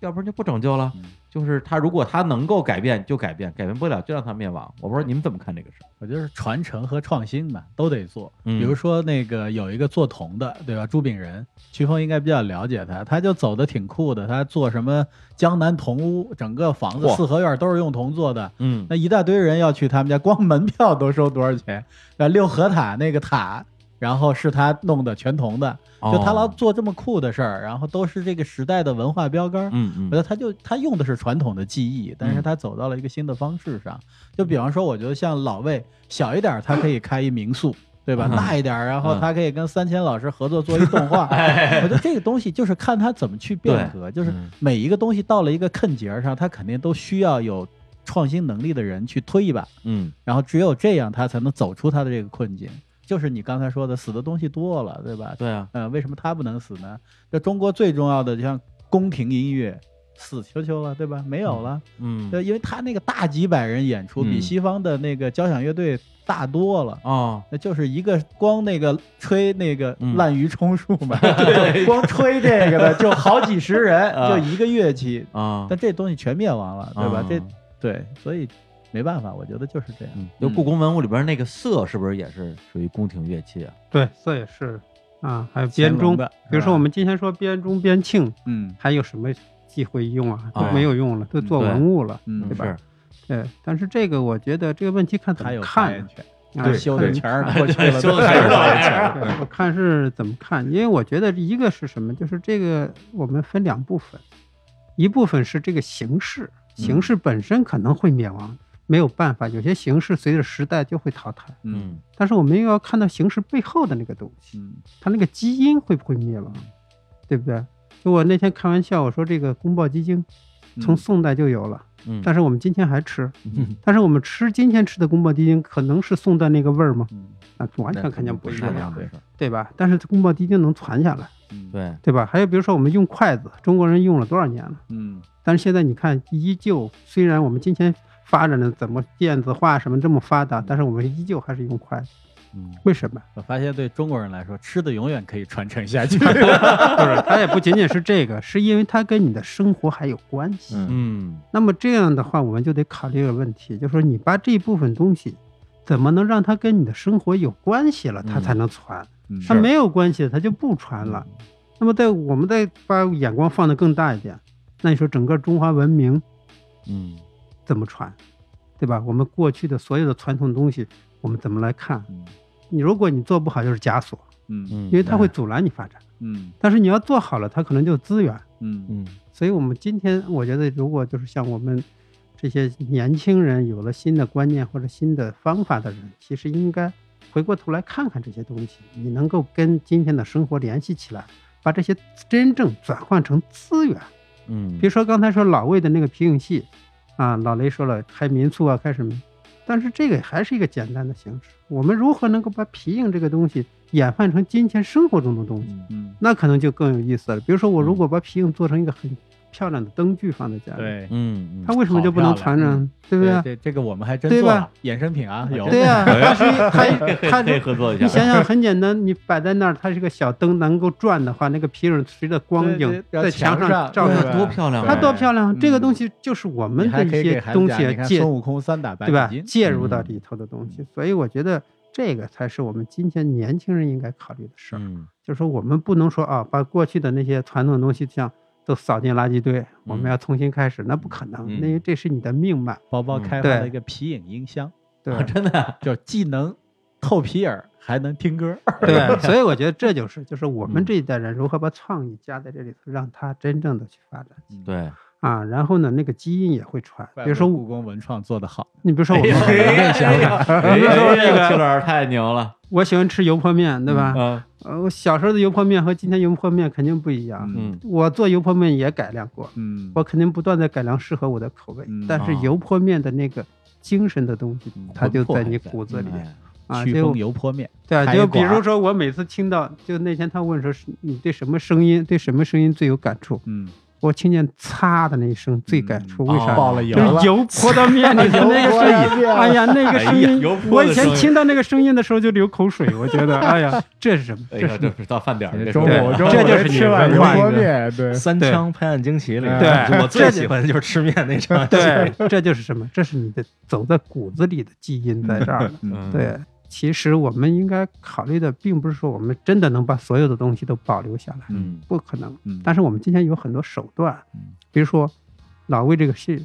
A: 要不然就不拯救了
C: 嗯，
A: 就是他如果他能够改变就改变，改变不了就让他灭亡。我不知道你们怎么看这个事儿？
C: 我觉得是传承和创新吧，都得做。
A: 嗯
C: 比如说那个有一个做铜的，对吧？朱炳仁，曲峰应该比较了解他，他就走的挺酷的。他做什么江南铜屋，整个房子
B: 嚯
C: 四合院都是用铜做的。
A: 嗯
C: 那一大堆人要去他们家，光门票都收多少钱？呃，六合塔那个塔，然后是他弄的，全铜的。就他老
A: 哦
C: 做这么酷的事儿，然后都是这个时代的文化标杆儿。
A: 嗯
C: 我
A: 嗯
C: 觉得他就他用的是传统的技艺，但是
A: 嗯
C: 他走到了一个新的方式上。就比方说，我觉得像老魏小一点儿，他可以开一民宿，对吧？
A: 嗯
C: 大一点儿，然后
A: 嗯哎
C: 他可以跟三千老师合作做一 动画。我觉得这个东西就是看他怎么去变革，就是
A: 嗯
C: 每一个东西到了一个坎节儿上，他肯定都需要有创新能力的人去推一把，
A: 嗯
C: 然后只有这样，他才能走出他的这个困境。就是你刚才说的，死的东西多了，对吧？
A: 对啊，
C: 呃，为什么他不能死呢？这中国最重要的，就像宫廷音乐，死球球了，对吧？没有了，
A: 嗯
C: 对，因为他那个大几百人演出，比
A: 嗯
C: 西方的那个交响乐队大多了。
A: 哦，
C: 那就是一个光那个吹那个
A: 嗯
C: 滥竽充数 嘛，就光吹这个的就好几十人，
A: 啊
C: 就一个乐器，
A: 啊，
C: 但这东西全灭亡了，对吧
A: 啊？
C: 这对，所以没办法，我觉得就是这样。
A: 嗯就故宫文物里边那个瑟是不是也是属于宫廷乐器啊？
D: 对，这也是啊，还有
C: 乾
D: 编
C: 隆
D: 钟，
C: 的
D: 比如
C: 是吧
D: 说我们今天说编钟、编磬，
C: 嗯哦
D: 还有什么忌讳用啊？都
A: 啊
D: 没有用了，都做
A: 对
D: 文物了。
C: 嗯，
D: 对吧
A: 是
D: 对，但是这个我觉得这个问题看怎
C: 还有
D: 么看
C: 发言
D: 啊，
C: 权，
D: 啊
C: 对，修的
D: 看
C: 哎钱儿 过去了，
A: 修的钱儿过 去了
D: 对我看是怎么看，因为我觉得一个是什么，就是这个我们分两部分，一部分是这个形式，
A: 嗯
D: 形式本身可能会灭亡，没有办法，有些形式随着时代就会淘汰。
A: 嗯
D: 但是我们又要看到形式背后的那个东西，
C: 嗯
D: 它那个基因会不会灭亡，对不对？就我那天开玩笑，我说这个宫保鸡丁从宋代就有了，
A: 嗯，
D: 但
A: 是
D: 是我们今天还吃，但是我们吃今天吃的宫保鸡丁，可能是宋代那个味儿吗？
C: 嗯
D: 啊，完全肯定不是
A: 那
D: 了，
A: 两回事儿，嗯
D: 对吧？但是宫保鸡丁能传下来，
A: 对，
D: 对吧？还有比如说我们用筷子，中国人用了多少年了？
C: 嗯
D: 但是现在你看，依旧虽然我们今天发展的怎么电子化什么这么发达，但是我们依旧还是用筷子，
A: 嗯
D: 为什么？
C: 我发现对中国人来说，吃的永远可以传 承下去。
D: 就是它也不仅仅是这个，是因为它跟你的生活还有关系。
B: 嗯
A: 嗯
D: 那么这样的话，我们就得考虑一个问题，就是说你把这部分东西，怎么能让它跟你的生活有关系了，它
A: 嗯
D: 才能传。
C: 嗯
D: 它没有关系，它就不传了。那么在我们再把眼光放得更大一点，那你说整个中华文明
A: 嗯
D: 怎么传，对吧？我们过去的所有的传统东西，我们怎么来看？
C: 嗯
D: 你如果你做不好，就是枷锁，
C: 嗯
A: 嗯，
D: 因为它会阻拦你发展。
C: 嗯
D: 但是你要做好了，它可能就是资源。
C: 嗯
A: 嗯
D: 所以我们今天，我觉得如果就是像我们这些年轻人有了新的观念或者新的方法的人，其实应该回过头来看看这些东西，你能够跟今天的生活联系起来，把这些真正转换成资源。
A: 嗯，
D: 比如说刚才说老魏的那个皮影戏，啊，老雷说了开民宿啊，开什么？但是这个还是一个简单的形式。我们如何能够把皮影这个东西演换成今天生活中的东西？
C: 嗯，
D: 那可能就更有意思了。比如说，我如
A: 嗯
D: 果把皮影做成一个很漂亮的灯具放在家里，
C: 对，
A: 嗯，嗯
D: 它为什么就不能传
C: 好漂亮嗯
D: 承？对不对？
C: 这这个我们还真
D: 对
C: 做
D: 吧
C: 了衍生品啊，有
D: 对 呀，它是一它
A: 可以
D: 一它
A: 哎可以
D: 就
A: 合作一下，
D: 你想想很简单，你摆在那儿，它是个小灯，能够转的话，那个皮影随着光
C: 对
D: 影
C: 对
D: 在
C: 墙
D: 墙上照
C: 对
D: 上
A: 那多漂亮啊
D: 它多漂亮！
C: 嗯
D: 这个东西就是我
C: 你
D: 们
C: 还
D: 的一
C: 可以给
D: 些
C: 孩子
D: 东
C: 讲你
D: 西
C: 看
D: 介
C: 孙悟空三打白
D: 对吧
C: 骨精，嗯
D: 介入到里头的东西，所以我觉得这个才是我们今天年轻人应该考虑的事儿。
A: 嗯
D: 就是说我们不能说啊，把过去的那些传统的东西像都扫进垃圾堆，我
C: 嗯
D: 们要重新开始，那不可能，那
A: 嗯
D: 因为这是你的命脉。
C: 包包
A: 嗯
C: 开发了
D: 对
C: 一个皮影音箱，啊
D: 对
C: 真的就是既能透皮影儿，还能听歌儿。
D: 对，所以我觉得这就是就是我们
A: 嗯
D: 这一代人如何把创意加在这里头，让它真正的去发展
A: 对，
D: 啊。然后呢，那个基因也会传，比
C: 怪
D: 如
C: 不
D: 说
C: 得
D: 我
C: 故宫文创做得好，哎
D: 你比如
A: 哎
D: 说我们，比如 说那
A: 邱
D: 个
A: 老师太牛了，
D: 我喜欢吃油泼面，对吧？
A: 嗯
C: 啊
D: 呃，我小时候的油泼面和今天油泼面肯定不一样。
A: 嗯
D: 我做油泼面也改良过，
C: 嗯，
D: 我肯定不断的改良适合我的口味，
C: 嗯
D: 但是
A: 啊
D: 油泼面的那个精神的东西，
C: 嗯
D: 它就
C: 魂
D: 在
C: 魄还
D: 你
C: 在
D: 骨子里、
A: 哎
D: 啊。
C: 曲
D: 就
C: 风油泼面，
D: 对啊，
C: 开
D: 就
C: 一
D: 比
C: 馆
D: 如
C: 儿
D: 说我每次听到，就那天他问说是你对什么声音、对什么声音最有感触，
C: 嗯，
D: 我听见“擦”的那一声最感
C: 嗯
D: 触，为啥？
A: 哦
C: 爆了油
D: 就是
C: 了，
D: 油泼到面里的那个
C: 油泼
D: 声
C: 到
D: 音，哎呀，那个
A: 哎
D: 声
A: 呀
D: 音
A: 油，泼
D: 我
A: 的
D: 以前
A: 声音
D: 听到那个声音的时候就流口水，我觉得，哎呀，这是什么？
A: 哎
D: 这
A: 呀，
D: 是
A: 这是到饭点儿，这
I: 中
A: 是
I: 午
D: 对
I: 中午
D: 这就是
I: 吃碗
D: 你
I: 油
D: 文化
I: 泼
D: 一个
I: 面，对，
B: 三
D: 对
B: 枪拍案惊奇里，
D: 对
B: 我最
D: 这就
B: 喜欢的就是吃面那场。
D: 对，这就是什么？这是你的走在骨子里的基因在这儿呢。
A: 嗯
D: 对，其实我们应该考虑的，并不是说我们真的能把所有的东西都保留下来，
A: 嗯
D: 不可能。
C: 嗯
D: 但是我们今天有很多手段，比如说老魏这个戏，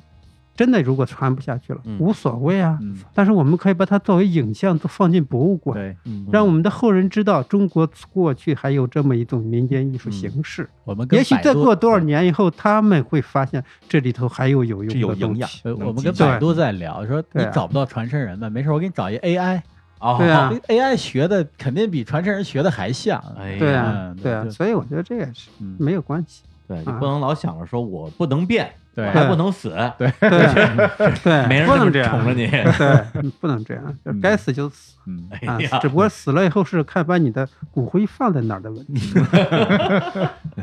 D: 真的如果传不下去了，
A: 嗯
D: 无所谓啊。
C: 嗯
D: 但是我们可以把它作为影像都放进博物馆，
C: 对，
A: 嗯
D: 让我们的后人知道中国过去还有这么一种民间艺术形式。
C: 嗯我们跟
D: 也许
C: 百
D: 再
C: 度
D: 过多少年以后，他们会发现这里头还有有
B: 这
D: 用
B: 有
D: 的
B: 营
D: 东西
B: 养。。
C: 呃，
B: 能
C: 我们
B: 记
C: 跟
B: 住
C: 百度在聊，说你
D: 对啊
C: 找不到传承人们，没事，我给你找一 AI，
A: 哦
D: 对啊
C: 好，AI 学的肯定比传承人学的还像。
A: 哎呀
D: 对啊
C: 嗯，
D: 对啊，
C: 对
D: 所以我觉得这个是
C: 嗯
D: 没有关系。
A: 对，你不能老想着说我不能变，
C: 对
A: 我还不能死，对，
D: 对对，
A: 没人
D: 不
A: 这么
D: 能这
A: 宠着
D: 样。
A: 你。
D: 对， 你不能这样，就该死就死
C: 嗯，
A: 哎
D: 啊
A: 呀！，
D: 只不过死了以后是看把你的骨灰放在哪儿的问 题。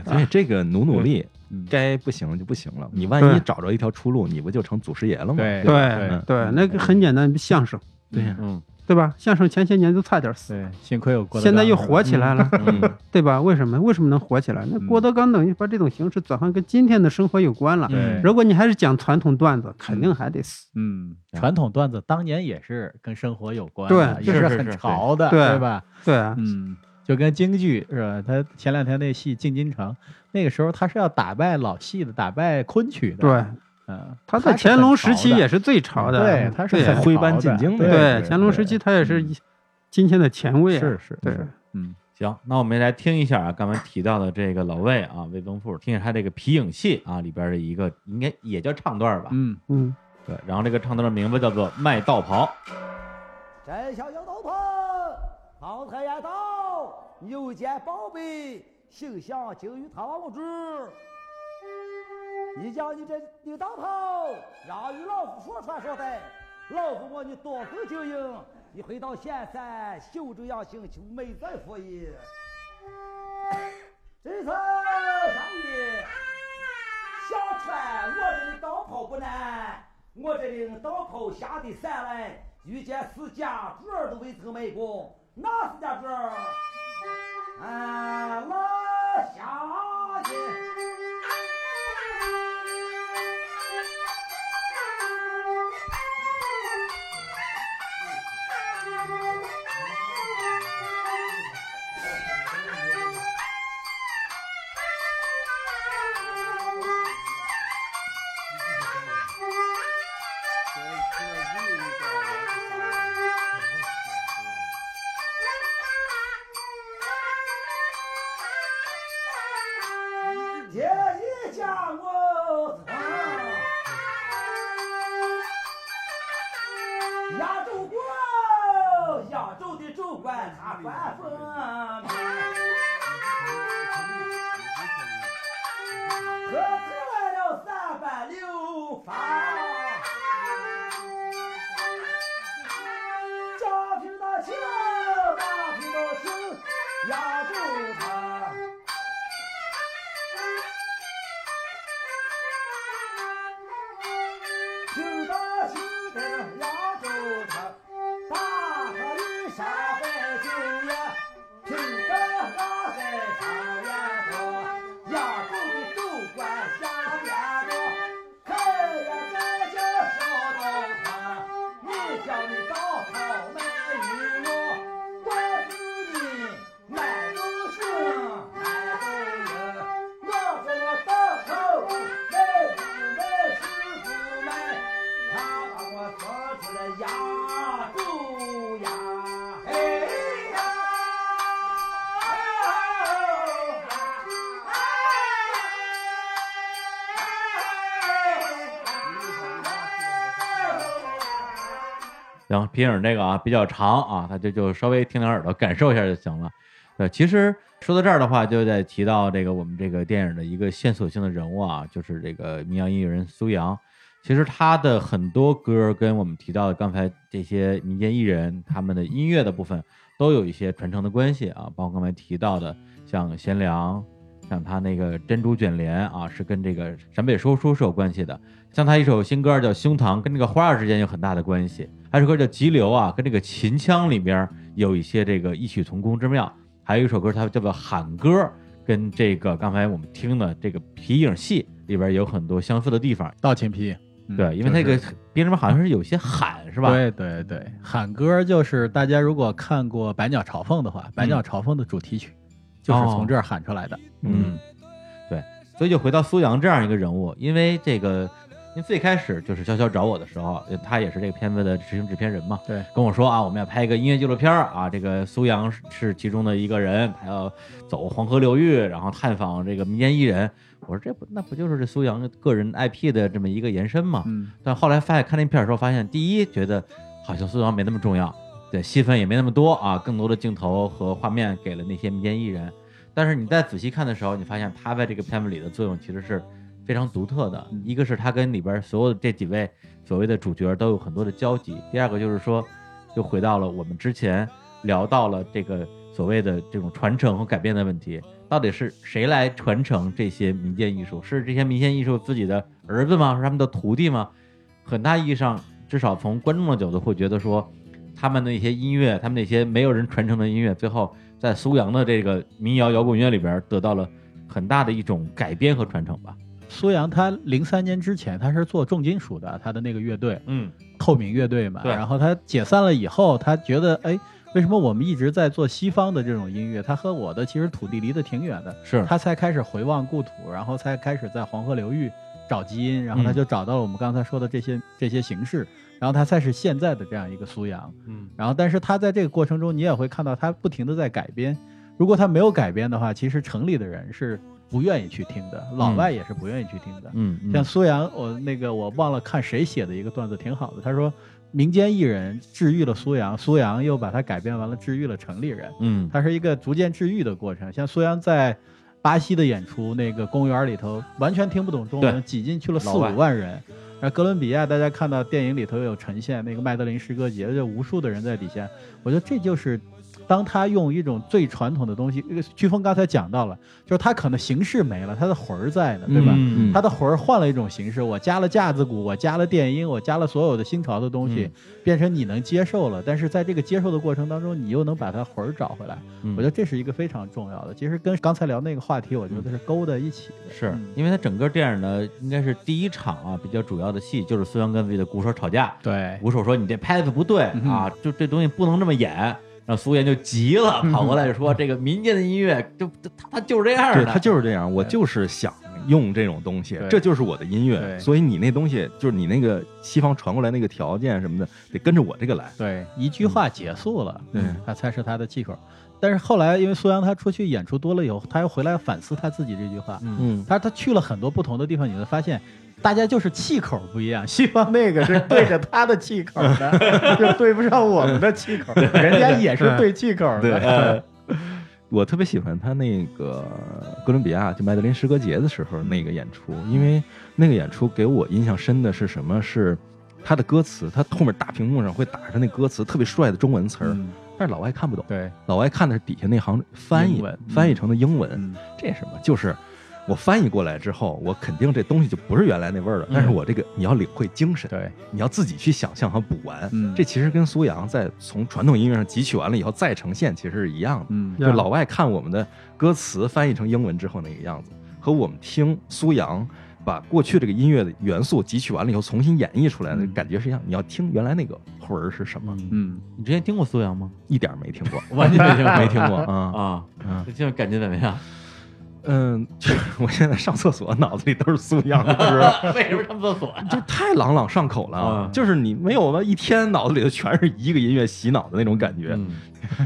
B: 所以这个努努力
C: 嗯，
B: 该不行就不行了。你万
D: 对
B: 一找着一条出路，你不就成祖师爷了吗？
C: 对嗯
B: 吧嗯
D: 对对，那个很简单，相声
B: 对呀，
A: 嗯
D: 对吧？相声前些年都差点死，
C: 对，幸亏有郭德纲。
D: 现在又火起来了，
A: 嗯
D: 对吧？为什么？为什么能火起来？那
C: 嗯
D: 郭德纲等于把这种形式转换跟今天的生活有关了。
C: 对
D: 如果你还是讲传统段子，肯定还得死。
C: 嗯，传统段子当年也是跟生活有关
D: 对
C: 的，也
A: 是是
C: 很
A: 是
C: 潮的，
D: 对
C: 对吧？
D: 对啊，
C: 嗯，就跟京剧是吧？他前两天那戏《进京城》，那个时候他是要打败老戏的，打败昆曲的。
D: 对，
C: 嗯，
D: 他呃在
C: 还是
D: 乾
C: 很
D: 隆
C: 潮
D: 时期
C: 的
D: 也是最潮的。嗯
C: 对，他是
D: 对
C: 很
B: 徽
C: 潮
B: 班
C: 的
B: 进京的
D: 对
B: 对，
D: 乾隆时期他也是
C: 嗯
D: 一今天的前卫啊。
C: 是是
D: 对，
C: 是嗯，
A: 行，那我们来听一下啊，刚才提到的这个老魏啊，魏东富，听一下他这个皮影戏啊里边的一个，应该也叫唱段吧？
C: 嗯，
D: 嗯，
A: 对，然后这个唱段的名字叫做《卖道袍》。
J: 真想要刀头，唐太爷到，牛肩宝贝，形象金玉堂王公主。你将你这你当头，让与老夫说穿说在，老夫我你多次经营，你回到现在，修正养性，求美在佛也。这次上你想穿我这刀袍不难，我这领刀袍下的山来，遇见四家主儿都未曾卖过，哪四家主儿？俺老乡亲。这一家我操，压州国，压州的州官他管风命，喝出来了三百六方，张平到清，马平到清，压州他。听得清的扬州城，大河一山百姓呀，听
A: 然后皮影这个啊比较长啊，大家就稍微听两耳朵感受一下就行了。呃，其实说到这儿的话，就得提到这个我们这个电影的一个线索性的人物啊，就是这个民谣音乐人苏阳。其实他的很多歌跟我们提到的刚才这些民间艺人他们的音乐的部分都有一些传承的关系啊，包括刚才提到的像贤良，像他那个珍珠卷帘啊，是跟这个陕北说书是有关系的。像他一首新歌叫《胸膛》，跟这个花儿之间有很大的关系；还有一首歌叫《急流》啊，跟这个秦腔里边有一些这个异曲同工之妙。还有一首歌，它叫做《喊歌》，跟这个刚才我们听的这个皮影戏里边有很多相似的地方。
C: 道歉批。嗯
A: 对，因为那
C: 就是
A: 个别人们好像是有些喊是吧？
C: 对对对，喊歌就是大家如果看过《百鸟朝凤》的话，《百
D: 嗯
C: 鸟朝凤》的主题曲就是
A: 哦
C: 从这儿喊出来的。
A: 嗯，对，所以就回到苏阳这样一个人物，因为这个，因为最开始就是潇潇找我的时候，他也是这个片子的执行制片人嘛，
C: 对，
A: 跟我说啊，我们要拍一个音乐纪录片儿啊，这个苏阳是是其中的一个人，他要走黄河流域，然后探访这个民间艺人。我说这不那不就是这苏阳个人 IP 的这么一个延伸吗？
C: 嗯，
A: 但后来发现看那片儿的时候，发现第一觉得好像苏阳没那么重要，对戏份也没那么多啊，更多的镜头和画面给了那些民间艺人。但是你再仔细看的时候，你发现他在这个片子里的作用其实是非常独特的。一个是他跟里边所有的这几位所谓的主角都有很多的交集，第二个就是说，又回到了我们之前聊到了这个所谓的这种传承和改变的问题，到底是谁来传承这些民间艺术？是这些民间艺术自己的儿子吗？是他们的徒弟吗？很大意义上，至少从观众的角度会觉得说，他们的一些音乐，他们那些没有人传承的音乐，最后在苏阳的这个民谣摇滚乐里边得到了很大的一种改编和传承吧。
C: 苏阳他零三年之前他是做重金属的，他的那个乐队
A: 嗯，
C: 透明乐队嘛。
A: 对
C: 然后他解散了以后，他觉得哎，为什么我们一直在做西方的这种音乐？他和我的其实土地离得挺远的，
A: 是
C: 他才开始回望故土，然后才开始在黄河流域找基因，然后他
A: 嗯
C: 就找到了我们刚才说的这些这些形式，然后他才是现在的这样一个苏阳。
A: 嗯，
C: 然后但是他在这个过程中，你也会看到他不停的在改编。如果他没有改编的话，其实城里的人是不愿意去听的，老外也是不愿意去听的。
A: 嗯，嗯
C: 像苏阳，我那个我忘了看谁写的一个段子，挺好的。他说，民间艺人治愈了苏阳，苏阳又把他改编完了，治愈了城里人。
A: 嗯
C: 它是一个逐渐治愈的过程。像苏阳在巴西的演出，那个公园里头完全听不懂中
A: 对
C: 文，挤进去了四
A: 老外
C: 五万人。然后哥伦比亚，大家看到电影里头有呈现那个麦德林诗歌节，就无数的人在底下。我觉得这就是，当他用一种最传统的东西，呃飓风刚才讲到了，就是他可能形式没了，他的魂儿在呢，对吧？
A: 嗯嗯
C: 他的魂儿换了一种形式，我加了架子鼓，我加了电音，我加了所有的新潮的东西，
A: 嗯
C: 变成你能接受了。但是在这个接受的过程当中，你又能把它魂儿找回来，
A: 嗯
C: 我觉得这是一个非常重要的。其实跟刚才聊那个话题，我觉得是勾在一起的。
A: 是
C: 嗯
A: 因为他整个电影呢，应该是第一场啊比较主要的戏就是苏阳跟自己的鼓手吵架，
C: 对，嗯
A: 鼓手说你这拍子不对啊，就这东西不能这么演。然后苏妍就急了，
C: 嗯
A: 跑过来就说：“这个民间的音乐，就就他他就是这样
B: 对
A: 的，
B: 他就是这样，我就是想用这种东西
C: 对，
B: 这就是我的音乐，
C: 对
B: 所以你那东西就是你那个西方传过来那个条件什么的，得跟着我这个来。
C: 对，一句话结束了，
B: 对
C: 他才是他的气口。但是后来，因为苏阳他出去演出多了以后，他又回来反思他自己这句话。
B: 嗯，
C: 他他去了很多不同的地方，你会发现，大家就是气口不一样。西方那个是对着他的气口的，就对不上我们的气口， 人家也是对气口的。
B: 对，嗯我特别喜欢他那个哥伦比亚就麦德林诗歌节的时候那个演出，
C: 嗯
B: 因为那个演出给我印象深的是什么？是他的歌词，他后面大屏幕上会打上那歌词，特别帅的中文词儿，
C: 嗯
B: 但是老外看不懂，
C: 对，
B: 老外看的是底下那行翻译
C: 英文，
B: 翻译成的英文。
C: 嗯，
B: 这什么？就是我翻译过来之后，我肯定这东西就不是原来那味儿了。但是我这个你要领会精神，
C: 对，
B: 你要自己去想象和补完。
C: 嗯
B: 这其实跟苏阳在从传统音乐上汲取完了以后再呈现，其实是一样的。
C: 嗯
B: 就老外看我们的歌词翻译成英文之后那个样子，和我们听苏阳把过去这个音乐的元素汲取完了以后重新演绎出来的
C: 嗯
B: 感觉是一样。你要听原来那个魂儿是什么，
C: 嗯，
A: 你之前听过苏阳吗？，
B: 一点儿没听过
A: 完全没听过，
B: 没听 过啊。
A: 啊
B: 嗯，
A: 这现在感觉怎么样？
B: 嗯， 就是我现在上厕所脑子里都是苏阳的歌。
A: 为什么上厕所呀？
B: 就太朗朗上口了，
A: 啊
B: 就是你没有吧，一天脑子里头全是一个音乐洗脑的那种感觉，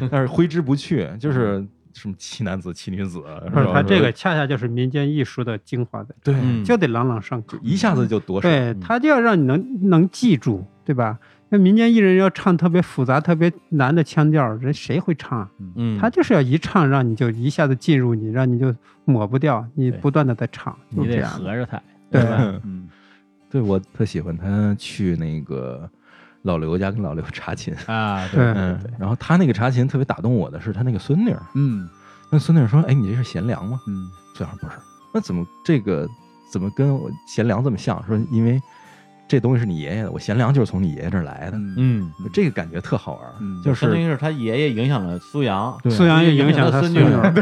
A: 嗯
B: 但是挥之不去，就是什么奇男子、奇女子，是吧
D: 他这个恰恰就是民间艺术的精华在这儿，
B: 对，
A: 嗯
D: 就得朗朗上口。
B: 一下子就夺舍，
D: 对，他就要让你能能记住，对吧？那民间艺人要唱特别复杂、特别难的腔调，人谁会唱啊？
A: 嗯，
D: 他就是要一唱，让你就一下子进入你，让你就抹不掉，你
C: 对
D: 不断的在唱，就
C: 你
D: 是这
C: 得
D: 样的。
C: 合 着他，
D: 对
C: 吧？嗯，
B: 对我特喜欢他去那个老刘家跟老刘查琴，
C: 啊，
D: 对
B: 嗯，然后他那个查琴特别打动我的是他那个孙女儿，
C: 嗯
B: 那孙女儿说：“哎，你这是贤良吗
C: 嗯，？”
B: 最好不是，那怎么这个怎么跟我贤良这么像？说因为这东西是你爷爷的，我贤良就是从你爷爷这儿来的，
C: 嗯
A: 嗯，
B: 这个感觉特好玩，
C: 嗯
B: 就
A: 相当
B: 是
A: 于是他爷爷影响了苏阳，
B: 对
D: 苏阳也影响他
A: 孙
D: 孙
A: 女
D: 女
A: 儿
D: 儿，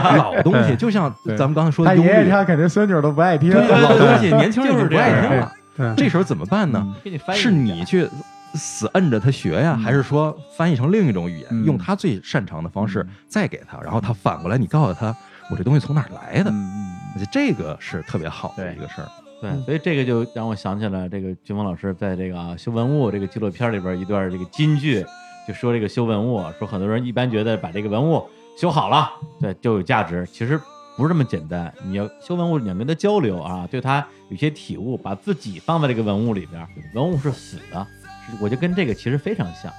B: 就是老东西，就像
J: 对
B: 咱们刚才说的
J: 他
B: 忧
J: 爷爷
B: 虑，
J: 听，肯定孙女儿都不爱听。
B: 对老东西，年轻人
A: 就是
B: 就不爱
A: 这
B: 听
A: 样嗯
B: 了，
D: 对，
B: 这时候怎么办呢？
A: 给你翻译一下
B: 是你去死摁着他学呀，
C: 嗯
B: 还是说翻译成另一种语言，
C: 嗯
B: 用他最擅长的方式
C: 嗯
B: 再给他，然后他反过来你告诉他我这东西从哪儿来的？
C: 嗯
B: 我觉得这个是特别好的
C: 对
B: 一个事儿。
A: 对，所以这个就让我想起了这个军峰老师在这个啊修文物这个纪录片里边一段这个金句，就说这个修文物，说很多人一般觉得把这个文物修好了，对就有价值，其实不是这么简单。你要修文物，你要跟他交流啊，对他有些体悟，把自己放在这个文物里边，文物是死的，是我就跟这个其实非常像。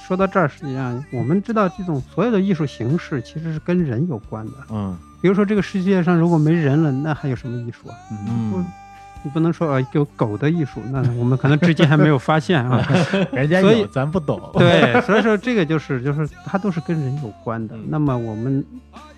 D: 说到这儿，实际上我们知道，这种所有的艺术形式其实是跟人有关的。
A: 嗯
D: 比如说，这个世界上如果没人了，那还有什么艺术啊？
A: 嗯
D: 你不能说啊，有狗的艺术，那我们可能至今还没有发现啊。
J: 人家
D: 所以
J: 有，咱不懂。
D: 对，所以说这个就是就是它都是跟人有关的
A: 嗯。
D: 那么我们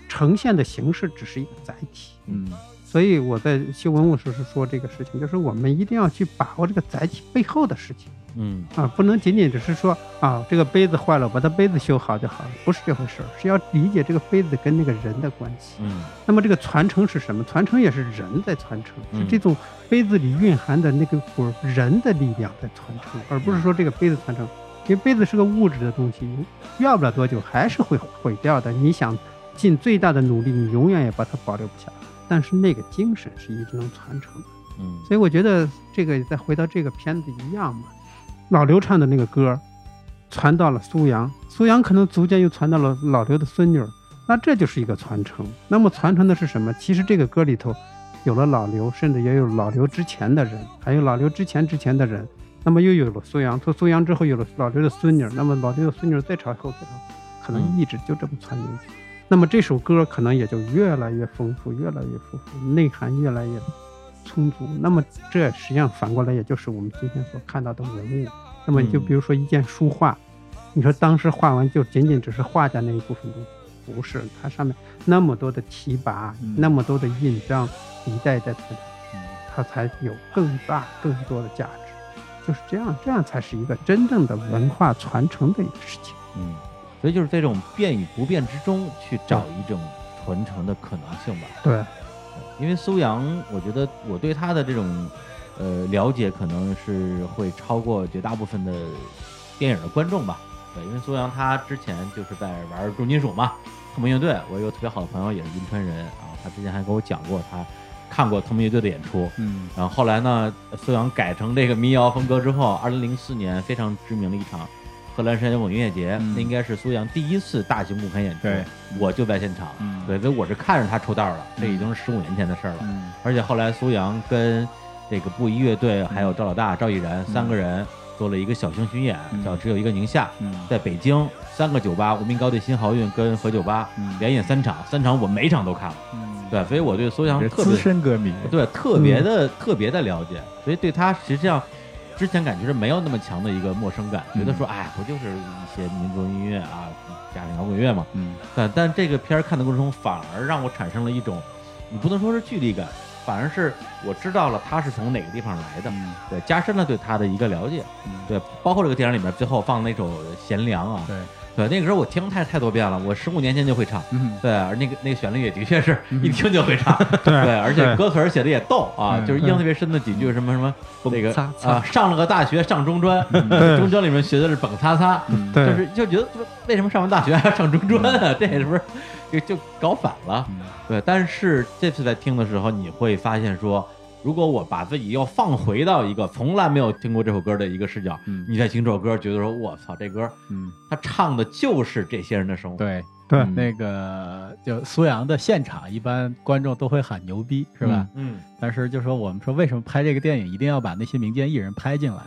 D: 呈现的形式只是一个载体。
C: 嗯
D: 所以我在修文物时是说这个事情，就是我们一定要去把握这个载体背后的事情
A: 嗯
D: 啊，不能仅仅只是说啊这个杯子坏了，把它杯子修好就好了，不是这回事儿，是要理解这个杯子跟那个人的关系。
A: 嗯
D: 那么这个传承是什么？传承也是人在传承，
A: 嗯
D: 是这种杯子里蕴含的那个股人的力量在传承，而不是说这个杯子传承。因为杯子是个物质的东西，要不了多久还是会毁掉的。你想尽最大的努力，你永远也把它保留不下来。但是那个精神是一直能传承的。
A: 嗯
D: 所以我觉得这个再回到这个片子一样嘛，老刘唱的那个歌，传到了苏阳，苏阳可能逐渐又传到了老刘的孙女儿，那这就是一个传承。那么传承的是什么？其实这个歌里头有了老刘，甚至也有老刘之前的人，还有老刘之前之前的人，那么又有了苏阳，从苏阳之后有了老刘的孙女儿，那么老刘的孙女儿再朝后再朝后，可能一直就这么传进去。那么这首歌可能也就越来越丰富，越来越丰富，内涵越来越充足。那么这实际上反过来，也就是我们今天所看到的文物。那么你就
A: 嗯
D: 比如说一件书画，你说当时画完就仅仅只是画家那一部分东西，不是，它上面那么多的提拔，
C: 嗯
D: 那么多的印章，一代一代传承，它才有更大更多的价值。就是这样，这样才是一个真正的文化传承的一个事情。
A: 嗯，所以就是这种变与不变之中去找一种传承的可能性吧。
D: 对，
A: 因为苏阳，我觉得我对他的这种呃了解，可能是会超过绝大部分的电影的观众吧。对，因为苏阳他之前就是在玩重金属嘛，透明乐队。我有个特别好的朋友也是银川人啊，他之前还跟我讲过，他看过透明乐队的演出。
C: 嗯
A: 然后后来呢，苏阳改成这个民谣风格之后，二零零四年非常知名的一场荷兰山摇滚音乐节，
C: 嗯
A: 那应该是苏阳第一次大型公开演出
C: 对，
A: 我就在现场，
C: 嗯
A: 对，所以我是看着他出道的，这已经是十五年前的事儿了。
C: 嗯
A: 而且后来苏阳跟这个布衣乐队还有赵老大、赵毅然三个人做了一个小型巡演，
C: 嗯
A: 叫《只有一个宁夏》，
C: 嗯
A: 在北京三个酒吧，无名高地、新豪运跟何酒吧
C: 嗯
A: 连演三场，三场我每场都看了，
C: 嗯，
A: 对，所以我对苏阳
J: 这
A: 特
J: 资
A: 别
J: 深歌迷，
A: 对，特别的、特别的了解，所以对他实际上之前感觉是没有那么强的一个陌生感，
C: 嗯
A: 觉得说，哎，不就是一些民族音乐啊，加上摇滚乐嘛。
C: 嗯
A: 但但这个片儿看的过程中，反而让我产生了一种，你不能说是距离感，反而是我知道了他是从哪个地方来的，
C: 嗯
A: 对，加深了对他的一个了解。对，包括这个电影里面最后放那首《贤良》啊，
C: 对
A: 对，那个时候我听太太多遍了，我十五年前就会唱。
C: 嗯
A: 对，而那个那个旋律也的确是一听就会唱，对，而且歌词儿写的也逗啊，就是印象特别深的几句什么什么那个
B: 擦擦
A: 啊，上了个大学上中专，中专里面学的是蹦擦擦，
C: 嗯
A: 就
D: 对
A: 是就觉得为什么上完大学还要上中专啊？这是不是就就搞反了？对，但是这次在听的时候，你会发现说，如果我把自己要放回到一个从来没有听过这首歌的一个视角，
C: 嗯
A: 你再听这首歌，觉得说我操，这歌
C: 嗯，
A: 他唱的就是这些人的生活，嗯
C: 对
D: 对
C: 那个就呃苏阳的现场，一般观众都会喊牛逼，是吧？
A: 嗯
C: 但是就说我们说为什么拍这个电影一定要把那些民间艺人拍进来？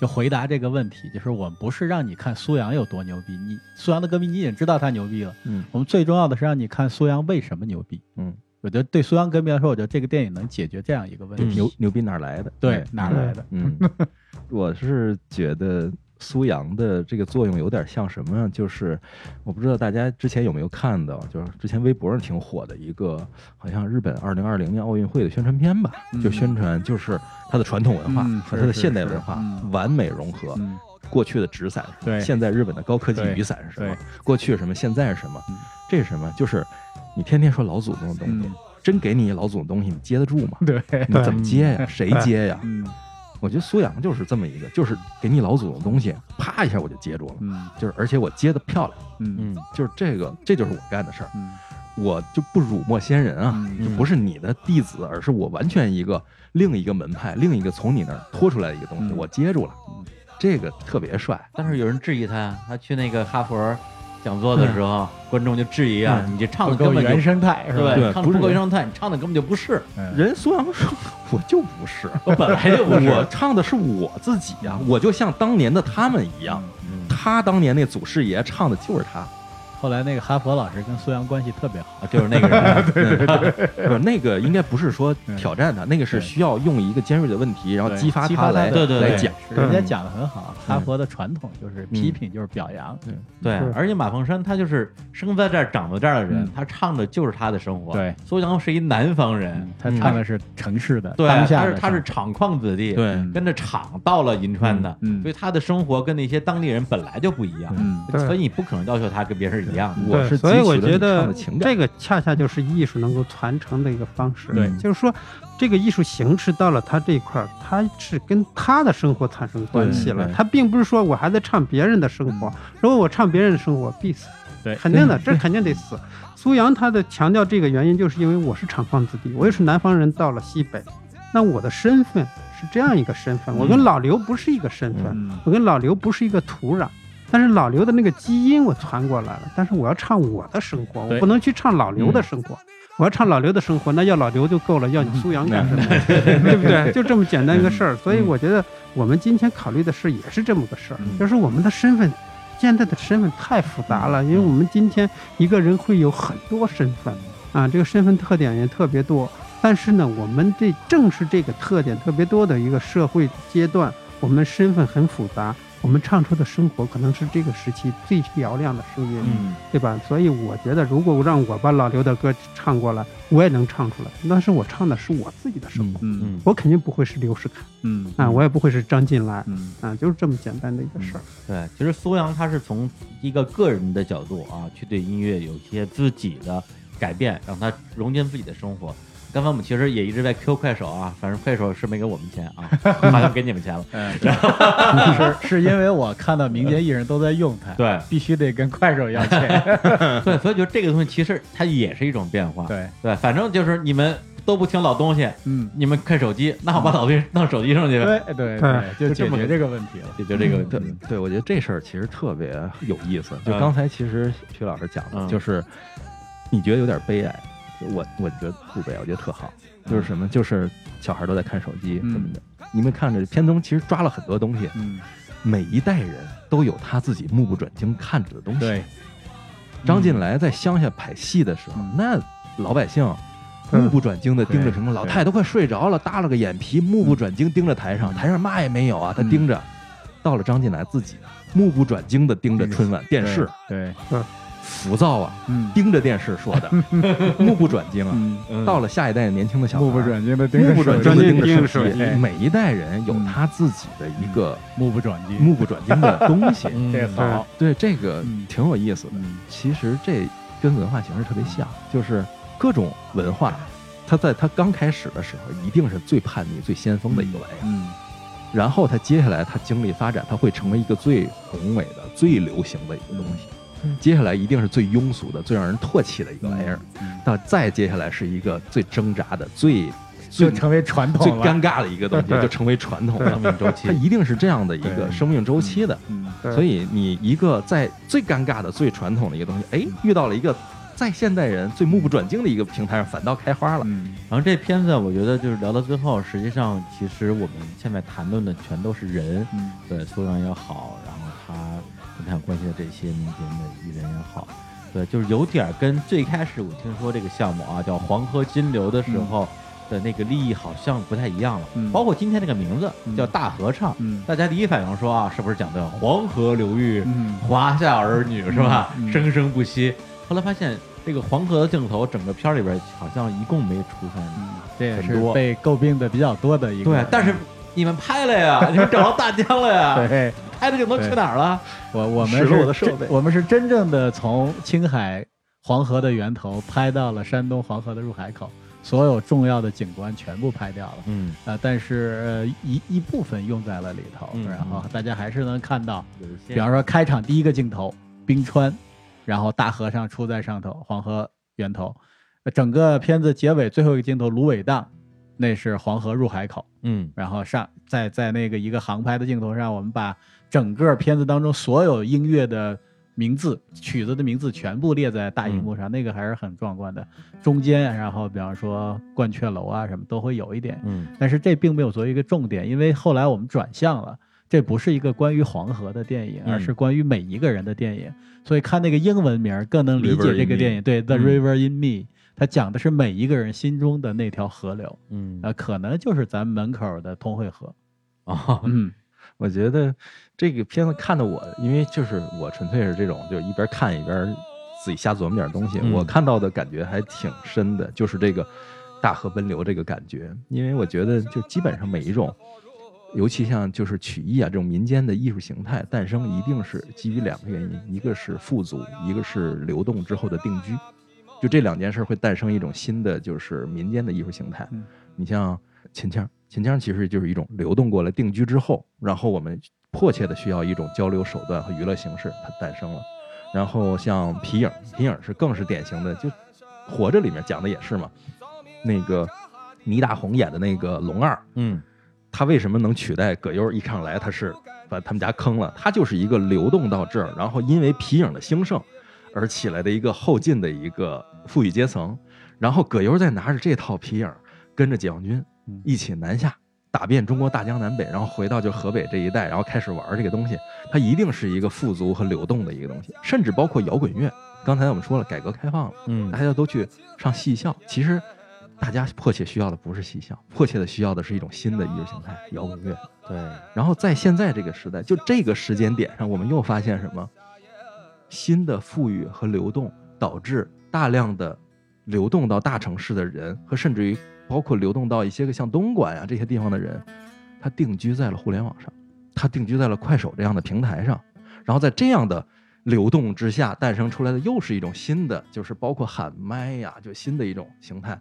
C: 就回答这个问题，就是我们不是让你看苏阳有多牛逼，你苏阳的歌迷你已经知道他牛逼了，
B: 嗯，
C: 我们最重要的是让你看苏阳为什么牛逼，
B: 嗯，
C: 我觉得对苏阳歌迷来说，我觉得这个电影能解决这样一个问题，
B: 牛牛逼哪儿来的？哎
C: 对哪来的？
B: 嗯，我是觉得苏阳的这个作用有点像什么呀？就是我不知道大家之前有没有看到，就是之前微博上挺火的一个，好像日本二零二零年奥运会的宣传片吧， 就宣传就是它的传统文化
C: 嗯
B: 和
C: 是
B: 它的
C: 是
B: 现代
C: 是
B: 文化
C: 嗯
B: 完美融合。
C: 嗯
B: 过去的纸伞是什么
C: 对
B: 现在日本的高科技
C: 对
B: 雨伞是什么
C: 对？
B: 过去是什么？现在是什么
C: 嗯？
B: 这是什么？就是你天天说老祖宗的东西，
C: 嗯
B: 真给你老祖宗东西，你接得住吗？
C: 对，
B: 你怎么接呀？谁接呀？
C: 嗯
B: 我觉得苏阳就是这么一个，就是给你老祖宗东西，啪一下我就接住了，
C: 嗯
B: 就是而且我接的漂亮，
C: 嗯
B: 就是这个，这就是我干的事儿，
C: 嗯
B: 我就不辱没先人啊，
C: 嗯
B: 就不是你的弟子，而是我完全一个另一个门派，另一个从你那儿拖出来的一个东西，
C: 嗯
B: 我接住了
C: 嗯，
B: 这个特别帅，
A: 但是有人质疑他呀，他去那个哈佛讲座的时候，啊观众就质疑
B: 嗯
A: 啊，你这唱的根本就
J: 生态
A: 对，
B: 对
A: 唱
B: 不是
A: 的
B: 嗯
A: 不够
B: 人
A: 原生态，你唱的根本就不是，
B: 人苏阳说我就不是，
A: 我本来就不是。嗯
B: 我唱的是我自己呀、我就像当年的他们一样，他当年那祖师爷唱的就是他。啊
C: 后来那个哈佛老师跟苏阳关系特别好，
A: 就是那个 人，
B: 对对对，嗯不，那个应该不是说挑战他，那个是
C: 对
B: 需要用一个尖锐的问题，然后
C: 对
B: 激发
C: 激发他
B: 来
C: 的
A: 嗯对对对
B: 来讲。嗯
C: 是人家讲的很好，哈佛的传统就是批评就是表扬，
A: 嗯
C: 嗯
A: 对
D: 是，
A: 而且马凤山他就是生在这儿、长在这儿的人
C: 嗯，
A: 他唱的就是他的生活。
C: 对，
A: 苏阳是一南方人
C: 嗯，他唱的是城市的
A: 对，
C: 当下
A: 他
C: 的
A: 是
C: 城，
A: 他是厂矿子弟，
B: 对
A: 跟着厂到了银川的，
C: 嗯嗯嗯
A: 所以他的生活跟那些当地人本来就不一样，
C: 嗯
D: 对
A: 所以你不可能要求他跟别人一样的。
B: 我
D: 对，
B: 是
D: 所以
B: 汲取
D: 我
B: 了
D: 觉
B: 你唱
D: 得
B: 的情感
D: 这个恰恰就是艺术能够传承的一个方式。
C: 对
D: 就是说，这个艺术形式到了他这一块儿，他是跟他的生活产生关系了
B: 对。嗯
D: 他并不是说我还在唱别人的生活，如果我唱别人的生活，必死。
C: 对
D: 肯定的，这肯定得死。苏阳他的强调这个原因，就是因为我是厂矿子弟，我也是南方人到了西北，那我的身份是这样一个身份，我跟老刘不是一个身份，
C: 嗯
D: 我跟老刘不是一个土壤，但是老刘的那个基因我传过来了，但是我要唱我的生活，
C: 对
D: 我不能去唱老刘的生活。我要唱老刘的生活，那要老刘就够了，要你苏阳干什么？对不对？就这么简单一个事儿。所以我觉得我们今天考虑的事也是这么个事儿，就是我们的身份，现在的身份太复杂了，因为我们今天一个人会有很多身份啊，这个身份特点也特别多。但是呢，我们这正是这个特点特别多的一个社会阶段，我们身份很复杂，我们唱出的生活可能是这个时期最嘹亮的声音，
A: 嗯，
D: 对吧？所以我觉得，如果让我把老刘的歌唱过来，我也能唱出来，但是我唱的是我自己的生活，
C: 嗯
A: 嗯
D: 我肯定不会是刘世凯
C: 嗯
D: 啊，我也不会是张晋来
C: 嗯
D: 啊，就是这么简单的一个事儿。
A: 对，其实苏阳他是从一个个人的角度啊，去对音乐有一些自己的改变，让他融进自己的生活。刚才我们其实也一直在 Q 快手啊，反正快手是没给我们钱啊，好像给你们钱了。
C: 嗯，是是因为我看到民间艺人都在用它，
A: 对
C: 必须得跟快手要钱，
A: 对，所以觉得这个东西其实它也是一种变化。
C: 对，
A: 对，反正就是你们都不听老东西，
C: 嗯，
A: 你们看手机，那我把老东西 弄手机上去呗。哎
C: 对对对，就解决这个问题了，嗯
A: 解决这个问
B: 对
A: 题。
B: 对，我觉得这事儿其实特别有意思。就
A: 嗯
B: 刚才其实徐老师讲的，
A: 嗯
B: 就是你觉得有点悲哀，就我我觉得不悲哀，我觉得特好。
C: 嗯
B: 就是什么？就是小孩都在看手机什么的。你们看着片中其实抓了很多东西，
C: 嗯，
B: 每一代人都有他自己目不转睛看着的东西。
C: 对，
B: 张进来在乡下拍戏的时候，
C: 嗯
B: 那老百姓
D: 嗯
B: 目不转睛的盯着
C: 对
B: 屏幕，老
C: 对嗯
B: 太太都快睡着了，耷拉个眼皮，目不转睛盯着台上，台上嘛也没有啊，他盯着。到了张进来自己，目不转睛的盯着春晚电视，
C: 对，
B: 浮躁啊，
C: 嗯
B: 盯着电视说的，目不转睛啊。
C: 嗯，
A: 嗯
B: 到了下一代年轻的小孩，
J: 目不转睛的盯着
B: 目不转
J: 手
B: 睛
J: 机
B: 地
D: 盯
B: 盯着
D: 着
B: 手
D: 手
B: 机
C: 机，
B: 每一代人有
C: 嗯
B: 他自己的一个
C: 目不转睛，
B: 目不转睛的东西。
A: 嗯
C: 这好，
B: 对，这个
C: 嗯
B: 挺有意思的。
C: 嗯
B: 其实这跟文化形式特别像，就是各种文化，它在它刚开始的时候一定是最叛逆、最先锋的一个玩意儿，
C: 嗯
B: 然后它接下来它经历发展，它会成为一个最宏伟的、最流行的一个东西，接下来一定是最庸俗的、最让人唾弃的一个玩意儿，
C: 嗯
B: 到再接下来是一个最挣扎的、最最
C: 就成为传
B: 最
C: 统了，
B: 尴尬的一个东西，就成为传统
A: 生
B: 了。
A: 命周期
B: 它。一定是这样的一个
C: 对
B: 生命周期的，
C: 嗯
D: 对
B: 嗯所以你一个在最尴尬的、最传统的一个东西，哎，遇到了一个在现代人最目不转睛的一个平台上反倒开花了。
C: 嗯，
A: 然后这片子我觉得就是聊到最后，实际上其实我们现在谈论的全都是人，
C: 嗯
A: 对苏阳也好，然后他跟他有关系的这些民间的艺人也好，对，就是有点儿跟最开始我听说这个项目啊
C: 嗯
A: 叫黄河金流的时候的那个利益好像不太一样了，
C: 嗯
A: 包括今天这个名字
C: 嗯
A: 叫大合唱，
C: 嗯
A: 大家第一反应说啊，是不是讲的黄河流域？
C: 嗯
A: 华夏儿女是吧？
C: 嗯嗯
A: 生生不息。后来发现这个黄河的镜头，整个片儿里边好像一共没出现。
C: 嗯，这也
A: 很
C: 是
A: 多
C: 被诟病的比较多的一个。
A: 对，但是你们拍了 呀，你们找到大疆了呀，
C: 对
A: 拍的镜头去哪儿了？
C: 我我
B: 使
C: 们
B: 了
C: 是
B: 我的设
C: 真
B: 备
C: 我们是真正的从青海黄河的源头拍到了山东黄河的入海口，所有重要的景观全部拍掉了。
A: 嗯，
C: 呃，但是呃一一部分用在了里头，
A: 嗯
C: 然后大家还是能看到，
A: 有一些
C: 比方说开场第一个镜头，冰川，然后大和尚出在上头，黄河源头，呃整个片子结尾最后一个镜头芦苇荡，那是黄河入海口，
A: 嗯
C: 然后上在在那个一个航拍的镜头上，我们把整个片子当中所有音乐的名字、曲子的名字全部列在大
A: 嗯
C: 荧幕上，那个还是很壮观的。中间，然后比方说鹳雀楼啊什么都会有一点，
A: 嗯
C: 但是这并没有作为一个重点，因为后来我们转向了，这不是一个关于黄河的电影，
A: 嗯
C: 而是关于每一个人的电影。所以看那个英文名儿更能理
B: River
C: 解
B: in
C: 这个
B: me
C: 电影。对，《The
A: 嗯
C: River in Me》，它讲的是每一个人心中的那条河流，
A: 嗯
C: 呃，可能就是咱们门口的通惠河。
A: 啊，
C: 嗯
B: 哦 我觉得这个片子看的我，因为就是我纯粹是这种，就一边看一边自己瞎琢磨点东西。
A: 嗯
B: 我看到的感觉还挺深的，就是这个大河奔流这个感觉。因为我觉得就基本上每一种，尤其像就是曲艺啊这种民间的艺术形态诞生，一定是基于两个原因，一个是富足，一个是流动之后的定居。就这两件事会诞生一种新的就是民间的艺术形态。
C: 嗯
B: 你像秦腔，秦腔其实就是一种流动过来定居之后，然后我们迫切的需要一种交流手段和娱乐形式，它诞生了。然后像皮影，皮影是更是典型的，就《活着》里面讲的也是嘛，那个倪大红演的那个龙二，
A: 嗯
B: 他为什么能取代葛优一上来他是把他们家坑了？他就是一个流动到这儿，然后因为皮影的兴盛而起来的一个后进的一个富裕阶层。然后葛优再拿着这套皮影，跟着解放军
C: 嗯
B: 一起南下，打遍中国大江南北，然后回到就河北这一带，然后开始玩这个东西。它一定是一个富足和流动的一个东西，甚至包括摇滚乐。刚才我们说了，改革开放了。大
A: 嗯
B: 家都去上戏校。其实，大家迫切需要的不是戏校，迫切的需要的是一种新的艺术形态——摇滚乐。
A: 对，
B: 然后在现在这个时代，就这个时间点上，我们又发现什么？新的富裕和流动导致大量的流动到大城市的人，和甚至于包括流动到一些个像东莞啊这些地方的人，他定居在了互联网上，他定居在了快手这样的平台上，然后在这样的流动之下诞生出来的又是一种新的，就是包括喊麦呀、就新的一种形态。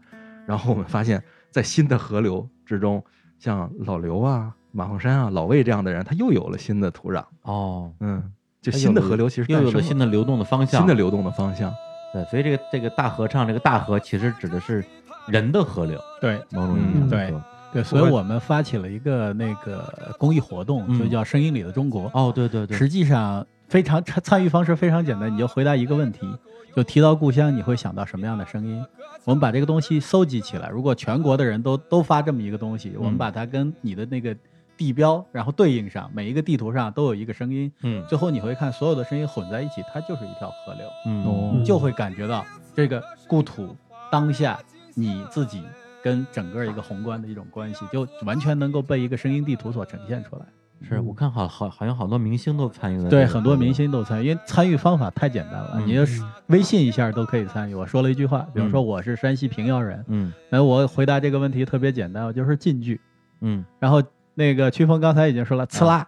B: 然后我们发现，在新的河流之中，像老刘啊、马洪山啊、老魏这样的人，他又有了新的土壤。
A: 哦，
B: 嗯，就
A: 它
B: 新的
A: 有了
B: 河流其实
A: 又有
B: 诞生
A: 了新的流动的方向，
B: 新的流动的方向。
A: 对，所以这个这个大合唱，这个大河其实指的是人的河流，
C: 对
A: 某种意义上
C: 嗯对
A: 说
C: 对，所以我们发起了一个那个公益活动，
A: 嗯
C: 就叫“声音里的中国”。
A: 哦，对对对，
C: 实际上非常参参与方式非常简单，你就回答一个问题，就提到故乡，你会想到什么样的声音？我们把这个东西搜集起来，如果全国的人都都发这么一个东西，我
A: 嗯
C: 们把它跟你的那个地标，然后对应上，每一个地图上都有一个声音，
A: 嗯
C: 最后你会看所有的声音混在一起，它就是一条河流，
A: 嗯
C: 你就会感觉到这个故土当下你自己。跟整个一个宏观的一种关系，就完全能够被一个声音地图所呈现出来。
A: 是我看好好好像好多明星都参与了，
C: 嗯对，很多明。星都参与，因为参与方法太简单了，
A: 嗯
C: 你就是微信一下都可以参与。我说了一句话，比如说我是山西平遥人，
A: 嗯
C: 那、我回答这个问题特别简单，我就是晋剧。
A: 嗯，
C: 然后那个曲峰刚才已经说了，呲啦，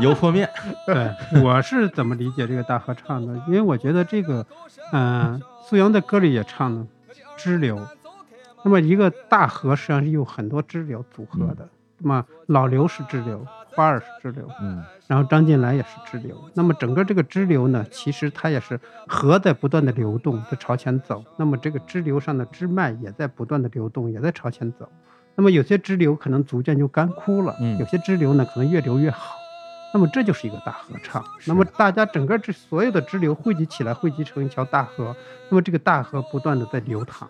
B: 油泼面，
D: 对，我是怎么理解这个大合唱的？因为我觉得这个，嗯、苏阳的歌里也唱了支流。那么一个大河实际上是由很多支流组合的。那么老刘是支流，花儿是支流，
A: 嗯，
D: 然后张进来也是支流。那么整个这个支流呢，其实它也是河在不断的流动，在朝前走。那么这个支流上的支脉也在不断的流动，也在朝前走。那么有些支流可能逐渐就干枯了，
A: 嗯
D: 有些支流呢可能越流越好。那么这就是一个大合唱。那么大家整个这所有的支流汇集起来，汇集成一条大河。那么这个大河不断的在流淌，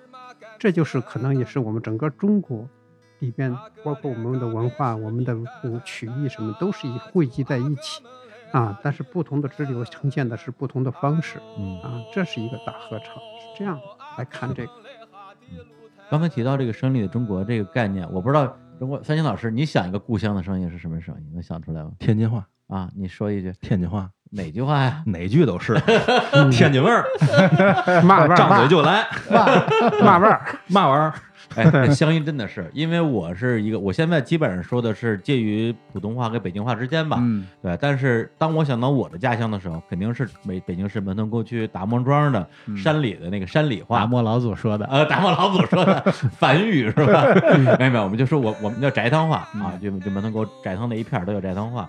D: 这就是可能也是我们整个中国里边，包括我们的文化、我们的舞曲艺什么，都是一汇集在一起啊。但是不同的支流呈现的是不同的方式
A: 嗯，
D: 啊，这是一个大合唱，是这样来看这个。
A: 刚才提到这个声音里的中国这个概念，我不知道中国三星老师，你想一个故乡的声音是什么声音？你能想出来吗？
B: 天津话，
A: 啊，你说一句
B: 天津话
A: 哪句话呀？
B: 哪句 都是天津味儿，
D: 骂味
B: 张嘴
D: 儿，
B: 就来，
D: 骂骂 味儿，
B: 嘛玩意儿？
A: 哎， 乡音真的是，因为我是一个，我现在基本上说的是介于普通话跟北京话之间吧。
C: 嗯，
A: 对，但是当我想到我的家乡的时候，肯定是北北京市门头沟区达摩庄的山里的那个山里话。
C: 嗯达摩老祖说的，
A: 呃，达摩老祖说 的梵语是吧？没有没有，我们就说我我们叫宅汤话
C: 嗯
A: 啊，就就门头沟宅汤那一片儿都叫宅汤话。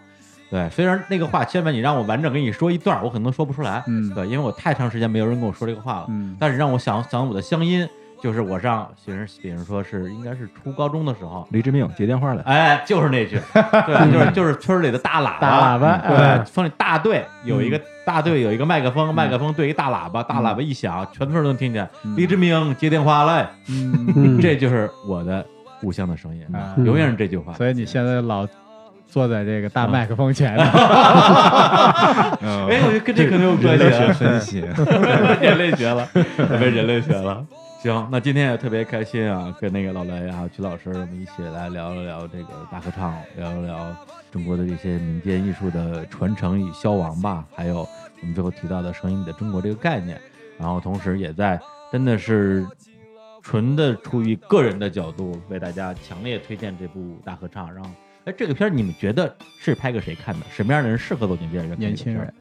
A: 对，虽然那个话，现在你让我完整跟你说一段儿，我可能说不出来。
C: 嗯
A: 对，因为我太长时间没有人跟我说这个话了。
C: 嗯
A: 但是让我想想我的乡音，就是我上学生，比如说是应该是初高中的时候，
B: 黎志明接电话来，
A: 哎，就是那 句，对，就是就是村里的大喇叭，嗯
C: 大喇叭哎嗯
A: 对，村里大队有一个大队有一个麦克风，麦克风对一大喇叭，大喇叭一响，全村都能听见。
C: 嗯
A: 李志明接电话来，
D: 嗯，
A: 这就是我的故乡的声音
C: 啊，
A: 永远是这句话。嗯
C: 所以你现在老坐在这个大麦克 风前，嗯
A: 哎，我觉得跟这可能有关系
B: 人类学
A: 啊，
B: 分析，
A: 人类学了，被人类学了。 行，那今天也特别开心啊，跟那个老雷啊、曲老师，我们一起来聊一聊这个大合唱，聊一聊中国的这些民间艺术的传承与消亡吧，还有我们最后提到的“声音里的中国”这个概念，然后同时也在真的是纯的出于个人的角度为大家强烈推荐这部大合唱。然后，哎，这个片儿你们觉得是拍给谁看的？什么样的人适合走进电影院？
C: 年轻人，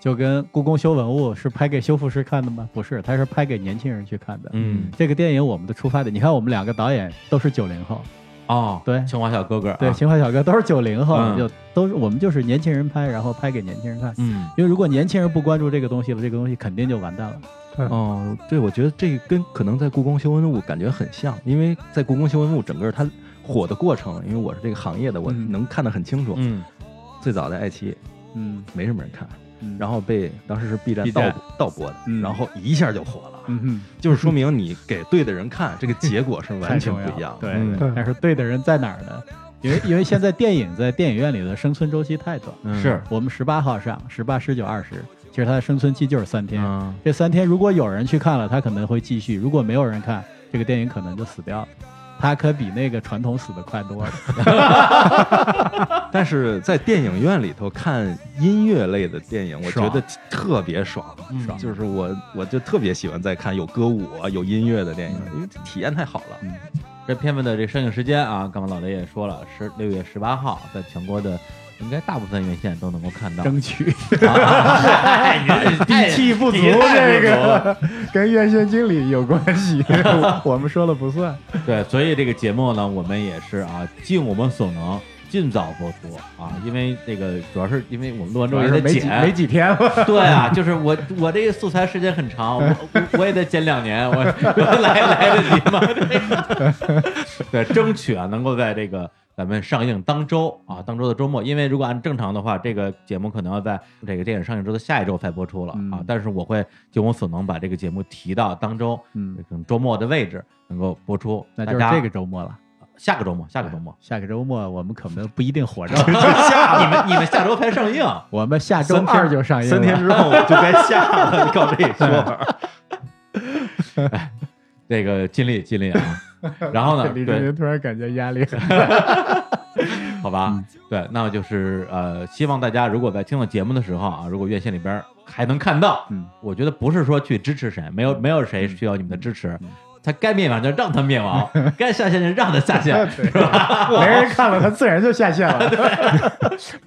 C: 就跟故宫修文物是拍给修复师看的吗？不是，它是拍给年轻人去看的。
A: 嗯，
C: 这个电影我们的出发点，你看我们两个导演都是九零后，
A: 哦，
C: 对
A: 清华小哥哥、啊，
C: 对，秦淮小哥都是九零后，
A: 嗯
C: 就都是我们就是年轻人拍，然后拍给年轻人看。
A: 嗯，
C: 因为如果年轻人不关注这个东西了，这个东西肯定就完蛋了。
B: 哦，对，我觉得这跟可能在故宫修文物感觉很像，因为在故宫修文物整个它火的过程，因为我是这个行业的，我
C: 嗯
B: 能看得很清楚。
A: 嗯，
B: 最早在爱奇艺
C: 嗯，
B: 没什么人看，
C: 嗯
B: 然后被当时是 B 站
C: B
B: 盗
C: 站
B: 盗播的，
C: 嗯
B: 然后一下就火了。
C: 嗯
B: 就是说明你给对的人看，这个结果是
C: 哼，
B: 完全
C: 太重
B: 不一样。
C: 要了
B: 的。
C: 对，
A: 嗯
C: 但是对的人在哪儿呢？因为因为现在电影在电影院里的生存周期太短，
A: 是，
C: 我们十八号上，十八、十九、二十，其实它的生存期就是三天。
A: 嗯，
C: 这三天如果有人去看了，他可能会继续；如果没有人看，这个电影可能就死掉了。它可比那个传统死的 快多了。
B: 但是在电影院里头看音乐类的电影，我觉
C: 爽
B: 得特别爽，
A: 嗯爽
B: 就是我我就特别喜欢在看有歌舞啊、有音乐的电影，因为体验太好了。
A: 这片子的这上映时间啊，刚才老雷也说了，十六月十八号，在全国的应该大部分院线都能够看到。
C: 争取
A: 哎你这
J: 底气不足，
A: 底气太
J: 这
A: 不足了
J: 个跟院线经理有关 系，我们说了不算。
A: 对，所以这个节目呢，我们也是啊，尽我们所能，尽早播出啊，因为这个主要是因为我们录完之
J: 主
A: 后
J: 要
A: 也
J: 是
A: 得
J: 没几
A: 剪，
J: 没几天了，
A: 对啊，就是我我这个素材时间很长，我我我也得剪两年，我 我来来得及吗？ 对，争取啊能够在这个咱们上映当周啊当周的周末，因为如果按正常的话，这个节目可能要在这个电影上映之后的下一周才播出了、啊
C: 嗯。
A: 但是我会尽我所能把这个节目提到当周，
C: 嗯
A: 可能周末的位置能够播出。
C: 那就是
A: 大家
C: 这个周末了。
A: 下个周末，下个周末，
C: 下个周末我们可能不一定 活着，
A: 下你们你们下 周才上映。
C: 我们下周
B: 三天
C: 二就上映了。
B: 三天之后我就该下了，你靠这一说法。
A: 哎这个尽力尽力啊， 然后呢，
J: 李志
A: 对，
J: 明突然感觉压力 很大。
A: 好吧？
C: 嗯
A: 对，那就是呃，希望大家如果在听到节目的时候啊，如果院线里边还能看到，
C: 嗯，
A: 我觉得不是说去支持谁，没有没有谁需要你们的支持。
C: 嗯
A: 他该灭亡就让他灭 亡，该下线就让他下线，是吧？
J: 没人看了，他自然就下线 了。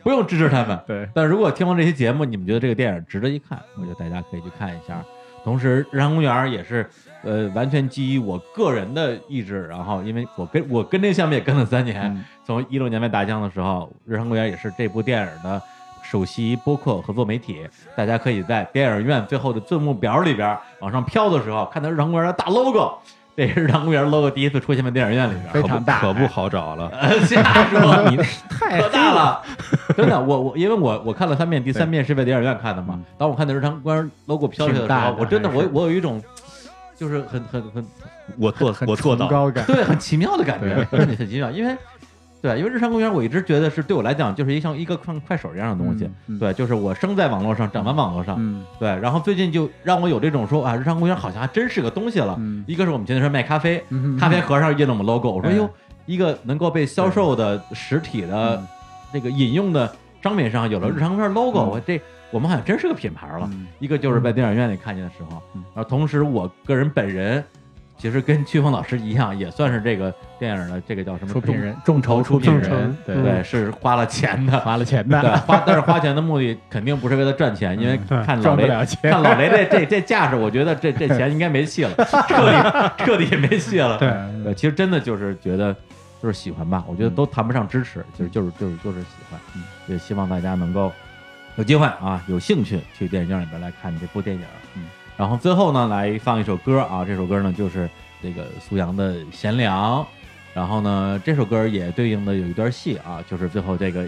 A: 不用支持他们。
J: 对，
A: 但如果听完这期节目，你们觉得这个电影值得一看，我觉得大家可以去看一下。同时，日常公园也是，呃，完全基于我个人的意志，然后因为我跟我跟这个项目也跟了三年，
J: 嗯
A: 从一六年被打酱的时候，日常公园也是这部电影的首席播客合作媒体，大家可以在电影院最后的字幕表里边往上飘的时候，看到日常公园的大 logo，这也是让公园 logo 第一次出现在电影院里边
J: 非
A: 儿。呃
J: 常大哎
B: 可不好找 了。
A: 瞎 说，你
J: 太
A: 可 大了，真的，我我因为我我看了三遍，第三遍是在电影院看的嘛。当我看的时候，它官 logo 飘起来
J: 嗯挺
A: 的时
J: 大
A: 候
J: 的，
A: 我真的
J: 还是
A: 我我有一种就是很很很
B: 我做
J: 很
B: 我做
J: 崇
B: 到，
J: 高感，
A: 对很奇妙的感觉，真的很奇妙，因为。对，因为日常公园，我一直觉得是对我来讲，就是一像一个快快手一样的东西。
J: 嗯嗯
A: 对，就是我生在网络上，长在网络上。
J: 嗯
A: 对，然后最近就让我有这种说啊，日常公园好像还真是个东西了。
J: 嗯
A: 一个是我们前段时间卖咖啡，
J: 嗯
A: 咖啡盒上印了我们 logo，我说
J: 嗯
A: 哟，一个能够被销售的实体的
J: 嗯
A: 这个饮用的商品上有了日常公园 logo，
J: 嗯
A: 我这我们好像真是个品牌了。
J: 嗯
A: 一个就是在电影院里看见的时候
J: 嗯，
A: 然后同时我个人本人其实跟曲峰老师一样，也算是这个电影的这个叫什么
J: 出品人，
A: 众筹出品
D: 众筹
A: 人，
J: 对
A: 对，是花了钱的，
J: 花了钱
A: 对
J: 的，嗯
A: 花，但是花钱的目的肯定不是为了赚钱，因为
D: 对
A: 看老
J: 赚不
A: 雷
J: 了钱，
A: 看老雷这这这架势，我觉得这这钱应该 没戏了，彻底彻底没戏了。
D: 对
A: 对，其实真的就是觉得就是喜欢吧，我觉得都谈不上支持，就是就是就是就是喜欢，
J: 嗯
A: 也希望大家能够有机会啊，有兴趣去电影院里边来看这部电影。
J: 嗯，
A: 然后最后呢，来放一首歌啊，这首歌呢就是这个苏阳的《贤良》，然后呢这首歌也对应的有一段戏啊，就是最后这个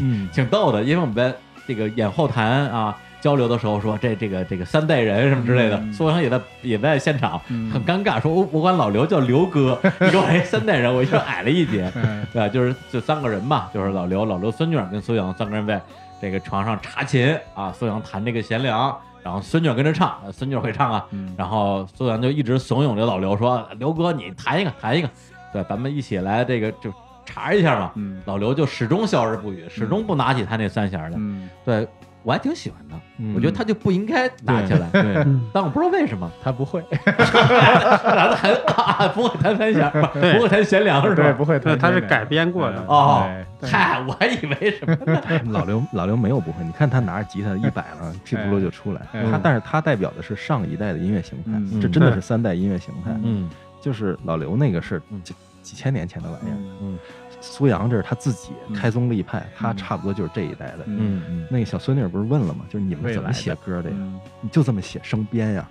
J: 嗯
A: 挺逗的，因为我们在这个演后谈啊。交流的时候说这这个这个三代人什么之类的，
J: 嗯
A: 苏阳也在也在现场，
J: 嗯
A: 很尴尬，说哦我我管老刘叫 刘哥，你给我来三代人，我一下矮了一截。
J: 嗯
A: 对吧？就是就三个人嘛，就是老刘、老刘孙女儿跟苏阳三个人在这个床上查琴啊，苏阳弹这个贤良，然后孙女儿跟着唱，呃孙女儿会唱啊，
J: 嗯
A: 然后苏阳就一直怂恿这老刘说：“刘哥，你弹一个，弹一个，对，咱们一起来这个就查一下嘛。
J: 嗯
A: 老刘就始终笑而不语，始终不拿起他那三弦儿来。
J: 嗯，
A: 对我还挺喜欢他，我觉得他就不应该拿起来，
J: 对，嗯
A: 但我不知道为什么。
J: 他不 会，
A: 男的还啊，不 会弹 三弦，不不会弹贤良是
J: 对，
A: 吧？
J: 不会，
D: 对，它是改编过的。
A: 哦
J: 嗯对
A: 嗨，我还以为什么呢？
B: 老刘老刘没有不会，你看他拿着 吉他一摆
J: 哎
B: 了，屁咕噜就出来。
J: 嗯
B: 他但是他代表的是上一代的音乐形态，
J: 嗯
B: 这真的是三代音乐形态。
A: 嗯
B: 就是老刘那个是
A: 嗯
B: 几几千年前的玩意儿，
J: 嗯
A: 嗯
B: 苏阳这是他自己
J: 嗯
B: 开宗立派，他差不多就是这一代的。
J: 嗯
A: 嗯
B: 那个小孙女儿不是问了吗？就是你们
J: 未
B: 怎么
J: 来的
B: 写歌的呀？
J: 嗯
B: 你就这么写生编呀？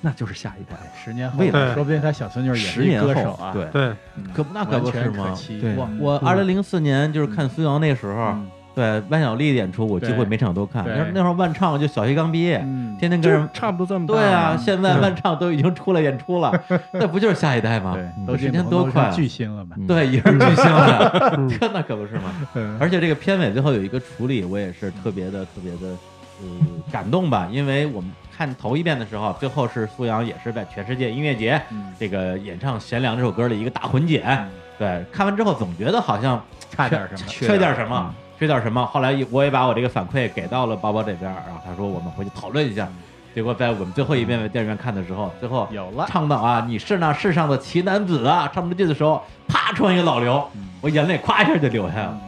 B: 那就是下一代了，
J: 十年后
B: 未
D: 来
J: 说不定他小孙女也
B: 十
J: 是一
B: 年后
J: 歌手啊，
B: 对，
D: 对，
J: 嗯，
A: 可不那可不是
J: 完全
A: 吗
J: 可期
B: 对
A: 我我二零零四年就是看孙杨那时候，
J: 嗯
A: 对万晓利演出，我几乎
J: 对
A: 每场都看。
J: 对
A: 那那会儿万唱就小学刚毕业，
J: 嗯
A: 天天跟
B: 就是
A: 人
B: 差不多这么大
A: 对啊，
B: 了。嗯
A: 现在万唱都已经出来演出 了，那不就是下一代吗？
J: 对，
B: 嗯
J: 都
A: 时间多快啊
J: 巨星了嘛，
A: 对，也是巨星了，
D: 嗯，
A: 这那可不是吗？
J: 嗯
A: 而且这个片尾最后有一个处理，我也是特别的、特别的，呃，感动吧。因为我们看头一遍的时候，最后是苏阳也是在全世界音乐节
J: 嗯
A: 这个演唱《贤良》这首歌的一个大混剪。对，看完之后总觉得好像
J: 差点嗯什么，
A: 缺点什么，缺点什么。后来我也把我这个反馈给到了宝宝这边，然后他说我们回去讨论一下。结果在我们最后一遍在电影院看的时候，最后
J: 嗯有了，
A: 唱到啊，你是那世上的奇男子啊，唱不出去的时候，啪穿一个老刘，
J: 嗯
A: 我眼泪咵一下就流下来了。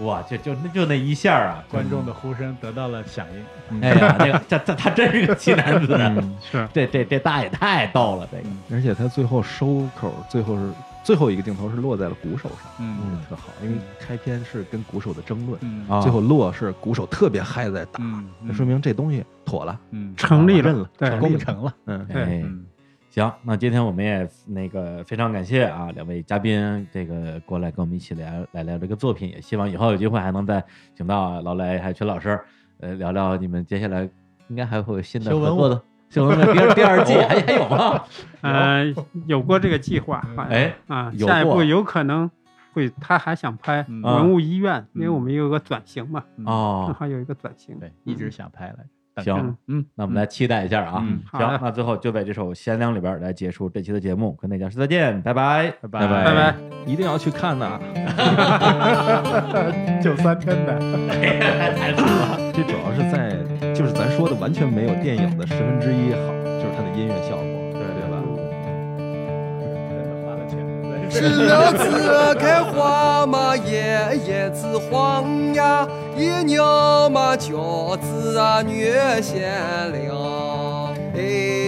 A: 哇，就就那就那一下啊，
J: 观众的呼声得到了响应，
A: 哎呀，那个这这他真是个奇男子，啊
J: 嗯
D: 是
A: 这这这大爷太逗了，这个
B: 而且他最后收口，最后是最后一个镜头是落在了鼓手上，
J: 嗯
B: 特好，因为开篇是跟鼓手的争论，
J: 嗯
A: 啊
B: 最后落是鼓手特别嗨在打，
J: 嗯
B: 那说明这东西妥了，
J: 嗯
D: 成立
B: 认
D: 了
B: 了，
D: 对
B: 成立
J: 功
B: 了
J: 成了，
B: 嗯，
D: 对
A: 哎
J: 嗯
A: 行，那今天我们也那个非常感谢啊两位嘉宾，这个过来跟我们一起聊来聊这个作品，也希望以后有机会还能再请到劳雷还有曲老师，呃，聊聊你们接下来应该还会有新的
J: 修
A: 合
J: 文物
A: 作的新闻第二第二
D: 哦
A: 季还还有 吗？
D: 呃，有过这个计划，好像
A: 哎
D: 啊，
A: 有
D: 下一
A: 过
D: 步有可能会，他还想拍
J: 嗯
D: 文物医院，因为
J: 嗯
D: 我们有个转型嘛，正
A: 哦，
D: 好有一个转型。
J: 对，一直想拍来着，等着
A: 行，
J: 嗯，
A: 那我们来期待一下啊。
J: 嗯
D: 好
A: 行
D: 的，
A: 那最后就在这首《贤良》里边来结束这期的节目，跟大家说再见，拜拜，
J: 拜拜
D: 拜拜。
B: 一定要去看 呐，
J: 就三天的。
B: 这主要是在就是咱说的完全没有电影的十分之一好，就是它的音乐效果，对对吧？
J: 花了钱了。
F: 是那子开花嘛，叶叶子黄呀，一娘嘛饺子啊，月贤良。哎，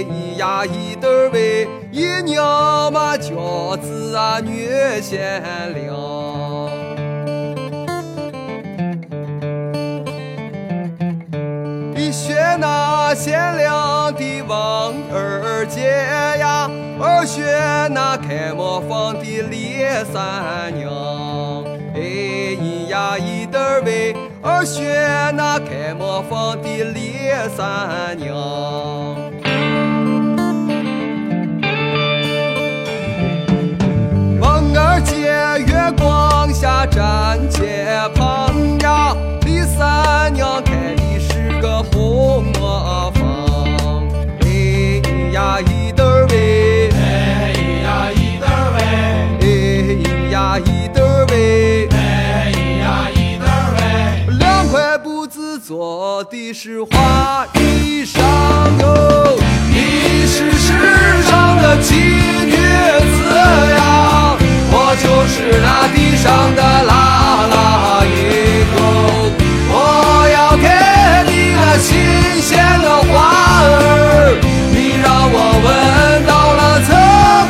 F: 你呀一对儿喂，一娘嘛饺子啊，月贤良。一学那贤良的王二姐呀，二雪那开磨坊的李三娘，哎，咿呀咿得儿喂，二雪那开磨坊的李三娘。望儿姐，月光下站街旁呀，李三娘开的是个红磨坊，哎咿呀咿得儿喂，哎咿呀咿得儿喂，哎咿呀咿得儿喂，哎咿呀咿得儿喂，两块布子做的是花衣裳哟，你是世上的奇女子呀，我就是那地上的拉拉一狗，我要给你那新鲜的花儿，你让我闻到了刺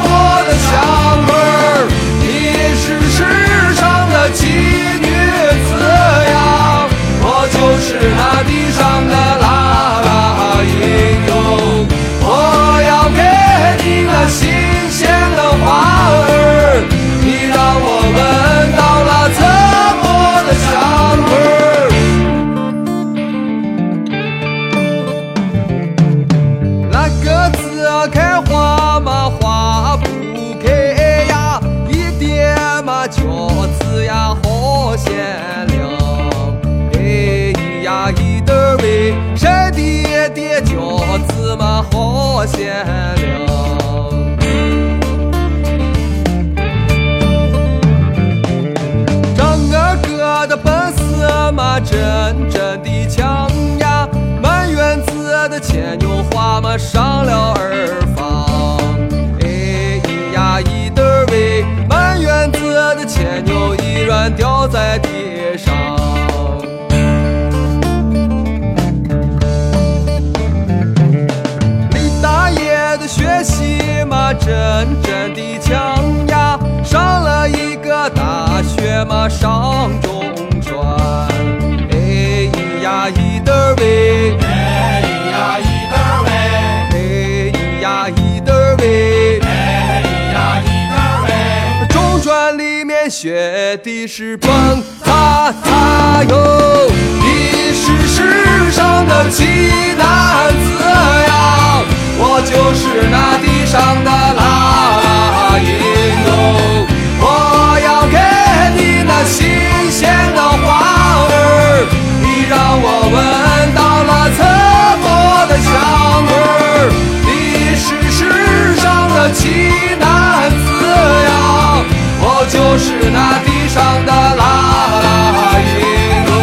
F: 骨的香味儿，你是世上的奇女子呀，我就是那地上的拉拉一狗，我要给你那新鲜的花儿，你让我闻到了刺骨的香味儿。那个子开花嘛花不开呀，一点嘛饺子呀好鲜亮。哎咿呀咿得儿喂，山的的饺子嘛好鲜亮。张二哥的本事嘛，真真的强呀！满园子的牵牛花嘛，上了二房。哎咿呀咿得儿喂，满园子的牵牛依然掉在地上。李大爷的学习嘛，真真的强呀，上了一个大学嘛，上中专。哎咿呀咿得儿喂，哎咿呀咿得儿喂，哎咿呀咿得儿喂，哎咿呀咿得儿喂。中专里面学的是蹦擦擦哟，哎你是世上的奇男子呀，我就是那地上的拉拉一狗，我要给你那新鲜的花儿，你让我闻到了刺骨的香味儿，你是世上的奇男子呀，我就是那地上的拉拉一狗，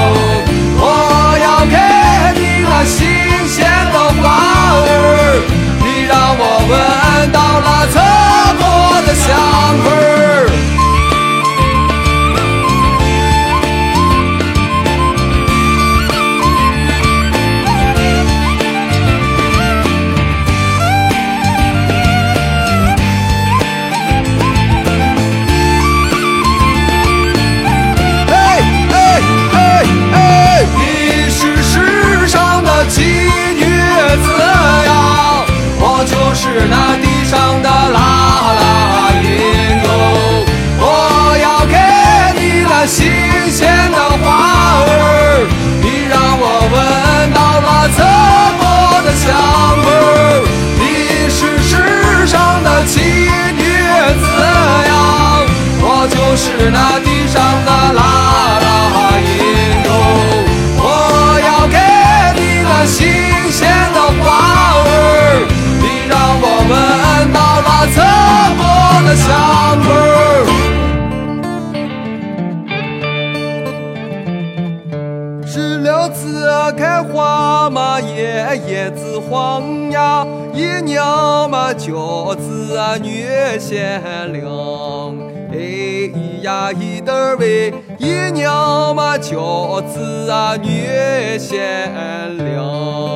F: 我要给你那新鲜的花儿，你让我闻到了刺骨的香味儿。哎哎哎哎！你是世上的奇女子呀，我就是那地上的拉拉银狗，我要给你那新鲜的花儿，你让我闻到了刺骨的香味儿。你是世上的奇女子呀，我就是那地上的拉拉一狗，我要给你那新鲜的花儿，你让我闻到了刺骨的香味儿。石榴子开花嘛，叶叶子黄呀，一娘嘛饺子啊越鲜亮。哎咿呀咿得儿喂，一娘嘛饺子啊越鲜亮。